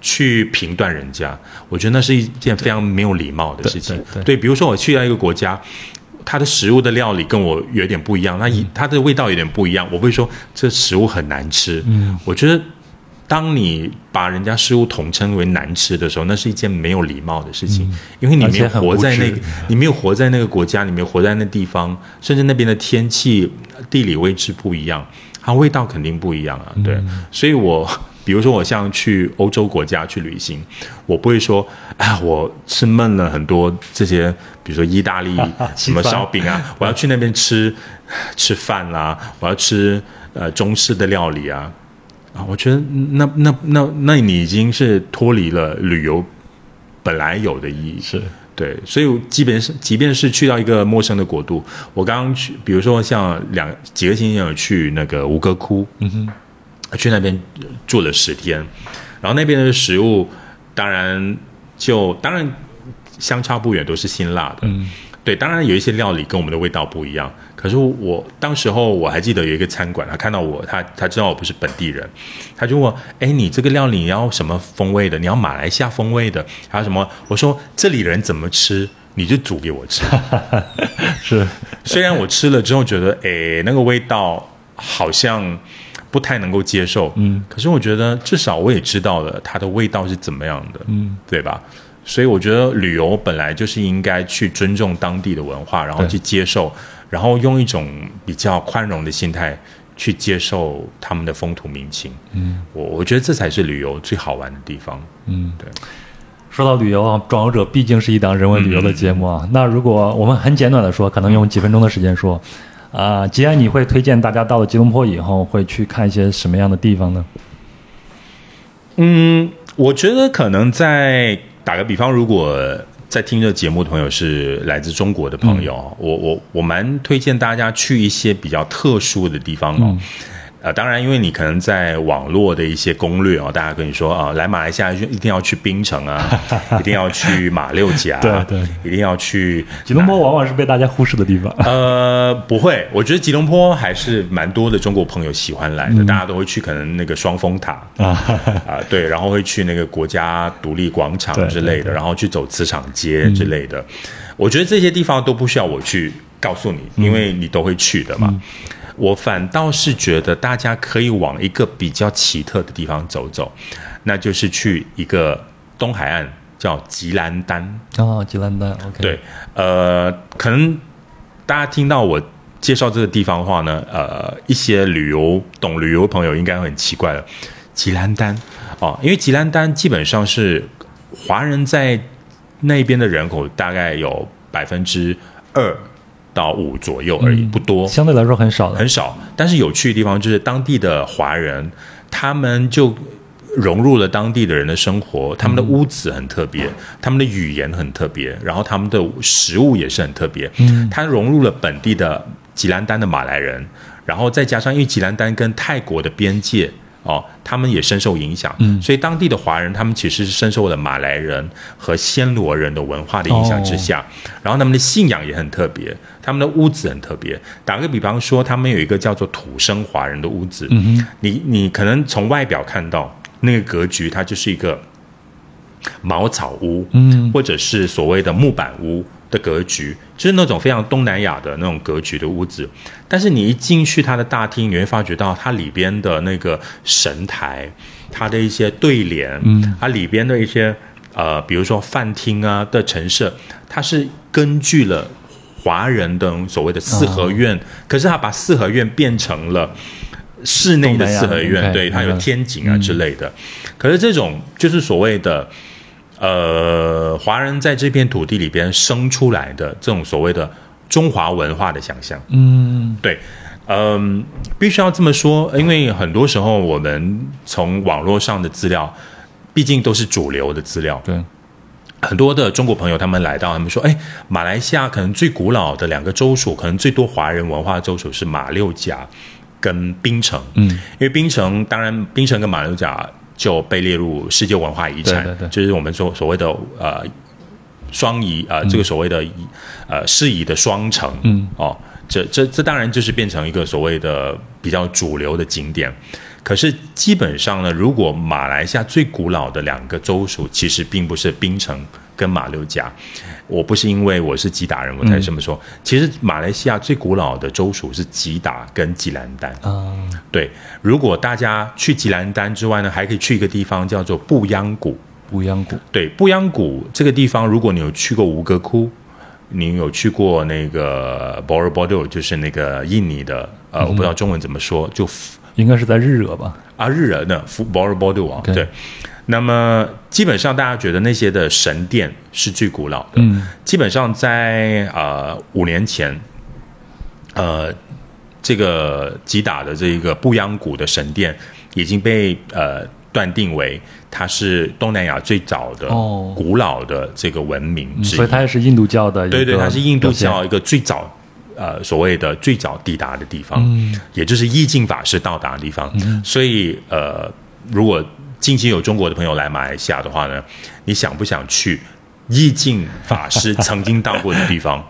Speaker 2: 去评断人家。我觉得那是一件非常没有礼貌的事情。
Speaker 1: 对对对
Speaker 2: 比如说我去到一个国家。它的食物的料理跟我有点不一样，那一它的味道有点不一样，我不会说这食物很难吃。
Speaker 1: 嗯，
Speaker 2: 我觉得当你把人家事物统称为难吃的时候，那是一件没有礼貌的事情，因为你没
Speaker 1: 嗯
Speaker 2: 有
Speaker 1: 而且很
Speaker 2: 活在那
Speaker 1: 无
Speaker 2: 个
Speaker 1: 知，
Speaker 2: 你没有活在那个国家，你没有活在那地方，甚至那边的天气、地理位置不一样，它味道肯定不一样啊。
Speaker 1: 嗯
Speaker 2: 对，所以我 比如说我像去欧洲国家去旅行，我不会说啊，我吃闷了很多这些，比如说意 大利什
Speaker 1: 西
Speaker 2: 么
Speaker 1: 餐
Speaker 2: 烧饼
Speaker 1: 嗯
Speaker 2: 啊，我要去那边吃吃饭啦、我要吃呃中式的料理啊。啊，我觉得那那那那你已经是脱离了旅游本来有的意义。
Speaker 1: 是
Speaker 2: 对，所以即便是即便是去到一个陌生的国度，我刚刚去，比如说像两几个星期前有去那个吴哥窟，嗯哼，去那边住了十天，然后那边的食物当然就当然相差不远，都是辛辣的，嗯，对，当然有一些料理跟我们的味道不一样，可是我当时候我还记得有一个餐馆，他看到我，他他知道我不是本地人，他就问我，哎，你这个料理你要什么风味的？你要马来西亚风味的，还有什么？我说这里人怎么吃，你就煮给我吃。
Speaker 1: 是，
Speaker 2: 虽然我吃了之后觉得，诶，那个味道好像不太能够接受，嗯，可是我觉得至少我也知道了它的味道是怎么样的，嗯，对吧？所以我觉得旅游本来就是应该去尊重当地的文化，然后去接受，然后用一种比较宽容的心态去接受他们的风土民情。嗯，我我觉得这才是旅游最好玩的地方。嗯，对。
Speaker 1: 说到旅游啊，壮游者毕竟是一档人文旅游的节目啊。那如果我们很简短的说，可能用几分钟的时间说，啊、既然你会推荐大家到了吉隆坡以后会去看一些什么样的地方呢？
Speaker 2: 嗯，我觉得可能在打个比方，如果在听这个节目的朋友是来自中国的朋友，
Speaker 1: 嗯
Speaker 2: 我我我蛮推荐大家去一些比较特殊的地方哦。
Speaker 1: 嗯
Speaker 2: 呃，当然，因为你可能在网络的一些攻略哦，大家跟你说啊、来马来西亚就一定要去槟城 啊，一定要去马六甲，啊
Speaker 1: 对对，
Speaker 2: 一定要去
Speaker 1: 吉隆坡往往是被大家忽视的地方。
Speaker 2: 呃，不会，我觉得吉隆坡还是蛮多的中国朋友喜欢来的，
Speaker 1: 嗯
Speaker 2: 大家都会去，可能那个双峰 塔啊、对，然后会去那个国家独立广场
Speaker 1: 对嗯
Speaker 2: 之类的，然后去走磁场街之类的。我觉得这些地方都不需要我去告诉你，
Speaker 1: 嗯
Speaker 2: 因为你都会去的嘛。我反倒是觉得大家可以往一个比较奇特的地方走走，那就是去一个东海岸叫吉兰丹。
Speaker 1: 哦，吉兰丹，OK，
Speaker 2: 对，呃，可能大家听到我介绍这个地方的话呢，呃，一些旅游懂旅游的朋友应该会很奇怪了，吉兰丹哦，因为吉兰丹基本上是华人在那边的人口大概有百分之二到五左右而已，不多，
Speaker 1: 相对来说很少的，
Speaker 2: 很少。但是有趣的地方就是当地的华人，他们就融入了当地的人的生活，他们的屋子很特别，他们的语言很特别，然后他们的食物也是很特别。嗯，他融入了本地的吉兰丹的马来人，然后再加上因为吉兰丹跟泰国的边界。哦，他们也深受影响，嗯，所以当地的华人，他们其实是深受了马来人和暹罗人的文化的影响之下，然后他们的信仰也很特别，他们的屋子很特别。打个比方说，他们有一个叫做土生华人的屋子，嗯、你你可能从外表看到那个格局，它就是一个茅草屋，嗯，或者是所谓的木板屋的格局，就是那种非常东南亚的那种格局的屋子。但是你一进去它的大厅，你会发觉到它里边的那个神台，它的一些对联，嗯，它里边的一些呃，比如说饭厅啊的陈设，它是根据了。华人的所谓的四合
Speaker 1: 哦
Speaker 2: 院，可是他把四合院变成了室内的四
Speaker 1: 东
Speaker 2: 合
Speaker 1: 南亚
Speaker 2: 院，
Speaker 1: ，OK，
Speaker 2: 对，它有
Speaker 1: 明白嗯
Speaker 2: 天井啊之类的。可是这种就是所谓的呃，华人在这片土地里边生出来的这种所谓的中华文化的想象，
Speaker 1: 嗯，
Speaker 2: 对。嗯，必须要这么说，因为很多时候我们从网络上的资料，毕竟都是主流的资料，
Speaker 1: 对，
Speaker 2: 很多的中国朋友他们来到，他们说，哎，马来西亚可能最古老的两个州属，可能最多华人文化的州属是马六甲跟槟城。嗯，因为槟城，当然槟城跟马六甲就被列入世界文化遗产，
Speaker 1: 对对对
Speaker 2: 就是我们所所谓的呃双遗呃，这个所谓的呃适宜的双城，嗯，哦，这这这当然就是变成一个所谓的比较主流的景点。可是基本上呢，如果马来西亚最古老的两个州属，其实并不是槟城跟马六甲。我不是因为我是吉达人我才这么说。其实马来西亚最古老的州属是吉达跟吉兰丹。
Speaker 1: 啊、
Speaker 2: 对，如果大家去吉兰丹之外呢，还可以去一个地方叫做布央谷。
Speaker 1: 不一样谷，
Speaker 2: 对，布央谷这个地方，如果你有去过吴哥窟，你有去过那个 Bora Bora，就是那个印尼的，呃，我不知道中文怎么说，就福
Speaker 1: 应该是在日惹吧？
Speaker 2: 啊日人的福 Bora Bora 啊
Speaker 1: OK
Speaker 2: 对。那么基本上大家觉得那些的神殿是最古老的，
Speaker 1: 嗯，
Speaker 2: 基本上在呃五年前，呃，这个吉打的这一个布央谷的神殿已经被呃断定为它是东南亚最早的、
Speaker 1: 哦
Speaker 2: 古老的这个文明之一。
Speaker 1: 所以它也是印度教的一个
Speaker 2: 对对，它是印度
Speaker 1: 表现
Speaker 2: 教一个最早呃所谓的最早抵达的地方，
Speaker 1: 嗯
Speaker 2: 也就是意境法师到达的地方。所以呃，如果近期有中国的朋友来马来西亚的话呢，你想不想去意境法师曾经到过的地方？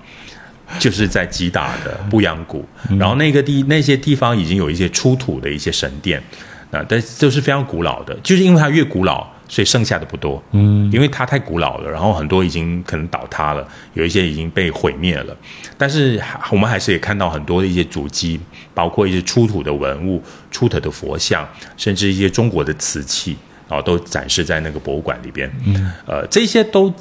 Speaker 2: 就是在吉打的布阳谷，然后那个地那些地方已经有一些出土的一些神殿，那但是都是非常古老的，就是因为它越古老，所以剩下的不多，嗯，因为它太古老了，然后很多已经可能倒塌了，有一些已经被毁灭了，但是还我们还是也看到很多的一些足迹，包括一些出土的文物、出土的佛像，甚至一些中国的瓷器，然后都展示在那个博物馆里边，嗯，呃，这些都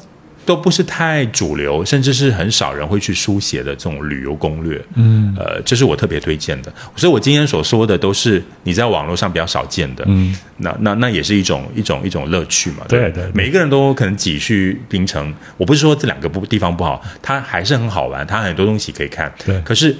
Speaker 2: 都不是太主流，甚至是很少人会去书写的这种旅游攻略。嗯，呃，这是我特别推荐的。所以我今天所说的都是你在网络上比较少见的。嗯，那那那也是一种一种一种乐趣嘛。
Speaker 1: 对
Speaker 2: 吧
Speaker 1: 对对
Speaker 2: 每一个人都可能挤去槟城。我不是说这两个不地方不好，它还是很好玩，它很多东西可以看。
Speaker 1: 对
Speaker 2: 可是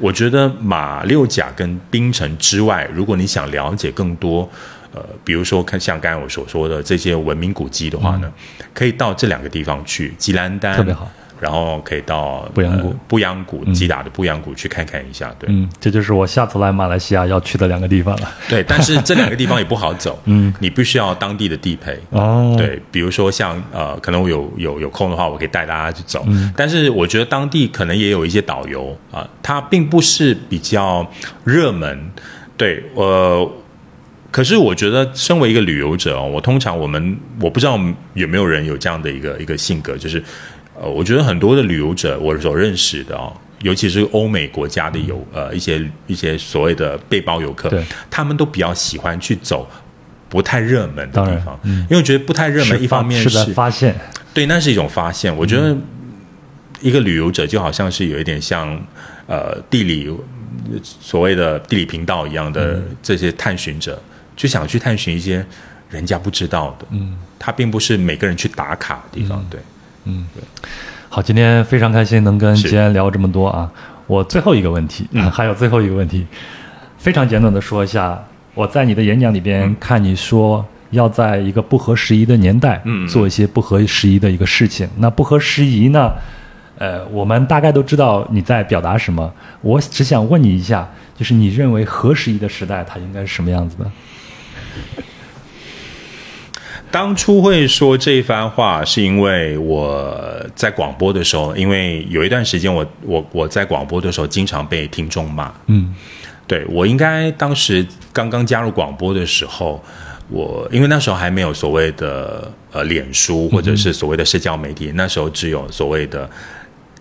Speaker 2: 我觉得马六甲跟槟城之外，如果你想了解更多，呃，比如说看像刚才我所说的这些文明古迹的话呢，可以到这两个地方去，吉兰丹
Speaker 1: 嗯特别好，
Speaker 2: 然后可以到
Speaker 1: 布阳谷
Speaker 2: 呃布阳谷吉打的布阳谷去看看一下，对、
Speaker 1: 嗯，这就是我下次来马来西亚要去的两个地方了。
Speaker 2: 对。但是这两个地方也不好 走，嗯，你必须要当地的地陪，
Speaker 1: 哦，
Speaker 2: 对，比如说像呃，可能我有有有空的话，我可以带大家去走。
Speaker 1: 嗯
Speaker 2: 但是我觉得当地可能也有一些导游啊、他并不是比较热门。对，呃，可是我觉得身为一个旅游者哦，我通常我们我不知道有没有人有这样的一个一个性格，就是呃，我觉得很多的旅游者我所认识的哦。尤其是欧美国家的游呃一些一些所谓的背包游客
Speaker 1: 嗯对，
Speaker 2: 他们都比较喜欢去走不太热门的
Speaker 1: 当
Speaker 2: 地
Speaker 1: 然嗯
Speaker 2: 方，因为我觉得不太热
Speaker 1: 是
Speaker 2: 门，一方
Speaker 1: 发
Speaker 2: 面
Speaker 1: 是在发嗯现，
Speaker 2: 对，那是一种发现。我觉得一个旅游者就好像是有一点像呃地理呃所谓的地理频道一样的
Speaker 1: 嗯
Speaker 2: 这些探寻者，就想去探寻一些人家不知道的。嗯，他并不是每个人去打卡的地方。
Speaker 1: 嗯
Speaker 2: 对，
Speaker 1: 好，今天非常开心能跟
Speaker 2: 是嗯
Speaker 1: 杰安聊这么多啊！我最后一个问题，啊还有最后一个问题，非常简短的说一下，我在你的演讲里边
Speaker 2: 嗯
Speaker 1: 看你说要在一个不合时宜的年代，
Speaker 2: 嗯嗯
Speaker 1: 做一些不合时宜的一个事情。那不合时宜呢？呃，我们大概都知道你在表达什么。我只想问你一下，就是你认为合时宜的时代它应该是什么样子的？
Speaker 2: 当初会说这一番话，是因为我在广播的时候，因为有一段时间我我我在广播的时候，经常被听众骂。
Speaker 1: 嗯
Speaker 2: 对我应该当时刚刚加入广播的时候，我因为那时候还没有所谓的呃脸书或者是所谓的社交媒体，那时候只有所谓的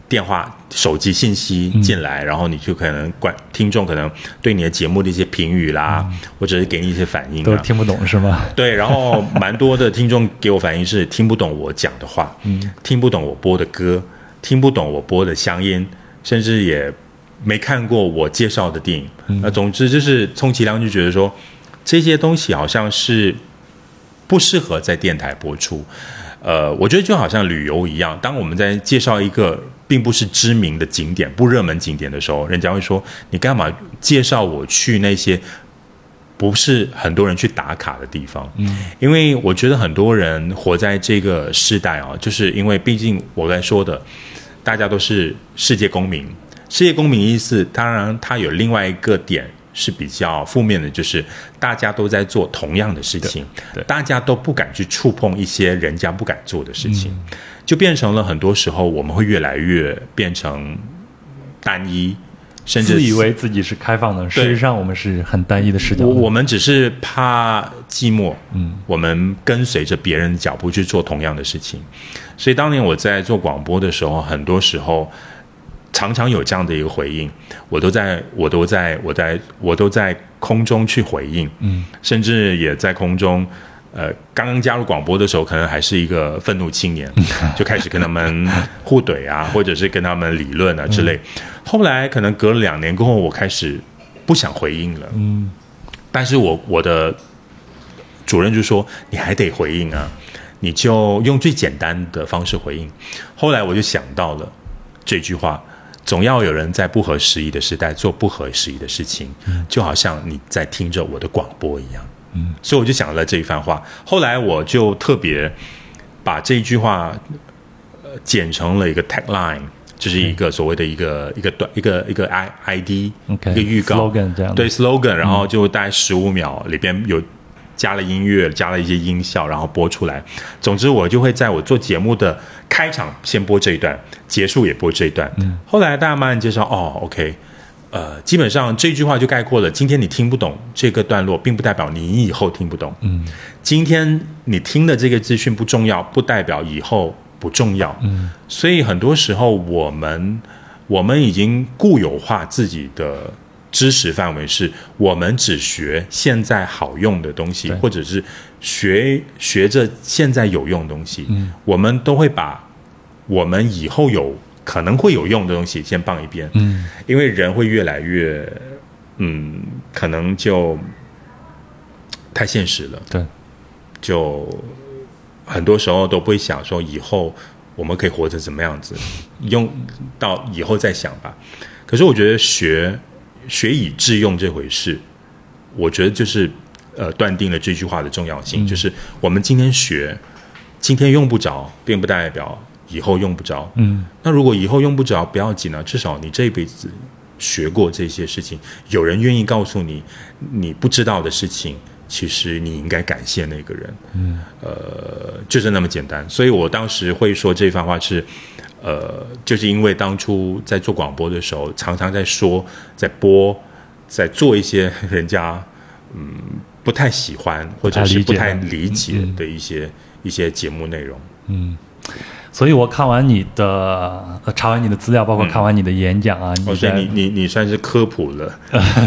Speaker 2: 电话、手机信息进来，然后你就可能观听众可能对你的节目的一些评语啦，或者是给你一些反应、啊，
Speaker 1: 都听不懂是吗？
Speaker 2: 对，然后蛮多的听众给我反映是听不懂我讲的话，听不懂我播的歌，听不懂我播的香烟，甚至也没看过我介绍的电影。那、总之就是充其量就觉得说这些东西好像是不适合在电台播出。呃，我觉得就好像旅游一样，当我们在介绍一个并不是知名的景点、不热门景点的时候，人家会说你干嘛介绍我去那些不是很多人去打卡的地方，嗯，因为我觉得很多人活在这个时代啊，就是因为毕竟我在说的，大家都是世界公民。世界公民意思，当然它有另外一个点是比较负面的，就是大家都在做同样的事情，大家都不敢去触碰一些人家不敢做的事情，
Speaker 1: 嗯
Speaker 2: 就变成了很多时候我们会越来越变成单一，甚至
Speaker 1: 自以为自己是开放的，事实上我们是很单一的视角的。
Speaker 2: 我我们只是怕寂寞，嗯，我们跟随着别人的脚步去做同样的事情，所以当年我在做广播的时候，很多时候常常有这样的一个回应，我都在我都在我在我都在空中去回应，嗯，甚至也在空中。呃，刚刚加入广播的时候，可能还是一个愤怒青年，就开始跟他们互怼啊，或者是跟他们理论啊之类。后来可能隔了两年过后，我开始不想回应了，但是我我的主任就说你还得回应啊，你就用最简单的方式回应。后来我就想到了这句话。总要有人在不
Speaker 1: 嗯
Speaker 2: 合时宜的时代做不合时宜的事情，就好像你在听着我的广播一样。嗯，所以我就讲了这一番话。后来我就特别把这一句话呃剪成了一个 tagline，就是一个所谓的一个、一个短一个一个 i ID，、
Speaker 1: OK，
Speaker 2: 一个预告
Speaker 1: slogan 这样的
Speaker 2: 对 slogan，然后就大概十五秒里边有加了音乐，加了一些音效，然后播出来。总之，我就会在我做节目的开场先播这一段，结束也播这一段。嗯，后来大家慢慢介绍，哦，OK，呃，基本上这句话就概括了。今天你听不懂这个段落，并不代表你以后听不懂。嗯，今天你听的这个资讯不重要，不代表以后不重要。嗯，所以很多时候我们我们已经固有化自己的知识范围是，我们只学现在好用的东西，或者是学学着现在有用的东西。嗯，我们都会把我们以后有可能会有用的东西先放一边。嗯，因为人会越来越，嗯，可能就太现实了。
Speaker 1: 对，
Speaker 2: 就很多时候都不会想说以后我们可以活成什么样子，用到以后再想吧。可是我觉得学学以致用这回事，我觉得就是呃断定了这句话的重要性，就是我们今天学，今天用不着，并不代表以后用不着。
Speaker 1: 嗯，
Speaker 2: 那如果以后用不着，不要紧啊，至少你这辈子学过这些事情，有人愿意告诉你你不知道的事情，其实你应该感谢那个人。嗯，呃，就是那么简单。所以我当时会说这番话是。呃，就是因为当初在做广播的时候，常常在说、在播、在做一些人家嗯不太喜欢或者是
Speaker 1: 不
Speaker 2: 不
Speaker 1: 太
Speaker 2: 太
Speaker 1: 理解的
Speaker 2: 理解的嗯一些、一些节目内容。
Speaker 1: 所以我看完你的，呃查完你的资料，包括看完你的演讲啊，
Speaker 2: 哦，
Speaker 1: 你
Speaker 2: 所以
Speaker 1: 在
Speaker 2: 你你你算是科普了，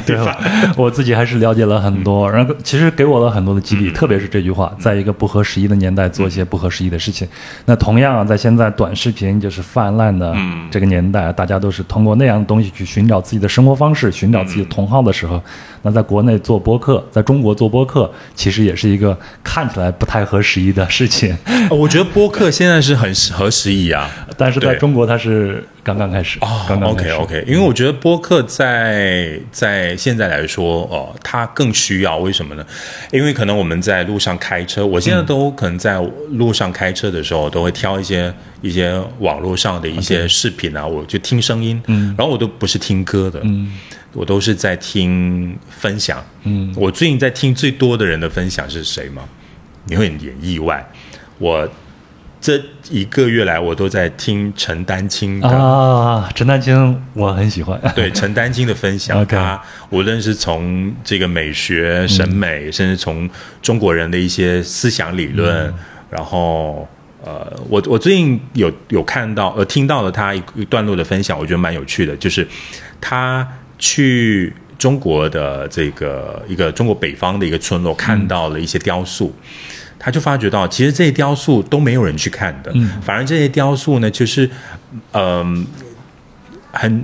Speaker 1: 对啊吧？ 嗯我自己还是了解了很多，然后其实给我了很多的激励，特别是这句话，在一个不合时宜的年代做一些不合时宜的事情。那同样啊，在现在短视频就是泛滥的这个年代，大家都是通过那样的东西去寻找自己的生活方式，寻找自己的同好的时候，那在国内做播客，在中国做播客，其实也是一个看起来不太合时宜的事情，
Speaker 2: 哦我觉得播客现在是很合时宜啊。
Speaker 1: 但是在
Speaker 2: 对啊
Speaker 1: 中国它是刚刚开始，刚刚开
Speaker 2: 哦 OK
Speaker 1: 始。
Speaker 2: OK，因为我觉得播客在在现在来说，哦、它更需要为什么呢？因为可能我们在路上开车，我现在都可能在路上开车的时候，都会挑一些一些网络上的一些视频啊，我就听声音，嗯，然后我都不是听歌的，嗯，我都是在听分享，嗯，我最近在听最多的人的分享是谁吗？你会很意外，我。这一个月来，我都在听陈丹青的
Speaker 1: 啊，陈丹青我很喜欢，
Speaker 2: 对陈丹青的分享，
Speaker 1: OK
Speaker 2: 他无论是从这个美学、审美，甚至从中国人的一些思想理论，然后呃，我我最近有有看到呃听到了他一一段落的分享，我觉得蛮有趣的，就是他去。中国的这个一个中国北方的一个村落，看到了一些雕塑，他就发觉到，其实这些雕塑都没有人去看的，反而这些雕塑呢，就是，嗯、很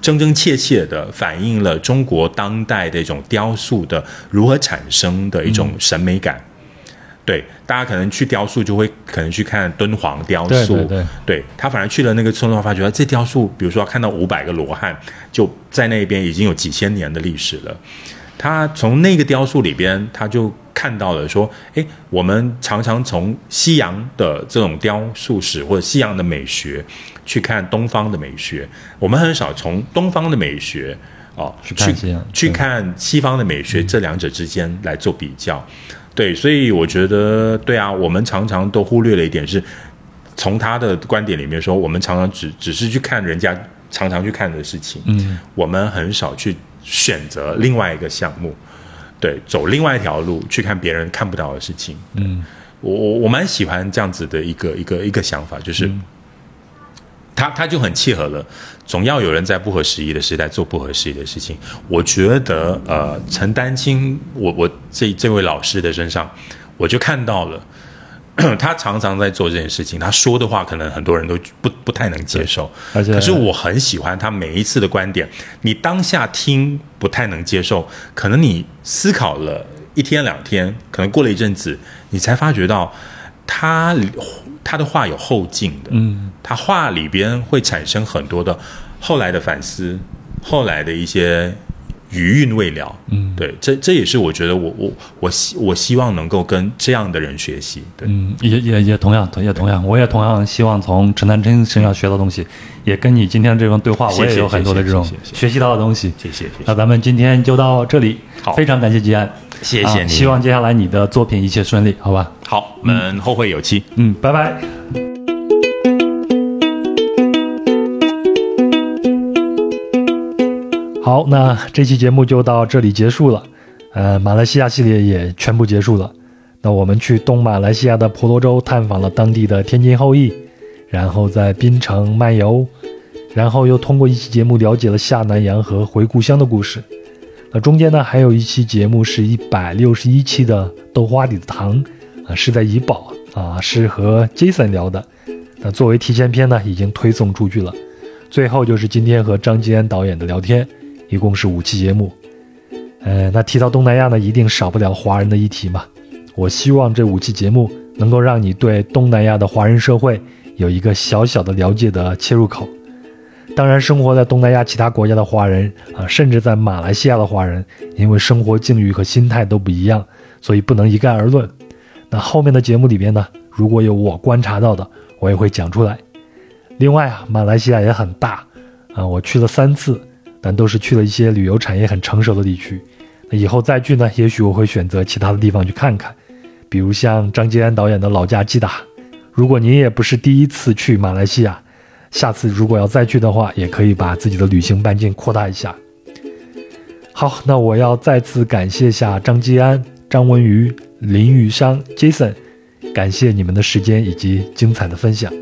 Speaker 2: 真真切切的反映了中国当代的一种雕塑的如何产生的一种审美感。对，大家可能去雕塑就会可能去看敦煌雕塑，
Speaker 1: 对对对
Speaker 2: 他反而去了那个村落，发觉哎这雕塑，比如说看到五百个罗汉，就在那边已经有几千年的历史了。他从那个雕塑里边，他就看到了说，诶，我们常常从西洋的这种雕塑史或者西洋的美学去看东方的美学，我们很少从东方的美学哦
Speaker 1: 去看
Speaker 2: 去
Speaker 1: 西洋
Speaker 2: 去看西方的美学这两者之间来做比较。对，所以我觉得，对啊，我们常常都忽略了一点是，从他的观点里面说，我们常常只只是去看人家常常去看的事情，嗯，我们很少去选择另外一个项目，对，走另外一条路去看别人看不到的事情，嗯，我我我蛮喜欢这样子的一个一个一个想法，就是。他他就很契合了，总要有人在不合时宜的时代做不合时宜的事情。我觉得，呃，陈丹青，我我这这位老师的身上，我就看到了， 他常常在做这件事情。他说的话，可能很多人都不不太能接受，
Speaker 1: 而且
Speaker 2: 可是我很喜欢他每一次的观点。你当下听不太能接受，可能你思考了一天两天，可能过了一阵子，你才发觉到他他的话有后劲的。嗯，他话里边会产生很多的后来的反思，后来的一些余韵未了。嗯，对，这这也是我觉得我我我希我希望能够跟这样的人学习。对，
Speaker 1: 嗯，也也也同样，也同样，我也同样希望从陈丹青身上学到东西，也跟你今天这种对话，我
Speaker 2: 谢谢
Speaker 1: 也有很多的这种
Speaker 2: 谢谢谢谢
Speaker 1: 学习到的东西。
Speaker 2: 谢谢谢
Speaker 1: 那
Speaker 2: 谢
Speaker 1: 咱们今天就到这里，
Speaker 2: 好
Speaker 1: 非常感谢吉安，
Speaker 2: 谢谢
Speaker 1: 啊
Speaker 2: 你
Speaker 1: 希望接下来你的作品一切顺利，好吧？
Speaker 2: 好，我们后会有期。
Speaker 1: 嗯，拜拜。好，那这期节目就到这里结束了。呃，马来西亚系列也全部结束了。那我们去东马来西亚的婆罗洲探访了当地的天津后裔，然后在槟城漫游，然后又通过一期节目了解了下南洋和回故乡的故事。那中间呢，还有一期节目是一百六十一期的豆花里的糖啊，是在怡宝啊，是和 Jason 聊的。那作为提前片呢，已经推送出去了。最后就是今天和张吉安导演的聊天，一共是五期节目。呃，那提到东南亚呢，一定少不了华人的议题嘛。我希望这五期节目能够让你对东南亚的华人社会有一个小小的了解的切入口。当然，生活在东南亚其他国家的华人啊，甚至在马来西亚的华人，因为生活境遇和心态都不一样，所以不能一概而论。那后面的节目里边呢，如果有我观察到的，我也会讲出来。另外啊，马来西亚也很大，啊，我去了三次，但都是去了一些旅游产业很成熟的地区。那以后再去呢，也许我会选择其他的地方去看看，比如像张吉安导演的老家基达。如果您也不是第一次去马来西亚，下次如果要再去的话，也可以把自己的旅行半径扩大一下。好，那我要再次感谢一下张基安、张文瑜、林玉商、Jason，感谢你们的时间以及精彩的分享。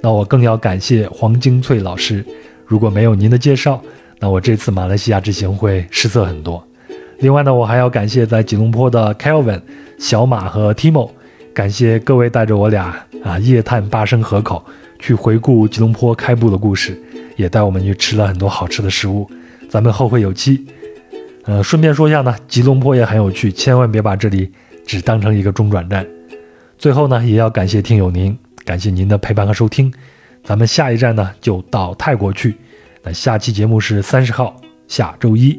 Speaker 1: 那我更要感谢黄金翠老师，如果没有您的介绍，那我这次马来西亚之行会失色很多。另外呢，我还要感谢在吉隆坡的 Kelvin、小马和 Timo，感谢各位带着我俩啊夜探巴生河口，去回顾吉隆坡开埠的故事，也带我们去吃了很多好吃的食物。咱们后会有期。呃，顺便说一下呢，吉隆坡也很有趣，千万别把这里只当成一个中转站。最后呢，也要感谢听友您，感谢您的陪伴和收听。咱们下一站呢就到泰国去，那下期节目是三十号，下周一。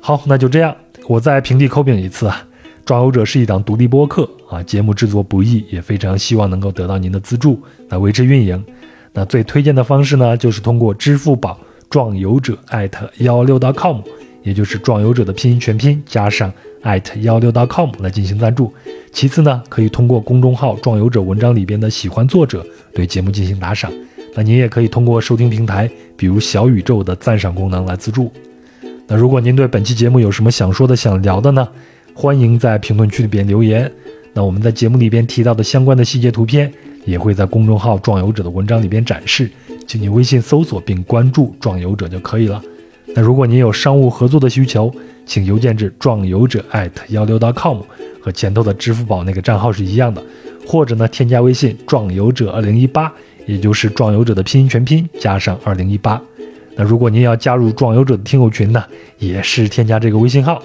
Speaker 1: 好，那就这样，我再平地抠饼一次啊。壮游者是一档独立播客啊，节目制作不易，也非常希望能够得到您的资助来维持运营。那最推荐的方式呢，就是通过支付宝“壮游者”@幺六 .com，也就是“壮游者”的拼音全拼加上幺六 .com 来进行赞助。其次呢，可以通过公众号“壮游者”文章里边的喜欢作者对节目进行打赏。那您也可以通过收听平台，比如小宇宙的赞赏功能来资助。那如果您对本期节目有什么想说的、想聊的呢？欢迎在评论区里边留言。那我们在节目里边提到的相关的细节图片，也会在公众号“壮游者”的文章里边展示，请你微信搜索并关注“壮游者”就可以了。那如果您有商务合作的需求，请邮件至壮游者幺六 .com，和前头的支付宝那个账号是一样的，或者呢添加微信“壮游者二零一八”，也就是“壮游者”的拼音全拼加上二零一八。那如果您要加入壮游者的听友群呢，也是添加这个微信号，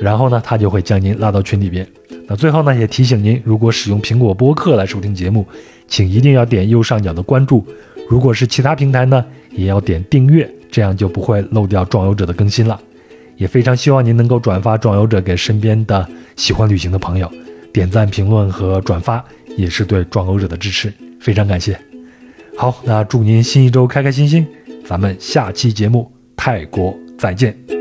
Speaker 1: 然后呢，他就会将您拉到群里边。那最后呢，也提醒您，如果使用苹果播客来收听节目，请一定要点右上角的关注；如果是其他平台呢，也要点订阅，这样就不会漏掉壮游者的更新了。也非常希望您能够转发壮游者给身边的喜欢旅行的朋友，点赞、评论和转发也是对壮游者的支持，非常感谢。好，那祝您新一周开开心心，咱们下期节目泰国再见。